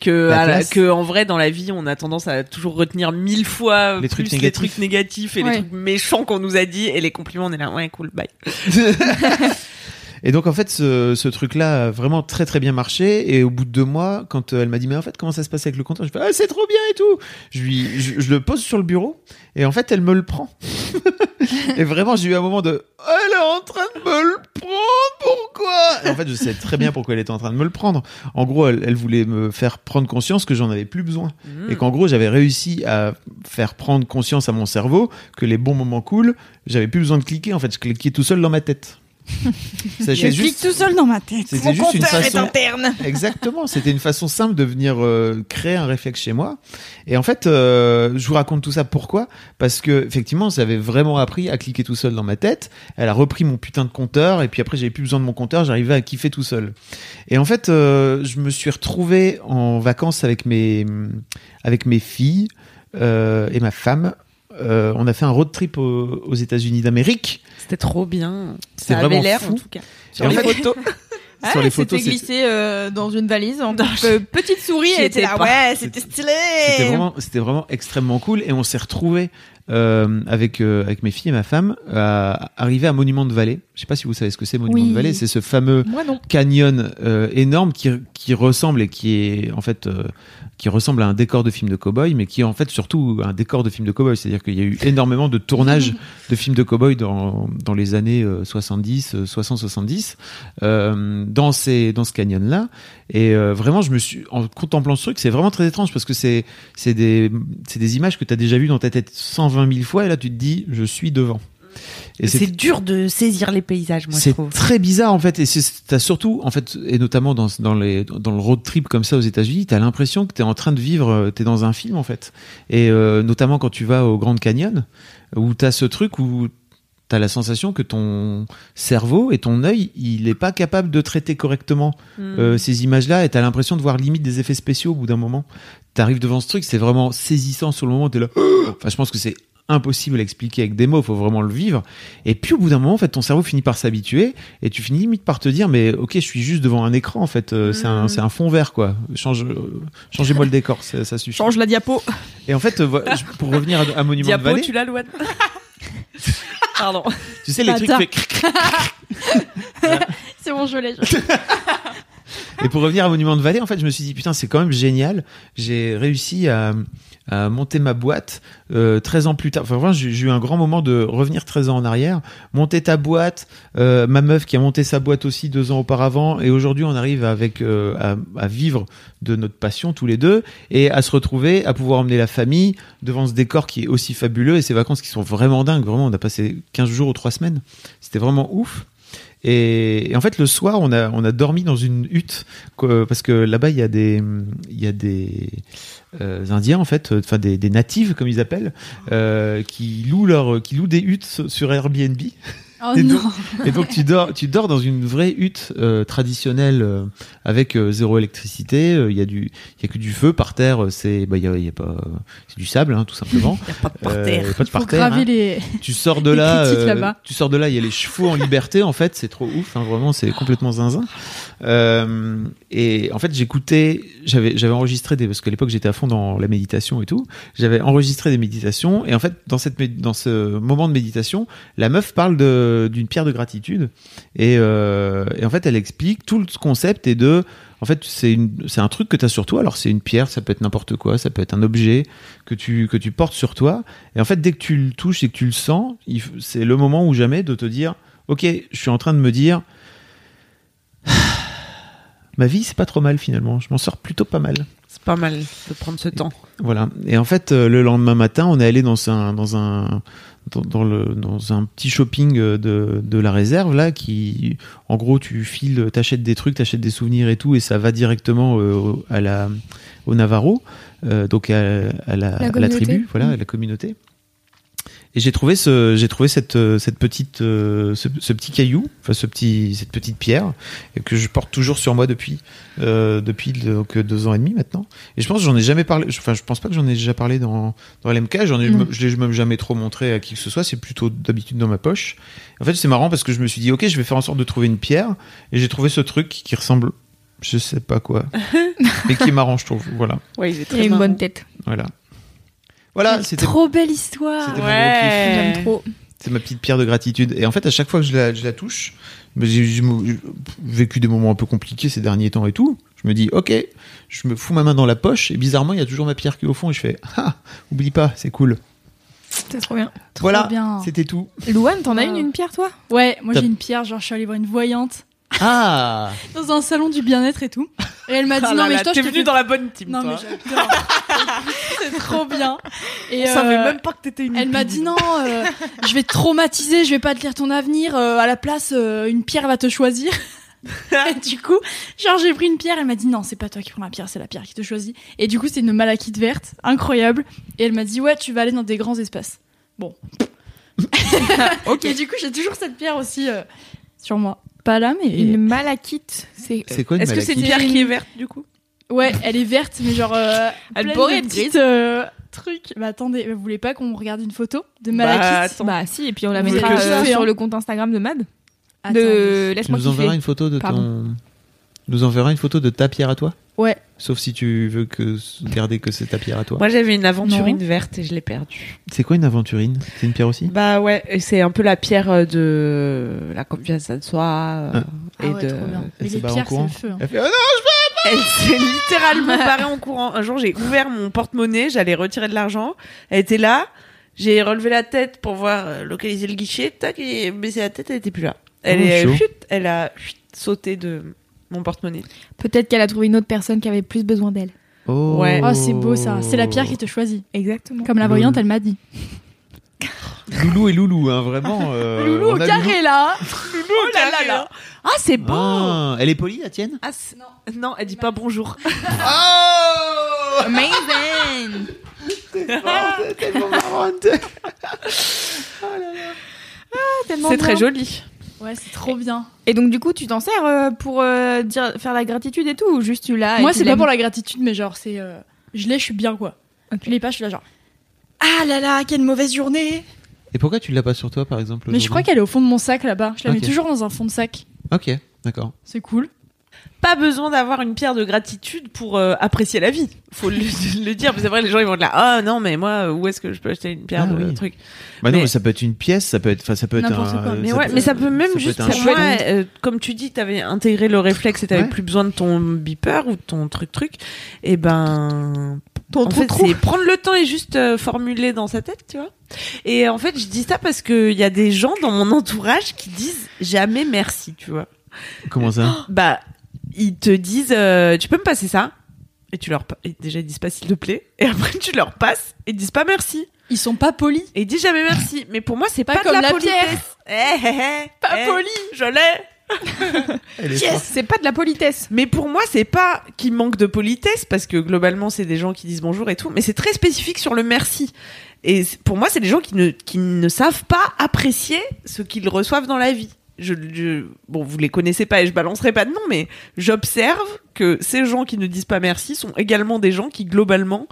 Que, La à la- classe. que en vrai dans la vie on a tendance à toujours retenir mille fois plus Les trucs les négatifs. trucs négatifs et Ouais. les trucs méchants qu'on nous a dit et les compliments on est là ouais cool bye [laughs] Et donc en fait, ce, ce truc-là a vraiment très très bien marché. Et au bout de deux mois, quand euh, elle m'a dit mais en fait comment ça se passe avec le compteur, je fais ah c'est trop bien et tout. Je lui, je, je le pose sur le bureau et en fait elle me le prend. [laughs] et vraiment j'ai eu un moment de elle est en train de me le prendre pourquoi Et en fait je sais très bien pourquoi elle était en train de me le prendre. En gros elle, elle voulait me faire prendre conscience que j'en avais plus besoin Mm. et qu'en gros j'avais réussi à faire prendre conscience à mon cerveau que les bons moments cool, j'avais plus besoin de cliquer. En fait je cliquais tout seul dans ma tête. Sachez je clique tout seul dans ma tête. c'était juste une façon... Exactement, c'était une façon simple de venir euh, créer un réflexe chez moi. Et en fait, euh, je vous raconte tout ça pourquoi Parce que effectivement, j'avais vraiment appris à cliquer tout seul dans ma tête. Elle a repris mon putain de compteur et puis après, j'avais plus besoin de mon compteur, j'arrivais à kiffer tout seul. Et en fait, euh, je me suis retrouvé en vacances avec mes avec mes filles euh, et ma femme. Euh, on a fait un road trip aux, aux États-Unis d'Amérique. c'était trop bien C'était ça avait vraiment l'air fou. en tout cas Et en fait- [laughs] Sur les photos, Ah, c'était c'était- glissé euh, dans une valise en [laughs] tant que petite souris. J'y Elle était étais là, pas. ouais, c'était stylé. C'était vraiment, c'était vraiment extrêmement cool et on s'est retrouvé avec euh, avec mes filles et ma femme euh, à arriver à Monument de Vallée. Je sais pas si vous savez ce que c'est Monument Oui. de Vallée, c'est ce fameux Moi, non. canyon euh, énorme qui, qui qui ressemble et qui est en fait euh, qui ressemble à un décor de film de cow-boy, mais qui est en fait surtout un décor de film de cow-boy. C'est-à-dire qu'il y a eu énormément de tournages de films de cow-boy dans, dans les années euh, 70, euh, 60, 70, euh, dans, ces, dans ce canyon-là. Et euh, vraiment, je me suis, en contemplant ce truc, c'est vraiment très étrange parce que c'est c'est des, c'est des images que tu as déjà vues dans ta tête 120 000 fois et là tu te dis, je suis devant. Et C'est dur de saisir les paysages, moi, je c'est trouve. très bizarre en fait, et c'est- t'as surtout en fait, et notamment dans dans les dans le road trip comme ça aux États-Unis, t'as l'impression que t'es en train de vivre, euh, t'es dans un film en fait, et euh, notamment quand tu vas au Grand Canyon, où t'as ce truc où t'as la sensation que ton cerveau et ton œil, il est pas capable de traiter correctement Mm. euh, ces images-là, et t'as l'impression de voir limite des effets spéciaux au bout d'un moment. T'arrives devant ce truc, c'est vraiment saisissant sur le moment, t'es là. [gasps] Enfin, je pense que c'est impossible à expliquer avec des mots, faut vraiment le vivre. Et puis au bout d'un moment, en fait, ton cerveau finit par s'habituer et tu finis limite par te dire, mais ok, je suis juste devant un écran, en fait, euh, c'est Mm. un, c'est un fond vert, quoi. Change, euh, changez-moi le décor, ça, ça suffit. Change la diapo. Et en fait, euh, voilà, je- pour revenir à, à Monument de Diapo, Vallée, tu l'as, Louane [laughs] Pardon. tu sais, les trucs Bâtard. fait cric, cric. C'est bon, je l'ai. Et pour revenir à Monument de Vallée, en fait, je me suis dit, putain, c'est quand même génial. J'ai réussi à, à monter ma boîte euh, 13 ans plus tard. Enfin, vraiment, j'ai j'ai eu un grand moment de revenir 13 ans en arrière. Monter ta boîte, euh, ma meuf qui a monté sa boîte aussi deux ans auparavant. Et aujourd'hui, on arrive avec, euh, à, à vivre de notre passion tous les deux et à se retrouver, à pouvoir emmener la famille devant ce décor qui est aussi fabuleux et ces vacances qui sont vraiment dingues. Vraiment, on a passé 15 jours ou 3 semaines. C'était vraiment ouf. Et, et en fait, le soir, on a, on a dormi dans une hutte quoi, euh, parce que là-bas, il y a des, il y a des euh, Indiens en fait, euh, enfin des, des natives comme ils appellent, euh, qui louent leur, qui louent des huttes sur- sur Airbnb. Oh et, non. donc, et donc tu dors, tu dors dans une vraie hutte euh, traditionnelle euh, avec euh, zéro électricité. euh, Il y a du, il y a que du feu par terre. euh, C'est, bah, il y a, il y a pas, c'est du sable hein, tout simplement. Il n'y a pas de parterre. pas de Faut parterre, graver hein. les- Tu sors de les là, critiques euh, là-bas. tu sors de là, il y a les chevaux en liberté, en fait, c'est trop ouf, hein, vraiment, c'est complètement zinzin. Euh, et en fait, j'écoutais, j'avais, j'avais enregistré des, parce qu'à l'époque, j'étais à fond dans la méditation et tout, j'avais enregistré des méditations, et en fait, dans cette, méd- dans ce moment de méditation, la meuf parle de- d'une pierre de gratitude, et, euh, et en fait, elle explique tout le concept et de, en fait, c'est une- c'est un truc que tu as sur toi. Alors, c'est une pierre, ça peut être n'importe quoi, ça peut être un objet que tu, que tu portes sur toi. Et en fait, dès que tu le touches et que tu le sens, il f- c'est le moment ou jamais de te dire Ok, je suis en train de me dire [sighs] Ma vie, c'est pas trop mal finalement, je m'en sors plutôt pas mal. C'est pas mal de prendre ce temps. Voilà. Et en fait, euh, le lendemain matin, on est allé dans un, dans un, dans, dans le, dans un petit shopping euh, de, de la réserve, là, qui, en gros, tu files, t'achètes des trucs, t'achètes des souvenirs et tout, et ça va directement euh, au- à la, au Navarro, euh, donc à, à la, à la communauté. tribu, voilà, Mm. à la communauté. Et j'ai trouvé ce, j'ai trouvé cette, euh, cette petite, euh, ce, ce petit caillou, enfin ce petit, cette petite pierre et que je porte toujours sur moi depuis, euh, depuis donc, euh, deux ans et demi maintenant. Et je pense que j'en ai jamais parlé. je- Enfin, je pense pas que j'en ai déjà parlé dans dans LMK. J'en ai, Non. je l'ai même jamais trop montré à qui que ce soit. C'est plutôt d'habitude dans ma poche. En fait, c'est marrant parce que je me suis dit, ok, je vais faire en sorte de trouver une pierre et j'ai trouvé ce truc qui ressemble, je sais pas quoi, mais qui est marrant, je trouve. Voilà, Ouais, il est Il a très une marrant. bonne tête. voilà, voilà. C'était Trop belle histoire. C'était mon Euh, gros kiff. J'aime trop. C'est ma petite pierre de gratitude. Et en fait, à chaque fois que je la, je la touche, mais j'ai j'ai mou- j'ai vécu des moments un peu compliqués ces derniers temps et tout. Je me dis, ok, je me fous ma main dans la poche et bizarrement, il y a toujours ma pierre qui est au fond et je fais, ah, oublie pas, c'est cool. C'est trop bien. voilà, c'était tout. Louane, t'en as Ah. une, une pierre, toi Ouais, moi T'as- j'ai une pierre, genre je suis allée voir une voyante Ah dans un salon du bien-être et tout. Et [laughs] elle m'a dit Ah non là mais là, je toi t'es je te venue fais- dans la bonne team, Non toi. mais j'adore. [laughs] C'est trop [laughs] bien. Et euh, On savait même pas que t'étais une Elle m'a dit non, euh, je vais te traumatiser, je vais pas te lire ton avenir. euh, à la place, euh, une pierre va te [laughs] choisir. et du coup, genre j'ai pris une pierre, elle m'a dit non, c'est pas toi qui prends la pierre, c'est la pierre qui te choisit. Et du coup, c'est une malachite verte, incroyable. Et elle m'a dit ouais, tu vas aller dans des grands espaces. [laughs] Bon. Et du coup, j'ai toujours cette pierre aussi euh, sur moi. Pas là, mais Une malachite. C'est C'est quoi une Est-ce que c'est une malachite pierre qui est verte du coup Ouais, elle est verte, mais genre. euh, Elle pleine pourrait de être petites, grise. euh, trucs. Bah attendez, vous voulez pas qu'on regarde une photo de Bah, malachite attends. Bah, si, et puis on la Vous mettra, voulez que hein. euh, je- sur le compte Instagram de Mad. Attendez. De Tu laisse-moi nous enverras kiffer. une photo de Pardon. ton. tu Nous enverras une photo de ta pierre à toi Ouais. Sauf si tu veux que garder que c'est ta pierre à toi. Moi, j'avais une aventurine verte et je l'ai perdue. C'est quoi une aventurine C'est une pierre aussi Bah ouais, et c'est un peu la pierre euh, de la confiance en soi euh, Ah. et Ah ouais, de. trop bien. Elle Et se les bat en pierres, courant. c'est le feu, hein. Elle fait, Oh non, je peux Elle s'est [laughs] littéralement barrée en courant. Un jour, j'ai ouvert mon porte-monnaie, j'allais retirer de l'argent. Elle était là. J'ai relevé la tête pour voir euh, localiser le guichet. Tac, et baissé la tête, elle était plus là. Elle, Oh, est, chaud. chut, elle a chut, sauté de mon porte-monnaie. Peut-être qu'elle a trouvé une autre personne qui avait plus besoin d'elle. Oh. Ouais. Oh, c'est beau ça. C'est la pierre qui te choisit. Exactement. Comme la voyante, elle m'a dit. Loulou et Loulou, hein, vraiment. euh, on a Loulou. là. Oh là là là. Ah, c'est beau. Ah, elle est polie, la tienne Ah, c'est- non. elle dit pas bonjour. Oh Amazing [laughs] C'est très joli. Ouais, c'est trop bien. Et donc du coup, tu t'en sers euh, pour euh, dire, faire la gratitude Ah, et tout, ou juste tu l'as. Moi, c'est pas pour la gratitude, mais genre, c'est. euh, je l'ai, je suis bien, quoi. Je l'ai pas, je suis là, genre. Ah là là, quelle mauvaise journée Et pourquoi tu l'as pas sur toi, par exemple Mais je crois aujourd'hui qu'elle est au fond de mon sac là-bas. Je la Ok. mets toujours dans un fond de sac. Ok, d'accord. C'est cool. Pas besoin d'avoir une pierre de gratitude pour euh, apprécier la vie. Faut le, [laughs] le dire, parce que après les gens ils vont être là. Ah non, mais moi, où est-ce que je peux acheter une pierre Ah de oui. truc Bah non, mais ça peut être une pièce, ça peut être, enfin, ça peut être N'importe un. quoi. Mais ça ouais, peut- mais ça peut même ça juste être un pour moi, chouette- euh, comme tu dis, t'avais intégré le réflexe et t'avais Ouais. plus besoin de ton beeper ou de ton truc truc. Et ben, en fait, c'est prendre le temps et juste euh, formuler dans sa tête, tu vois. Et en fait, je dis ça parce que il y a des gens dans mon entourage qui disent jamais merci, tu vois. Comment ça Bah, ils te disent, euh, tu peux me passer ça Et tu leur pa- et déjà ils disent pas s'il te plaît. Et après tu leur passes et ils disent pas merci. Ils sont pas polis. Et ils disent jamais merci. Mais pour moi c'est pas, Pas de comme la, la politesse. Eh, eh, eh, Pas eh, poli. Je l'ai. Elle Yes, c'est pas de la politesse. Mais pour moi, c'est pas qu'il manque de politesse parce que globalement, c'est des gens qui disent bonjour et tout, mais c'est très spécifique sur le merci. Et c'est- pour moi, c'est des gens qui ne, qui ne savent pas apprécier ce qu'ils reçoivent dans la vie. Je, je- bon, vous les connaissez pas et je balancerai pas de nom, mais j'observe que ces gens qui ne disent pas merci sont également des gens qui globalement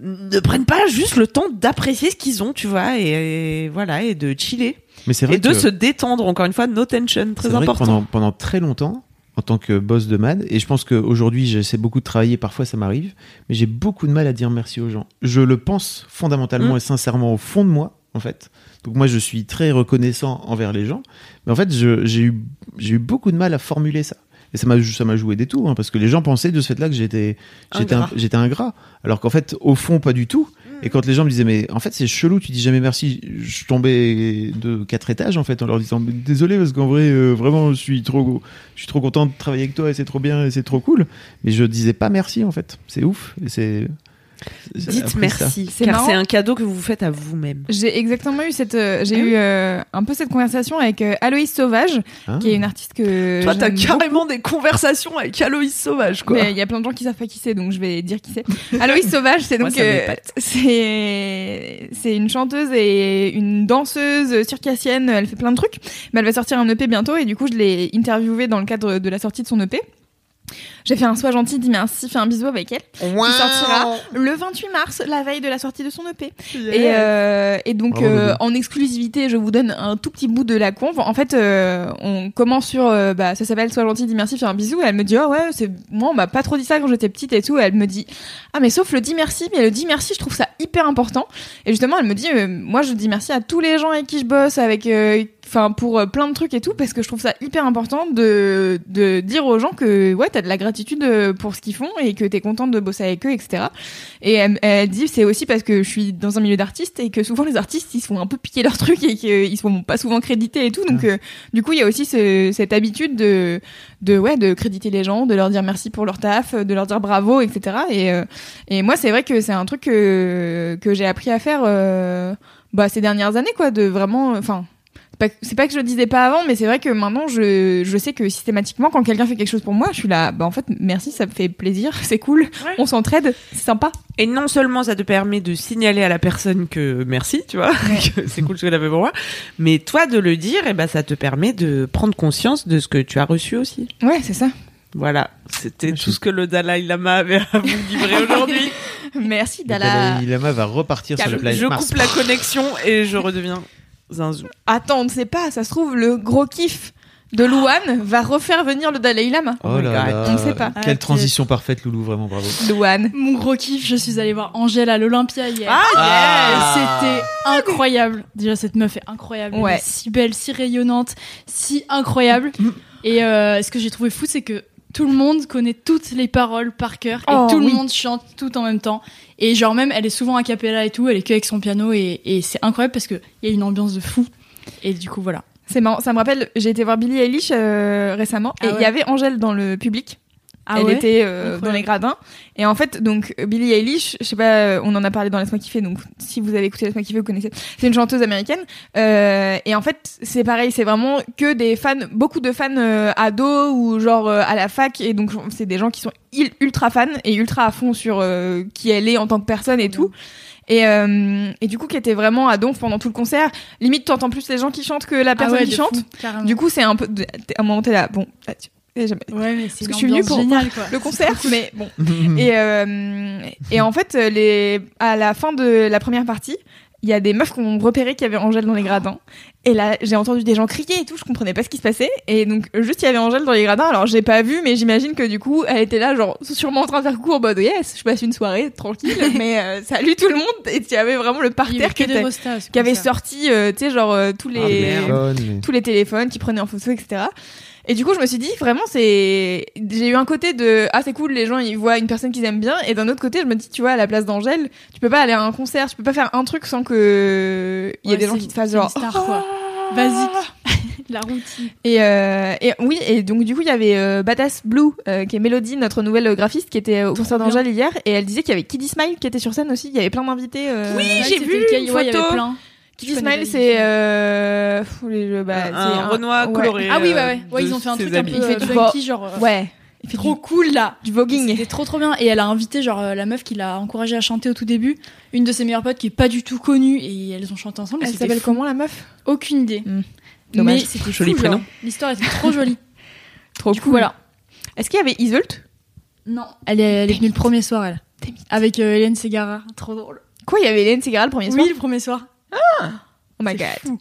ne prennent pas juste le temps d'apprécier ce qu'ils ont, tu vois, et, et voilà, et de chiller. Mais c'est vrai et de que- se détendre, encore une fois, no tension, C'est très vrai que important. pendant, pendant très longtemps, en tant que boss de MAD, et je pense qu'aujourd'hui, j'essaie beaucoup de travailler, parfois ça m'arrive, mais j'ai beaucoup de mal à dire merci aux gens. Je le pense fondamentalement Mm. Mmh. et sincèrement au fond de moi, en fait. Donc moi, je suis très reconnaissant envers les gens, mais en fait, je- j'ai eu, j'ai eu beaucoup de mal à formuler ça. Et ça m'a ça m'a joué des tours, hein, parce que les gens pensaient de ce fait-là que j'étais j'étais un- Ingrat. j'étais ingrat. Alors qu'en fait, au fond, pas du tout. Et quand les gens me disaient, mais en fait, c'est chelou, tu dis jamais merci, je tombais de quatre étages, en fait, en leur disant, mais désolé, parce qu'en vrai, euh, vraiment, je suis trop, je suis trop content de travailler avec toi, et c'est trop bien, et c'est trop cool. Mais je disais pas merci, en fait. C'est ouf. Et c'est. ça- Dites après, ça- merci, C'est car marrant. c'est un cadeau que vous faites à vous-même. J'ai exactement eu cette, euh, j'ai eu euh, un peu cette conversation avec euh, Aloïs Sauvage, hein. Ah. qui est une artiste que. Toi, t'as Euh, j'aime carrément des conversations avec Aloïs Sauvage, quoi. Mais il y a plein de gens qui savent pas qui c'est, donc je vais dire qui c'est. Aloïs Sauvage, c'est Moi, donc ça euh, m'épate. c'est c'est une chanteuse et une danseuse circassienne. Elle fait plein de trucs, mais elle va sortir un EP bientôt et du coup je l'ai interviewée dans le cadre de la sortie de son EP. J'ai fait un soin gentil, dis merci, fais un bisou avec elle. Wow. Qui sortira le 28 mars, la veille de la sortie de son EP. Yes. Et, euh, et donc, Bravo, euh, Dodo. en exclusivité, je vous donne un tout petit bout de la conve. En fait, euh, on commence sur, euh, bah, ça s'appelle Sois gentil, dis merci, fais un bisou. Et elle me dit, oh ouais, c'est moi, on m'a pas trop dit ça quand j'étais petite et tout. Et elle me dit, ah mais sauf le dis merci, mais le dis merci, je trouve ça hyper important. Et justement, elle me dit, euh, moi, je dis merci à tous les gens avec qui je bosse, avec, euh, enfin, pour euh, plein de trucs et tout, parce que je trouve ça hyper important de, de dire aux gens que, ouais, t'as de la gratitude euh, pour ce qu'ils font et que t'es contente de bosser avec eux, etc. Et elle, elle dit, c'est aussi parce que je suis dans un milieu d'artistes et que souvent les artistes, ils se font un peu piquer leurs trucs et qu'ils se font pas souvent créditer et tout. Donc, euh, du coup, il y a aussi ce- cette habitude de, de, ouais, de créditer les gens, de leur dire merci pour leur taf, de leur dire bravo, etc. Et, euh, et moi, c'est vrai que c'est un truc que, que j'ai appris à faire, euh, bah, ces dernières années, quoi, de vraiment, enfin, c'est pas- c'est pas que je le disais pas avant, mais c'est vrai que maintenant je, je sais que systématiquement quand quelqu'un fait quelque chose pour moi, je suis là, bah en fait merci, ça me fait plaisir, [laughs] c'est cool, on s'entraide, c'est sympa. Et non seulement ça te permet de signaler à la personne que merci, tu vois, [laughs] que c'est cool ce que t'as fait pour moi, mais toi de le dire, et ben ça te permet de prendre conscience de ce que tu as reçu aussi. Ouais, c'est ça. Voilà, c'était tout ce que le Dalai Lama avait à vous [laughs] livrer aujourd'hui. [laughs] Merci Le Dala. Dalai Lama va repartir sur je la planète je coupe Mars. la connexion et je redeviens zinzou. Attends, on ne sait pas, ça se trouve le gros kiff de Louane va refaire venir le Dalai Lama. Oh là là. On ne sait pas. Ah, Quelle transition parfaite, Loulou, vraiment bravo. Louane. Mon gros kiff, je suis allée voir Angèle à l'Olympia hier. Ah, yes. C'était [laughs] incroyable. Déjà, cette meuf est incroyable. Elle Ouais. Mm. est si belle, si rayonnante, si incroyable. Et euh, ce que j'ai trouvé fou, c'est que tout le monde connaît toutes les paroles par cœur et Oh, tout oui. le monde chante tout en même temps. Et genre même, elle est souvent a cappella et tout, elle est que avec son piano et, et c'est incroyable parce qu'il y a une ambiance de fou. Et du coup, voilà. C'est marrant, ça me rappelle, j'ai été voir Billie Eilish euh, récemment Ah et il ouais y avait Angèle dans le public. Ah Elle ouais était euh, Incroyable. dans les gradins. Et en fait, donc, Billie Eilish, je sais pas, euh, on en a parlé dans Laisse-moi kiffer, donc si vous avez écouté Laisse-moi kiffer, vous connaissez. C'est une chanteuse américaine. Euh, et en fait, c'est pareil, c'est vraiment que des fans, beaucoup de fans euh, ados ou genre euh, à la fac. Et donc, c'est des gens qui sont il- ultra fans et ultra à fond sur euh, qui elle est en tant que personne et tout. Et, euh, et du coup, qui était vraiment à donf pendant tout le concert. Limite, t'entends plus les gens qui chantent que la personne Ah ouais, qui de chante. fou, carrément. du coup, c'est un peu. de- t'es- À un moment, t'es là. Bon, là, tu- et jamais. Parce que je suis venue l'ambiance pour géniale, quoi. le [laughs] concert, mais bon. Ah, Mhm. et, euh, et en fait, les, à la fin de la première partie, il y a des meufs qui ont repéré qu'il y avait Angèle dans les gradins. Et là, j'ai entendu des gens crier et tout, je comprenais pas ce qui se passait. Et donc, juste, il y avait Angèle dans les gradins. Alors, j'ai pas vu, mais j'imagine que du coup, elle était là, genre, sûrement en train de faire court en mode, yes, je passe une soirée tranquille, [laughs] mais euh, salut tout le monde. Et il y avait vraiment le Il y avait parterre que qui, des était- rostas à ce qui avait concert. sorti, euh, tu sais, genre, euh, tous Ah, les, merde. tous les téléphones qui prenaient en photo, etc. Et du coup, je me suis dit, vraiment, c'est. J'ai eu un côté de. Ah, c'est cool, les gens, ils voient une personne qu'ils aiment bien. Et d'un autre côté, je me dis, tu vois, à la place d'Angèle, tu peux pas aller à un concert, tu peux pas faire un truc sans que. Il y a Ouais, des gens c'est- qui te fassent c'est une genre. [laughs] oh. star, quoi. Basique. la routine. Et, euh, et oui, et donc du coup, il y avait euh, Badass Blue, euh, qui est Mélodie, notre nouvelle graphiste, qui était au concert d'Angèle hier, et elle disait qu'il y avait Kiddy Smile qui était sur scène aussi, il y avait plein d'invités. euh, Oui, c'est vrai j'ai que vu c'était le cas, une ouais, il y avait photo. plein. Je Kiddy connais pas Smile, c'est. euh, pff, les jeux, bah, Un- c'est un Renoir ouais. coloré, Ah oui, ouais, euh, ouais. Ouais, de ils ont fait un ses truc un amis. peu Il fait du euh, junkie, vo- genre. euh, ouais. trop cool là. Du voguing. C'était trop trop bien. Et elle a invité, genre, euh, la meuf qui l'a encouragée à chanter au tout début, une de ses meilleures potes qui est pas du tout connue et elles ont chanté ensemble. et Elle c'était s'appelle fou. comment la meuf Aucune idée. Dommage. Mais c'était Joli fou, prénom. genre. L'histoire était trop jolie. [laughs] Trop du coup, voilà. Est-ce qu'il y avait Isult Non, elle est, elle est venue le premier soir, elle. Avec euh, Hélène Ségara. Trop drôle. Quoi, il y avait Hélène Ségara le premier soir Oui, le premier soir. Oh my god.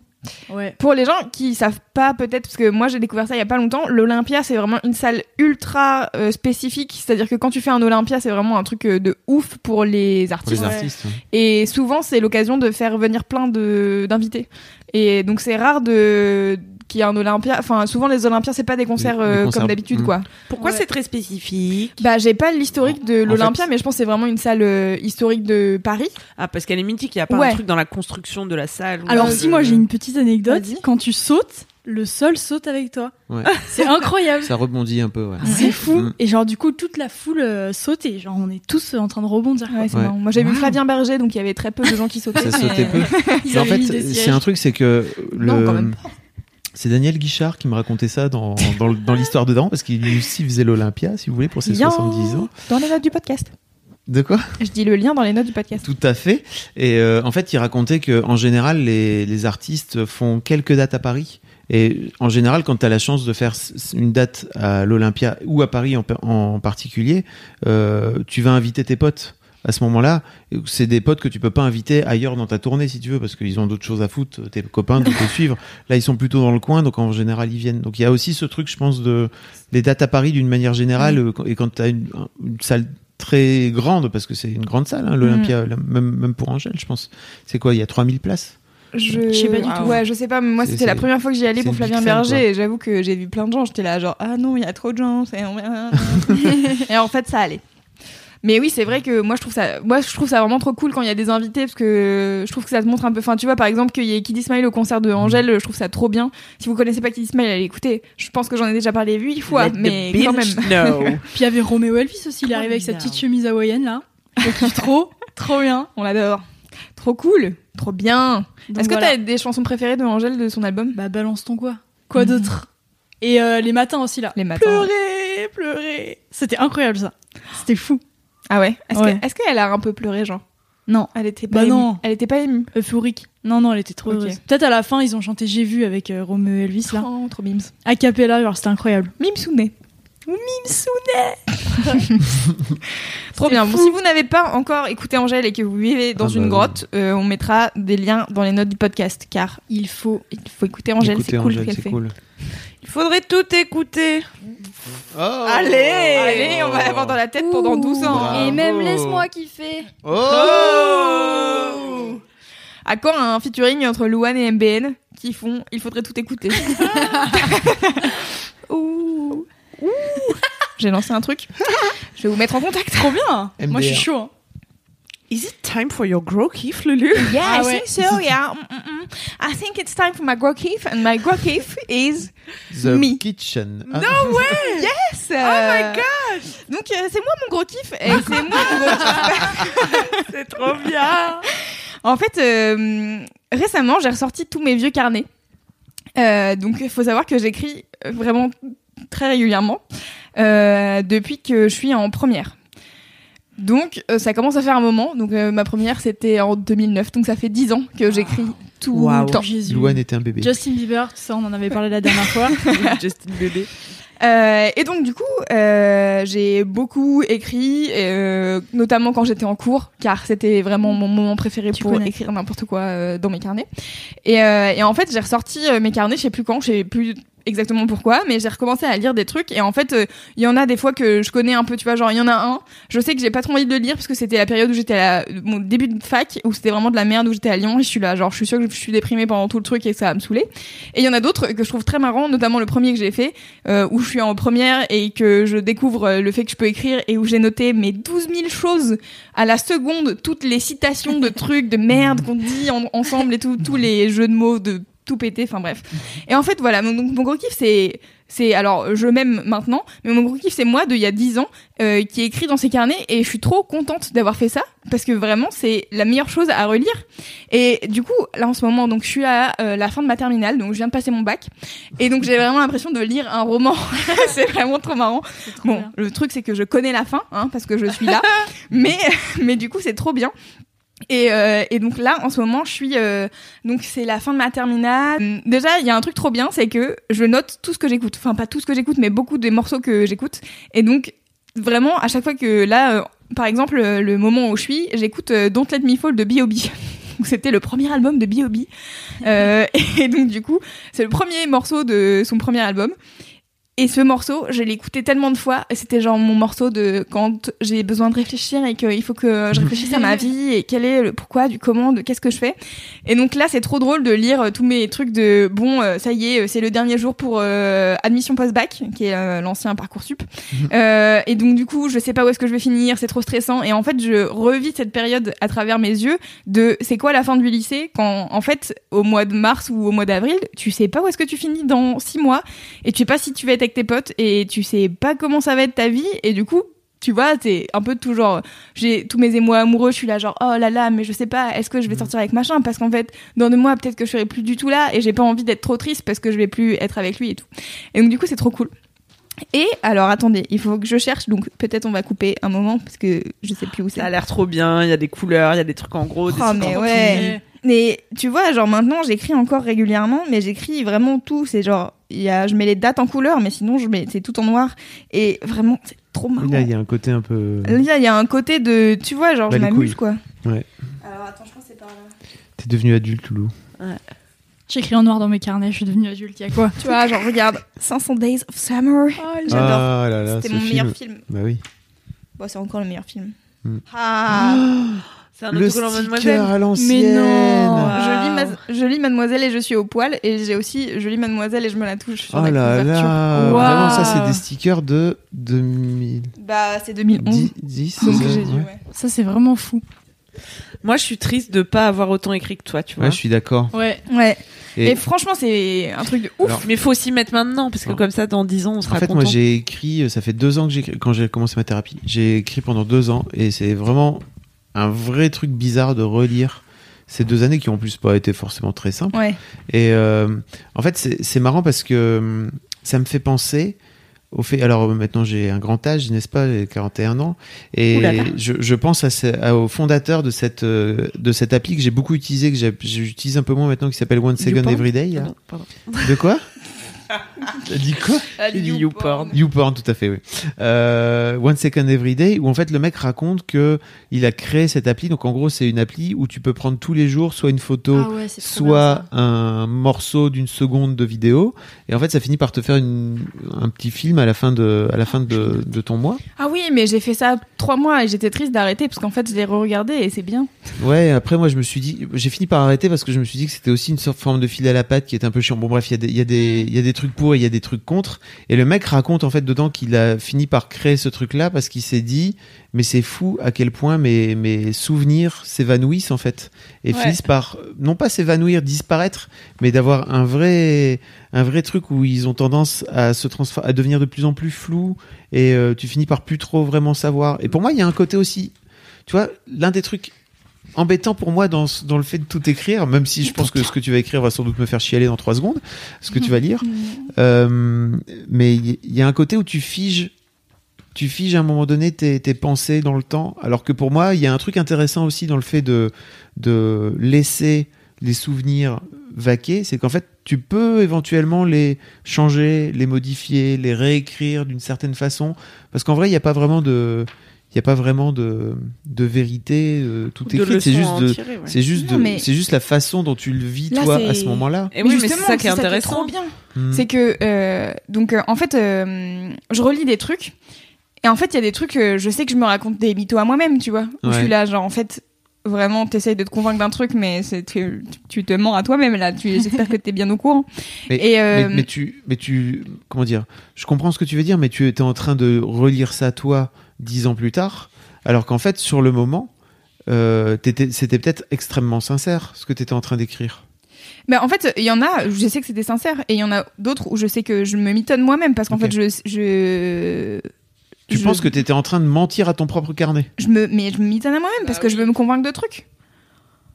Ouais. Pour les gens qui savent pas peut-être, parce que moi j'ai découvert ça il y a pas longtemps, l'Olympia c'est vraiment une salle ultra euh, spécifique, c'est-à-dire que quand tu fais un Olympia c'est vraiment un truc euh, de ouf pour les artistes. artistes, hein. ouais. Et souvent c'est l'occasion de faire venir plein de d'invités. Et donc c'est rare de qu'il y ait un Olympia. Enfin souvent les Olympias c'est pas des concerts, Des- des euh, concerts, comme d'habitude mm. quoi. Pourquoi c'est très spécifique Bah j'ai pas l'historique de l'Olympia, mais je pense que c'est vraiment une salle euh, historique de Paris. Ah, parce qu'elle est mythique, il n'y a pas Ouais. un truc dans la construction de la salle. ou Alors de- si moi j'ai une petite anecdote, quand tu sautes, le sol saute avec toi. [laughs] Ouais. C'est incroyable. Ça rebondit un peu, ouais. C'est fou. Mm. Et genre du coup toute la foule euh, saute et genre on est tous euh, en train de rebondir. Ouais, c'est Ouais. marrant. Moi j'ai vu Flavien Berger, donc il y avait très peu de gens qui sautaient. euh, Ça [laughs] sautait peu. Ils Mais en avaient mis des fait, euh, c'est sièges. un truc, c'est que Non, quand le. même C'est Daniel Guichard qui me racontait ça dans, dans, le- dans l'histoire dedans, parce qu'il lui aussi faisait l'Olympia, si vous voulez, pour ses Bien. 70 ans. Dans les notes du podcast. De quoi Je dis le lien dans les notes du podcast. Tout à fait. Et euh, en fait, il racontait que en général, les, les artistes font quelques dates à Paris. Et en général, quand tu as la chance de faire s- s- une date à l'Olympia ou à Paris en, pa- en particulier, euh, tu vas inviter tes potes à ce moment-là. Et C'est des potes que tu peux pas inviter ailleurs dans ta tournée si tu veux, parce qu'ils ont d'autres choses à foutre, tes copains, [laughs] de te suivre. Là, ils sont plutôt dans le coin, donc en général, ils viennent. Donc il y a aussi ce truc, je pense, de les dates à Paris d'une manière générale. euh, quand- Et quand tu as une, une salle très grande, parce que c'est une grande salle, hein, l'Olympia, Mm. la- même, même pour Angèle, je pense. C'est quoi Il y a 3000 places Je... sais pas du tout. Ouais, je sais pas, mais moi C'est- c'était la c'est- première fois que j'y allais c'est pour une big Flavien scène, quoi. Berger et j'avoue que j'ai vu plein de gens. J'étais là, genre, ah non, il y a trop de gens, c'est [laughs] emmerdant. Et en fait, ça allait. Mais oui, c'est vrai que moi je trouve ça, moi je trouve ça vraiment trop cool quand il y a des invités parce que je trouve que ça te montre un peu. Enfin, tu vois, par exemple qu'il y ait Kid Smile au concert de Angèle, Mm. je trouve ça trop bien. Si vous connaissez pas Kid Smile, allez écouter. Je pense que j'en ai déjà parlé huit fois, Let the mais bitch quand même. know. [laughs] Puis il y avait Roméo Elvis aussi, il est arrivé avec sa petite chemise hawaïenne [laughs] là. Je kiffe trop, trop bien. On l'adore. Trop cool, trop bien. Donc Est-ce que voilà. t'as des chansons préférées de Angèle de son album Bah balance ton quoi. Quoi d'autre Et euh, les matins aussi là. Les matins. Pleurer, pleurer. C'était incroyable ça. C'était fou. Ah ouais Est-ce que- Ouais. est-ce qu'elle a un peu pleuré, genre Non. Elle était pas Bah émue. non. Elle était pas émue. Euphorique. Non, non, elle était trop Ok. heureuse. Peut-être à la fin, ils ont chanté J'ai vu avec euh, Roméo Elvis là. Oh, trop mimes. A cappella, genre c'était incroyable. Mimsouné. Mimsouné [laughs] Trop bien. Bon, si vous n'avez pas encore écouté Angèle et que vous vivez dans Ah une bah grotte, euh, on mettra des liens dans les notes du podcast car il faut, il faut écouter Angèle, Écoutez, c'est cool ce Angèle, qu'elle c'est fait. cool. Il faudrait tout écouter. Allez, Oh. allez, oh. on va Oh. l'avoir dans la tête pendant 12 ans. Bravo. Et même laisse-moi kiffer. Oh À quand un featuring entre Louane et MBN qui font [laughs] Il faudrait tout écouter Ouh. J'ai lancé un truc. je vais vous mettre en contact. Trop bien. Moi, je suis MDR. chaud. hein. Is it time for your grow kiff, [laughs] Lulu Yeah, I think so. Yeah, Mm, mm, mm. I think it's time for my grow kiff, and my grow kiff is The me. kitchen. Ah. No way! Yes! Oh my gosh! euh, Donc, euh, c'est moi mon gros kiff et c'est moi mon gros kiff. c'est trop [laughs] bien! En fait, euh, récemment, j'ai ressorti tous mes vieux carnets. Euh, donc, il faut savoir que j'écris vraiment très régulièrement euh, depuis que je suis en première. Donc, euh, ça commence à faire un moment. Donc, euh, ma première, c'était en 2009. Donc, ça fait 10 ans que j'écris tout le temps. Louane était un bébé. Justin Bieber, tout ça, on en avait parlé la dernière [laughs] fois. Justin bébé. Euh, et donc du coup, euh, j'ai beaucoup écrit, euh, notamment quand j'étais en cours, car c'était vraiment mon moment préféré pour écrire n'importe quoi euh, dans mes carnets. Et, euh, et en fait, j'ai ressorti euh, mes carnets, je sais plus quand, je sais plus exactement pourquoi, mais j'ai recommencé à lire des trucs. Et en fait, euh, il y en a des fois que je connais un peu, tu vois, genre il y en a un, je sais que j'ai pas trop envie de le lire parce que c'était la période où j'étais à la- mon début de fac, où c'était vraiment de la merde, où j'étais à Lyon, et je suis là, genre je suis sûre que je suis déprimée pendant tout le truc et que ça va me saouler. Et il y en a d'autres que je trouve très marrant, notamment le premier que j'ai fait, euh, où je suis en première et que je découvre euh, le fait que je peux écrire et où j'ai noté mes 12 000 choses à la seconde, toutes les citations de trucs de merde qu'on dit en- ensemble et tout, tous les jeux de mots de tout péter, enfin bref. Et en fait, voilà, mon, donc, mon gros kiff, c'est, c'est, alors je m'aime maintenant, mais mon gros kiff, c'est moi de il y a 10 ans euh, qui écrit dans ses carnets et je suis trop contente d'avoir fait ça parce que vraiment, c'est la meilleure chose à relire. Et du coup, là en ce moment, donc je suis à euh, la fin de ma terminale, donc je viens de passer mon bac et donc j'ai vraiment l'impression de lire un roman. [laughs] c'est vraiment trop marrant. bon, le truc, c'est que je connais la fin hein, parce que je suis là, mais, mais du coup, c'est trop bien. Et, euh, et donc là, en ce moment, je suis euh, donc c'est la fin de ma terminale. Hum, Déjà, il y a un truc trop bien, c'est que je note tout ce que j'écoute. Enfin, pas tout ce que j'écoute, mais beaucoup des morceaux que j'écoute. Et donc vraiment, à chaque fois que là, euh, par exemple, euh, le moment où je suis, j'écoute euh, Don't Let Me Fall de B.O.B. Donc, C'était le premier album de B.O.B. Euh, [laughs] et donc du coup, c'est le premier morceau de son premier album. Et ce morceau, je l'ai écouté tellement de fois, et c'était genre mon morceau de quand j'ai besoin de réfléchir et qu'il faut que je réfléchisse à ma vie et quel est le pourquoi, du comment, de qu'est-ce que je fais. Et donc là, c'est trop drôle de lire euh, tous mes trucs de bon, euh, ça y est, euh, c'est le dernier jour pour euh, admission post-bac, qui est euh, l'ancien Parcoursup. Euh, et donc du coup, je sais pas où est-ce que je vais finir, c'est trop stressant. Et en fait, je revis cette période à travers mes yeux de c'est quoi la fin du lycée quand en fait au mois de mars ou au mois d'avril, tu sais pas où est-ce que tu finis dans six mois et tu sais pas si tu vas être avec tes potes et tu sais pas comment ça va être ta vie et du coup tu vois, t'es un peu tout genre, j'ai tous mes émois amoureux, je suis là genre, oh là là, mais je sais pas, est-ce que je vais sortir avec machin? Parce qu'en fait, dans deux mois, peut-être que je serai plus du tout là et j'ai pas envie d'être trop triste parce que je vais plus être avec lui et tout. Et donc, du coup, c'est trop cool. Et alors, attendez, il faut que je cherche, donc peut-être on va couper un moment parce que je sais plus où c'est. Ça a l'air trop bien, il y a des couleurs, il y a des trucs en gros, des Oh, trucs mais en ouais. Mais tu vois, genre maintenant, j'écris encore régulièrement, mais j'écris vraiment tout. C'est genre, il y a, je mets les dates en couleur, mais sinon, je mets, c'est tout en noir. Et vraiment, c'est trop marrant. Là, il y a un côté un peu. Là, il y a un côté de, tu vois, genre, Bah, je les m'amuse, couilles. quoi. Ouais. Alors, attends, je crois que c'est par là. T'es devenu adulte, Loulou. J'écris en noir dans mes carnets, je suis devenue adulte, y a quoi Tu vois, genre, regarde, 500 Days of Summer. Oh, J'adore. Ah là là, C'était ce mon meilleur film. film. Bah oui. Bon, c'est encore le meilleur film. Hmm. Ah C'est un Le autocollant sticker Mademoiselle. à l'ancienne. Mais non Ah, Wow. je, lis ma- je lis Mademoiselle et je suis au poil. Et j'ai aussi Je lis Mademoiselle et je me la touche. Sur Oh la là couverture. là. Wow. Vraiment, ça, c'est des stickers de 2000. Bah, c'est 2011. 10, Donc, c'est ça, j'ai dit, ouais. ouais. Ah. Ça, c'est vraiment fou. Moi, je suis triste de pas avoir autant écrit que toi, tu vois. Ouais, je suis d'accord. Ouais. Ouais. Et- Et, franchement, c'est un truc de ouf. Alors- Mais faut s'y mettre maintenant, parce que comme ça, dans 10 ans, on sera Hein. En fait, content. moi, j'ai écrit, euh, ça fait deux ans que j'ai quand j'ai commencé ma thérapie, j'ai écrit pendant deux ans et c'est vraiment un vrai truc bizarre de relire ces deux années qui en plus pas été forcément très simples. Ouais. Et euh, en fait, c'est c'est marrant parce que hum, ça me fait penser au fait. Alors euh, maintenant, j'ai un grand âge, n'est-ce pas J'ai 41 ans et Ouh là là. je, je pense à, ce- à- au fondateur de cette euh, de cette appli que j'ai beaucoup utilisé, que j'ai- j'utilise un peu moins maintenant, qui s'appelle One Second YouPorn Everyday. là. Ah non, pardon. [laughs] De quoi T'as dit quoi J'ai dit YouPorn. YouPorn, tout à fait, oui. Euh, One Second Every Day, où en fait le mec raconte que il a créé cette appli. Donc en gros, c'est une appli où tu peux prendre tous les jours soit une photo, Ah ouais, c'est trop soit un morceau d'une seconde de vidéo. Et en fait, ça Ah, finit par te faire une- un petit film à la fin de, à la fin de, de ton mois. Ah oui, mais j'ai fait ça trois mois et j'étais triste d'arrêter parce qu'en fait, je l'ai re-regardé et c'est bien. Ouais, après moi je me suis dit, j'ai fini par arrêter parce que je me suis dit que c'était aussi une sorte de forme de fil à la patte qui est un peu chiant. Bon bref, il y, a des- il y, a des- il y a des trucs pour et il y a des trucs contre. Et le mec raconte en fait dedans qu'il a fini par créer ce truc-là parce qu'il s'est dit, mais c'est fou à quel point mes, mes souvenirs s'évanouissent en fait et Ouais. finissent par non pas s'évanouir, disparaître, mais d'avoir un vrai un vrai truc où ils ont tendance à se transfor- à devenir de plus en plus flous et euh, tu finis par plus trop vraiment savoir. Et pour moi, il y a un côté aussi, tu vois, l'un des trucs embêtant pour moi dans, ce- dans le fait de tout écrire, même si je pense que ce que tu vas écrire va sans doute me faire chialer dans trois secondes, ce Mm. que tu vas lire. Euh, mais il y- il y a un côté où tu figes tu figes à un moment donné tes, tes pensées dans le temps. Alors que pour moi, il y a un truc intéressant aussi dans le fait de, de laisser les souvenirs vaquer, c'est qu'en fait, tu peux éventuellement les changer, les modifier, les réécrire d'une certaine façon. Parce qu'en vrai, il n'y a pas vraiment de. Il n'y a pas vraiment de, de vérité euh, tout Ou de écrite, c'est leçon à juste, en de- tirer, ouais. c'est juste, Non, de- mais- c'est juste la façon dont tu le vis toi à ce moment-là. Et oui, mais c'est ça qui est intéressant. trop bien. Mm. C'est que euh, donc euh, en fait, euh, je relis des trucs et en fait, il y a des trucs. euh, je sais que je me raconte des mythos à moi-même, tu vois. Où je Ouais. suis là, genre en fait, vraiment, t'essayes de te convaincre d'un truc, mais c'est tu, tu te mens à toi-même là. Tu j'espère que t'es bien au courant. [laughs] Mais, et euh, mais, mais tu, mais tu, comment dire Je comprends ce que tu veux dire, mais tu es en train de relire ça toi dix ans plus tard, alors qu'en fait, sur le moment, euh, t'étais- c'était peut-être extrêmement sincère ce que tu étais en train d'écrire. Bah, en fait, il y en a où je sais que c'était sincère et il y en a d'autres où je sais que je me mitonne moi-même parce qu'en Ok. fait, je. je... Tu je- penses que tu étais en train de mentir à ton propre carnet je me, mais je me mitonne à moi-même Ah parce que je veux me convaincre de trucs.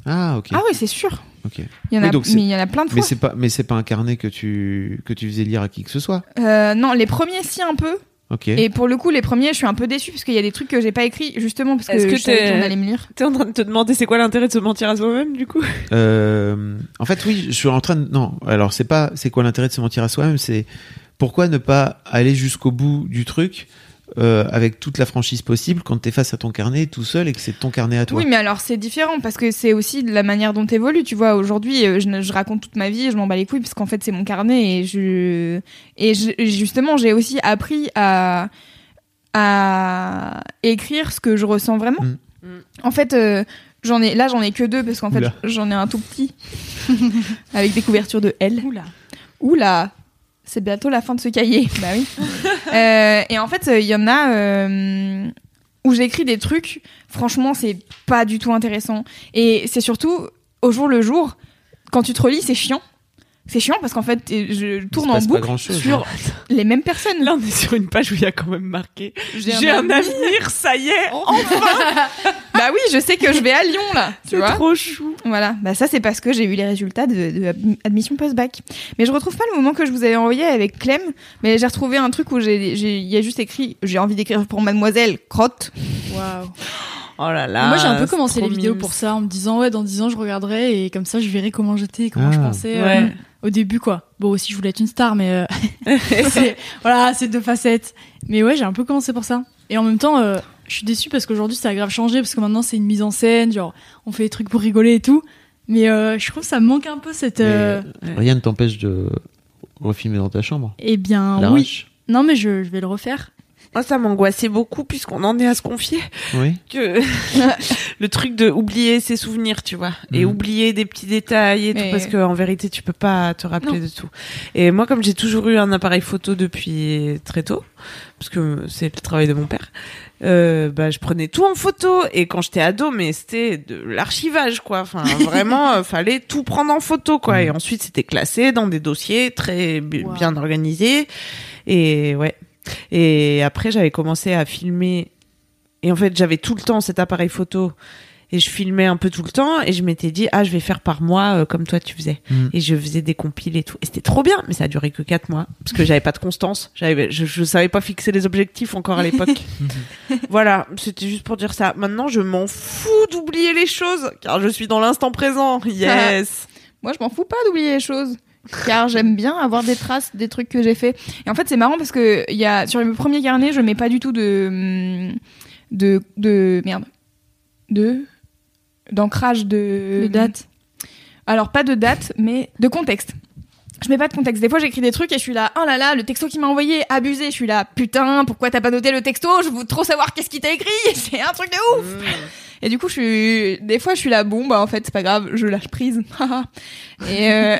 Ah, ok. Ah oui, c'est sûr. ok. Il y en a- Oui, donc c'est- mais il y en a plein de Mais fois. c'est pas, mais c'est pas un carnet que tu, que tu faisais lire à qui que ce soit. Euh, non, les premiers, si un peu. Ok. Et pour le coup, les premiers, je suis un peu déçue parce qu'il y a des trucs que j'ai pas écrits justement parce que, Est-ce que je savais t'es- qu'on allait me lire. T'es en train de te demander c'est quoi l'intérêt de se mentir à soi-même du coup [laughs] Euh, en fait, oui, je suis en train de. Non, alors c'est pas. C'est quoi l'intérêt de se mentir à soi-même C'est pourquoi ne pas aller jusqu'au bout du truc euh, avec toute la franchise possible quand t'es face à ton carnet tout seul et que c'est ton carnet à toi. Oui, mais alors c'est différent parce que c'est aussi de la manière dont t'évolues. Tu vois, aujourd'hui, euh, je, ne- je raconte toute ma vie, et je m'en bats les couilles parce qu'en fait, c'est mon carnet et je et je- et justement, j'ai aussi appris à à écrire ce que je ressens vraiment. Mm. En fait, euh, j'en ai là, j'en ai que deux parce qu'en fait, Oula. j'en ai un tout petit [laughs] avec des couvertures de L. Oula. Oula. C'est bientôt la fin de ce cahier. bah oui. Euh, et en fait, euh, il y en a euh, où j'écris des trucs. Franchement, c'est pas du tout intéressant. Et c'est surtout au jour le jour, quand tu te relis, c'est chiant. C'est chiant parce qu'en fait, t'es- je tourne en passe pas boucle grand-chose, sur hein. les mêmes personnes. Là, on est sur une page où il y a quand même marqué J'ai un J'ai un avenir. avenir, ça y est, Oh, Oh, enfin bah oui, je sais que je vais à Lyon [laughs] là. Tu C'est vois trop chou. Voilà, bah ça c'est parce que j'ai eu les résultats de, de admi- admission post-bac. Mais je retrouve pas le moment que je vous avais envoyé avec Clem, mais j'ai retrouvé un truc où j'ai, j'ai- il y a juste écrit j'ai envie d'écrire pour mademoiselle crotte. Waouh. Oh là là. Moi, j'ai un peu c'est commencé trop les vidéos mimes. pour ça, en me disant, ouais, dans 10 ans, je regarderai et comme ça, je verrai comment j'étais, et comment Ah. je pensais euh, Ouais. au début, quoi. Bon, aussi, je voulais être une star, mais [laughs] euh, [laughs] c'est- voilà, c'est deux facettes. Mais ouais, j'ai un peu commencé pour ça. Et en même temps, euh, je suis déçue parce qu'aujourd'hui, ça a grave changé parce que maintenant, c'est une mise en scène, genre, on fait des trucs pour rigoler et tout. Mais euh, je trouve que ça manque un peu cette. euh, Rien ne t'empêche de refilmer dans ta chambre. Eh Ah bien, La oui. vache. Non, mais je, je vais le refaire. Moi, ça m'angoissait beaucoup puisqu'on en est à se confier. Oui. [laughs] Que le truc de oublier ses souvenirs, tu vois, et Mhm. oublier des petits détails et Mais- tout, parce que en vérité, tu peux pas te rappeler Non. de tout. Et moi, comme j'ai toujours eu un appareil photo depuis très tôt, parce que c'est le travail de mon père, euh, bah, je prenais tout en photo. Et quand j'étais ado, mais c'était de l'archivage, quoi. Enfin, [laughs] vraiment, euh, fallait tout prendre en photo, quoi. Et ensuite, c'était classé dans des dossiers très bi- bien organisés. Et ouais. Et après, j'avais commencé à filmer. Et en fait, j'avais tout le temps cet appareil photo. Et je filmais un peu tout le temps. Et je m'étais dit, ah, je vais faire par mois euh, comme toi, tu faisais. Mm. Et je faisais des compiles et tout. Et c'était trop bien. Mais ça a duré que 4 mois. Parce que j'avais pas de constance. J'avais, je, je savais pas fixer les objectifs encore à l'époque. voilà. C'était juste pour dire ça. Maintenant, je m'en fous d'oublier les choses. Car je suis dans l'instant présent. Yes. Moi, je m'en fous pas d'oublier les choses. Car j'aime bien avoir des traces des trucs que j'ai fait. Et en fait, c'est marrant parce que il y a, sur le premier carnet, je mets pas du tout de. hum, de. de merde. De. Euh, d'ancrage de. De date. Alors, pas de date, mais de contexte. je mets pas de contexte. Des fois, j'écris des trucs et je suis là, oh là là, le texto qu'il m'a envoyé, abusé. Je suis là, putain, pourquoi t'as pas noté le texto Je veux trop savoir qu'est-ce qu'il t'a écrit. [laughs] C'est un truc de ouf. Et du coup, je suis, des fois, je suis là, bon, bah en fait, c'est pas grave, je lâche prise. [laughs] et euh,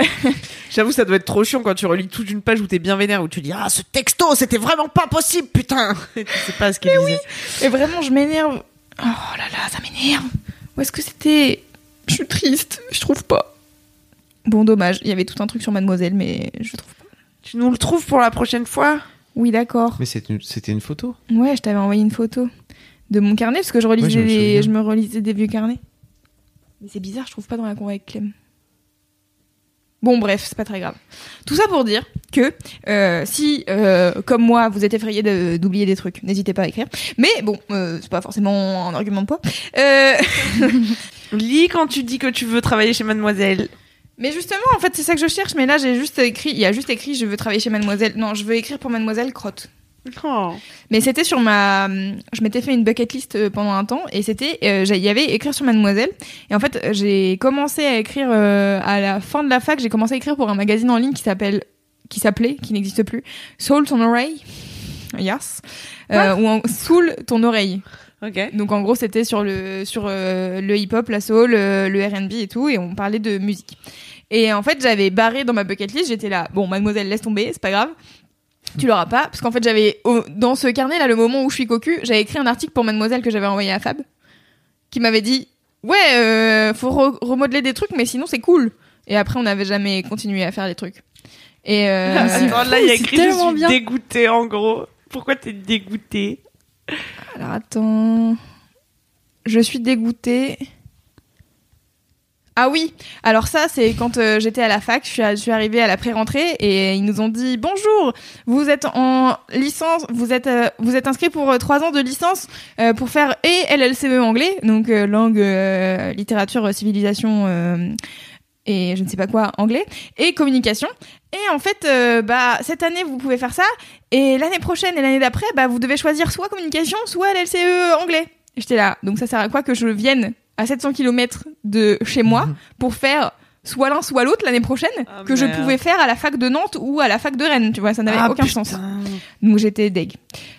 J'avoue, ça doit être trop chiant quand tu relis toute une page où t'es bien vénère, où tu dis Ah, ce texto, c'était vraiment pas possible, putain Et tu sais pas ce qu'il disait. et vraiment, je m'énerve. Oh là là, ça m'énerve. Où est-ce que c'était Je suis triste, je trouve pas. Bon, dommage, il y avait tout un truc sur Mademoiselle, mais je trouve pas. Tu nous le trouves pour la prochaine fois Oui, d'accord. Mais c'était une, c'était une photo. Ouais, je t'avais envoyé une photo de mon carnet parce que je relisais, Ouais, je me des- souviens. je me relisais des vieux carnets. Mais c'est bizarre, je trouve pas dans la con avec Clem. Bon, bref, c'est pas très grave. Tout ça pour dire que euh, si, euh, comme moi, vous êtes effrayé de- d'oublier des trucs, n'hésitez pas à écrire. Mais bon, euh, c'est pas forcément un argument de poids. Euh... Lis quand tu dis que tu veux travailler chez Mademoiselle. Mais justement, en fait, c'est ça que je cherche. Mais là, j'ai juste écrit. Il y a juste écrit. Je veux travailler chez Mademoiselle. Non, je veux écrire pour Mademoiselle Crotte. Mais c'était sur ma. euh, Je m'étais fait une bucket list euh, pendant un temps et c'était. euh, j'ai- Il y avait écrire sur Mademoiselle. Et en fait, euh, j'ai commencé à écrire euh, à la fin de la fac. J'ai commencé à écrire pour un magazine en ligne qui s'appelle, qui s'appelait, qui n'existe plus, Soul ton oreille. Yes. Euh, ou en Soul ton oreille. Donc en gros, c'était sur le sur euh, le hip-hop, la soul, euh, le R&B et tout, et on parlait de musique. Et en fait, j'avais barré dans ma bucket list. J'étais là, bon, mademoiselle, laisse tomber, c'est pas grave tu l'auras pas parce qu'en fait j'avais au- dans ce carnet là le moment où je suis cocu j'avais écrit un article pour mademoiselle que j'avais envoyé à Fab qui m'avait dit ouais euh, faut re- remodeler des trucs mais sinon c'est cool et après on n'avait jamais continué à faire les trucs et euh, Attends, là, il y a écrit Je suis dégoûtée, en gros. Pourquoi t'es dégoûtée alors attends je suis dégoûtée Ah oui, alors ça c'est quand euh, j'étais à la fac, je suis, à- je suis arrivée à la pré-rentrée et ils nous ont dit bonjour, vous êtes en licence, vous êtes euh, vous êtes inscrit pour euh, trois ans de licence euh, pour faire et LLCE anglais, donc euh, langue, euh, littérature, euh, civilisation euh, et je ne sais pas quoi anglais et communication. Et en fait, euh, bah cette année vous pouvez faire ça et l'année prochaine et l'année d'après, bah vous devez choisir soit communication, soit LLCE E anglais. Et J'étais là, donc ça sert à quoi que je vienne à 700 km de chez moi pour faire soit l'un soit l'autre l'année prochaine que je merde. pouvais faire à la fac de Nantes ou à la fac de Rennes, tu vois, ça n'avait Ah, aucun sens. Donc j'étais deg.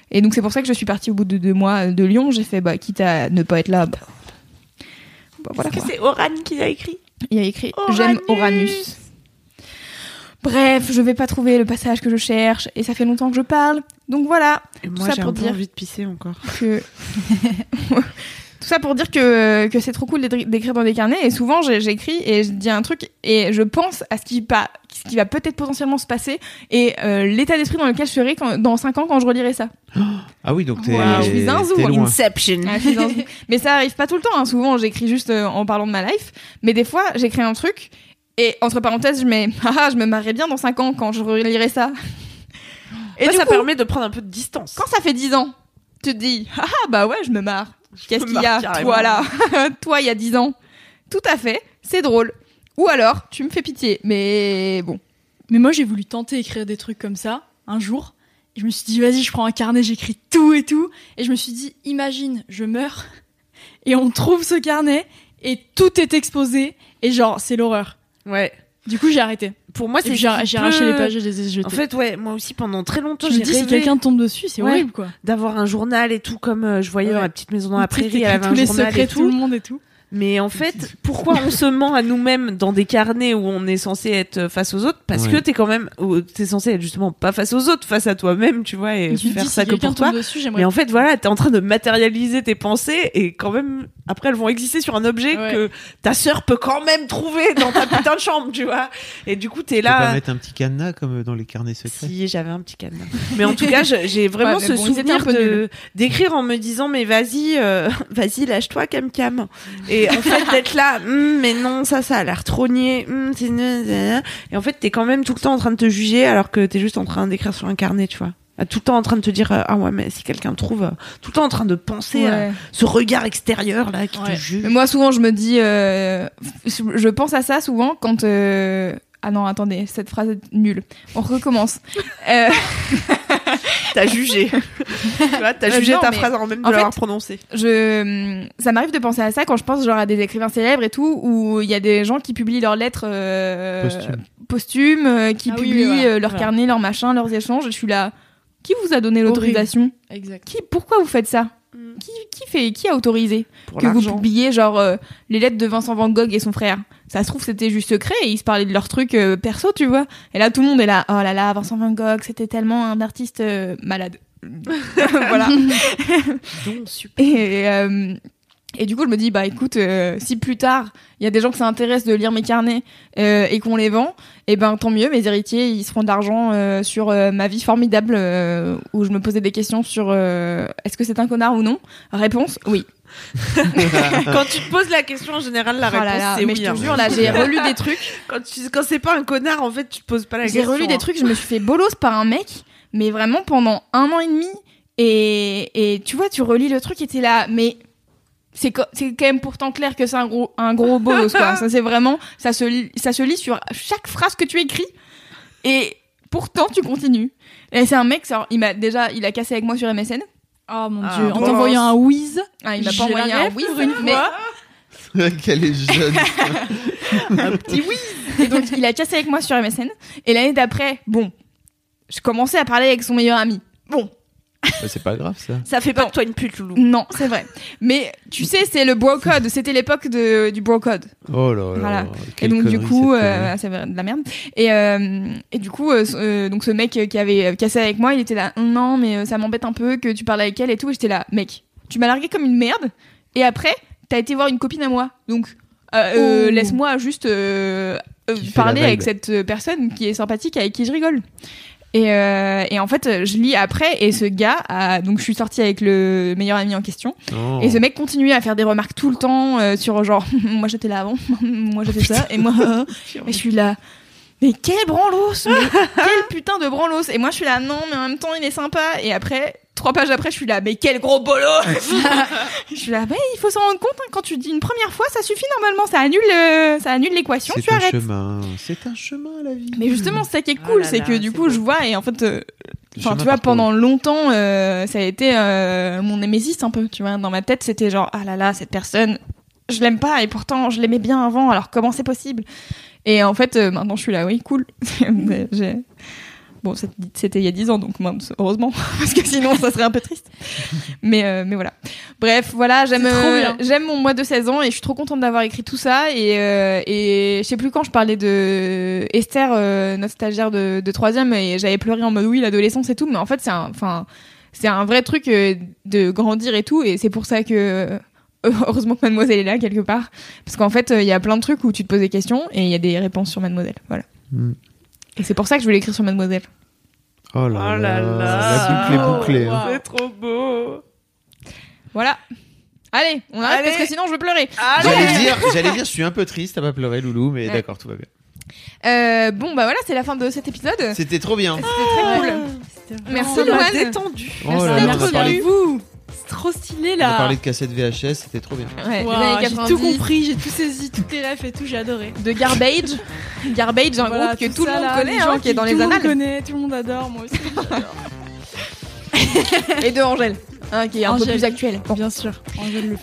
Et donc c'est pour ça que je suis partie au bout de deux mois euh, de Lyon, j'ai fait bah quitte à ne pas être là. bah, bah, voilà Est-ce que quoi. c'est Oran qui l'a écrit Il y a écrit j'aime Uranus. Bref, je vais pas trouver le passage que je cherche et ça fait longtemps que je parle. Donc voilà, tout Moi, ça j'ai pour un peu dire Bah, envie de pisser encore. que [laughs] tout ça pour dire que, que c'est trop cool d'édri- d'écrire dans des carnets et souvent j'ai- j'écris et je dis un truc et je pense à ce qui, pa- ce qui va peut-être potentiellement se passer et euh, l'état d'esprit dans lequel je serai quand- dans 5 ans quand je relirai ça. Ah oui, donc t'es. Je suis zinzou. t'es loin. Mhm. Ah, je suis zinzou. [laughs] mais ça arrive pas tout le temps. hein. Souvent, j'écris juste euh, en parlant de ma life. Mais des fois, j'écris un truc et entre parenthèses, je mets [laughs] Ah, je me marrerai bien dans 5 ans quand je relirai ça. [laughs] Et ça permet de prendre un peu de distance. Quand ça fait 10 ans, tu te dis Ah, bah ouais, je me marre. Qu'est-ce me qu'il y a marre carrément. Toi là, [laughs] toi il y a 10 ans. Tout à fait, c'est drôle. Ou alors, tu me fais pitié. Mais bon. Mais moi, j'ai voulu tenter écrire des trucs comme ça un jour. Et je me suis dit, vas-y, je prends un carnet, j'écris tout et tout. Et je me suis dit, imagine, je meurs et on trouve ce carnet et tout est exposé. Et genre, c'est l'horreur. Ouais. Du coup, j'ai arrêté. Pour moi, Et Ah, c'est. puis, j'ai j'ai arraché les pages et je les ai jetées. En fait, ouais, moi aussi, pendant très longtemps, Je me j'ai dis, si rêvé quelqu'un tombe dessus, c'est Ouais, horrible, quoi. D'avoir un journal et tout, comme euh, je voyais dans la petite maison dans la Tu sais, prairie, elle t'écris avait un tous les journal secrets et de tout le monde et tout. Mais en [laughs] fait, pourquoi on se ment à nous-mêmes dans des carnets où on est censé être face aux autres Parce que Ouais. t'es quand même, ou t'es censé être justement pas face aux autres, face à toi-même, tu vois, et Et tu te faire dis, ça si que quelqu'un pour toi. tombe dessus, j'aimerais- mais en fait, voilà, t'es en train de matérialiser tes pensées et quand même, après, elles vont exister sur un objet que ta sœur peut quand même trouver dans ta putain de chambre, tu vois. Et du coup, t'es Tu peux pas là. mettre un petit cadenas comme euh, dans les carnets secrets. Si, j'avais un petit cadenas. [laughs] Mais en tout cas, je- j'ai vraiment Ouais, mais ce bon, ils étaient un souvenir peu de nuls. d'écrire en me disant mais vas-y, euh, [laughs] vas-y, lâche-toi, Cam Cam. Et en fait d'être là, [laughs] Hum, mais non, ça, ça a l'air trop niais. Hum, c'est nul, ça, ça. Et en fait, t'es quand même tout le temps en train de te juger alors que t'es juste en train d'écrire sur un carnet, tu vois. Ah, Tout le temps en train de te dire euh, ah ouais mais si quelqu'un me trouve, euh, tout le temps en train de penser Ouais. à ce regard extérieur là qui te juge. Mais moi, souvent, je me dis. euh, je pense à ça souvent quand. [laughs] euh, Ah non, attendez, cette phrase est nulle. On recommence. Euh, T'as [laughs] jugé. tu vois, t'as Euh, jugé non, ta mais phrase avant même de en l'avoir fait, prononcée. Je, ça m'arrive de penser à ça quand je pense genre à des écrivains célèbres et tout, où il y a des gens qui publient leurs lettres euh, Posthumes. posthumes, euh, qui Ah oui, publient oui, voilà, euh, leurs voilà. carnets, leurs machins, leurs échanges. Je suis là. Qui vous a donné l'autorisation Exact. Qui, pourquoi vous faites ça hum, qui, qui fait, qui a autorisé Pour que vous l'argent. publiez genre euh, les lettres de Vincent Van Gogh et son frère Ça se trouve c'était juste secret et ils se parlaient de leur truc euh, perso, tu vois. Et là tout le monde est là, oh là là, Vincent Van Gogh, c'était tellement un artiste euh, [laughs] malade. voilà. Et, euh, et du coup, je me dis, bah écoute, euh, si plus tard, il y a des gens que ça intéresse de lire mes carnets euh, et qu'on les vend, et ben tant mieux, mes héritiers, ils seront de l'argent euh, sur euh, ma vie formidable euh, où je me posais des questions sur euh, est-ce que c'est un connard ou non Réponse, oui. [laughs] Quand tu te poses la question en général, la Oh là réponse là, c'est mais oui. je te hein. jure, là, [laughs] j'ai relu des trucs. Quand, tu- quand c'est pas un connard, en fait, tu te poses pas la J'ai question. relu des hein. trucs, je me suis fait bolos par un mec, mais vraiment pendant un an et demi. Et, et tu vois, tu relis le truc et t'es là, mais c'est co- c'est quand même pourtant clair que c'est un gros, un gros bolos, [laughs] quoi. Ça, c'est vraiment, ça se, lit- ça se lit sur chaque phrase que tu écris. Et pourtant, tu continues. Et c'est un mec, ça- il m'a déjà, il a cassé avec moi sur MSN. Oh mon Ah, dieu, en bon. t'envoyant un whiz. Ah, il m'a hein. j'ai pas envoyé la un ref whiz, pour une mais- fois. [laughs] Qu'elle est [laughs] jeune. un petit oui. Et donc il a cassé avec moi sur MSN. Et l'année d'après, bon, je commençais à parler avec son meilleur ami. Bon, Bah, c'est pas grave ça. Ça fait pas de toi une pute, loulou. non, c'est vrai. Mais tu sais, c'est le bro code. C'était l'époque de- du bro code. Oh là là. Voilà. Et quelle donc du connerie, coup, cette euh, connerie. voilà, c'est vrai, de la merde. Et, euh, et du coup, euh, ce- euh, donc ce mec euh, qui avait euh, cassé avec moi, il était là, non, mais euh, ça m'embête un peu que tu parles avec elle et tout. Et J'étais là, mec, tu m'as largué comme une merde. Et après, t'as été voir une copine à moi. Donc euh, euh, Ouh. laisse-moi juste euh, euh, fait parler la avec vibe. cette euh, personne qui est sympathique, avec qui je rigole. Et, euh, et en fait, euh, je lis après, et ce gars, a- donc je suis sortie avec le meilleur ami en question, Oh. et ce mec continuait à faire des remarques tout le temps euh, sur genre, [laughs] moi j'étais là avant, moi j'étais ça, et moi, [laughs] euh, et je suis là. Mais quel branlos mais [laughs] Quel putain de branlos Et moi je suis là, non, mais en même temps il est sympa. Et après, trois pages après, je suis là, mais quel gros bolos [laughs] Je suis là, mais il faut s'en rendre compte, hein, quand tu dis une première fois, ça suffit normalement, ça annule, euh, ça annule l'équation, C'est tu un arrêtes. chemin. C'est un chemin la vie. Mais justement, c'est ça qui est cool, là c'est là, que du c'est coup, je vois et en fait, euh, enfin, chemin tu vois, parcouru. pendant longtemps, euh, ça a été euh, mon némésis un peu, tu vois. Dans ma tête, c'était genre, ah là là, cette personne, je l'aime pas et pourtant, je l'aimais bien avant, alors comment c'est possible Et en fait, euh, maintenant, je suis là, oui, cool. [laughs] Mais j'ai- Bon, c'est- c'était il y a 10 ans, donc moi, heureusement, [laughs] parce que sinon, ça serait un peu triste. Mais, euh, mais voilà. Bref, voilà, j'aime C'est trop euh, bien. j'aime mon mois de 16 ans et je suis trop contente d'avoir écrit tout ça. Et, euh, et je sais plus quand je parlais de Esther, euh, notre stagiaire de, de 3 et j'avais pleuré en mode oui, l'adolescence et tout. Mais en fait, c'est un, enfin, c'est un vrai truc euh, de grandir et tout. Et c'est pour ça que. euh, [laughs] Heureusement que Mademoiselle est là quelque part. Parce qu'en fait, euh, il y a plein de trucs où tu te poses des questions et il y a des réponses sur Mademoiselle. Voilà. Mm. Et c'est pour ça que je voulais écrire sur Mademoiselle. Oh là là. La boucle est bouclée. hein. C'est trop beau. Voilà. Allez, on arrête Allez. parce que sinon je vais pleurer. J'allais dire, j'allais dire, je suis un peu triste, t'as pas pleuré, Loulou, mais Ouais. d'accord, tout va bien. Euh, bon, bah voilà, c'est la fin de cet épisode. C'était C'était trop bien. très cool. Merci vraiment- Louane. Ça m'a détendu. Oh là là, on a parlé, vous. C'est trop stylé on a là. parlé de cassette VHS, c'était trop bien. Ouais, Waouh, les années j'ai 90. tout compris, j'ai tout saisi, toutes les refs et tout, j'ai adoré. De Garbage. Garbage, un groupe que tout le ça, monde là, connaît, les gens hein, qui est dans les tout le monde annales. connaît, tout le monde adore, moi aussi. Et de Angèle, hein, qui est un peu Angèle. plus actuelle. Bien sûr.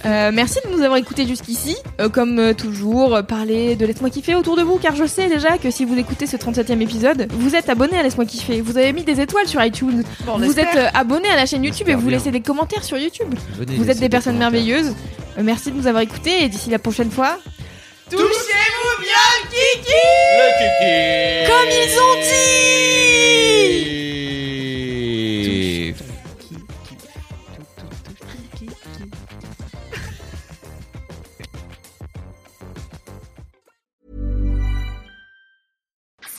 Euh, merci de nous avoir écoutés jusqu'ici. Euh, comme euh, toujours, euh, parlez de Laisse-moi kiffer autour de vous, car je sais déjà que si vous écoutez ce 37e épisode, vous êtes abonné à Laisse-moi kiffer. Vous avez mis des étoiles sur iTunes. Bon, on vous espère. êtes euh, abonné à la chaîne YouTube et vous bien. laissez des commentaires sur YouTube. Venez vous laisser êtes des des personnes commentaires. merveilleuses. Euh, merci de nous avoir écoutés et d'ici la prochaine fois, Touchez-vous bien, Kiki Comme ils ont Et-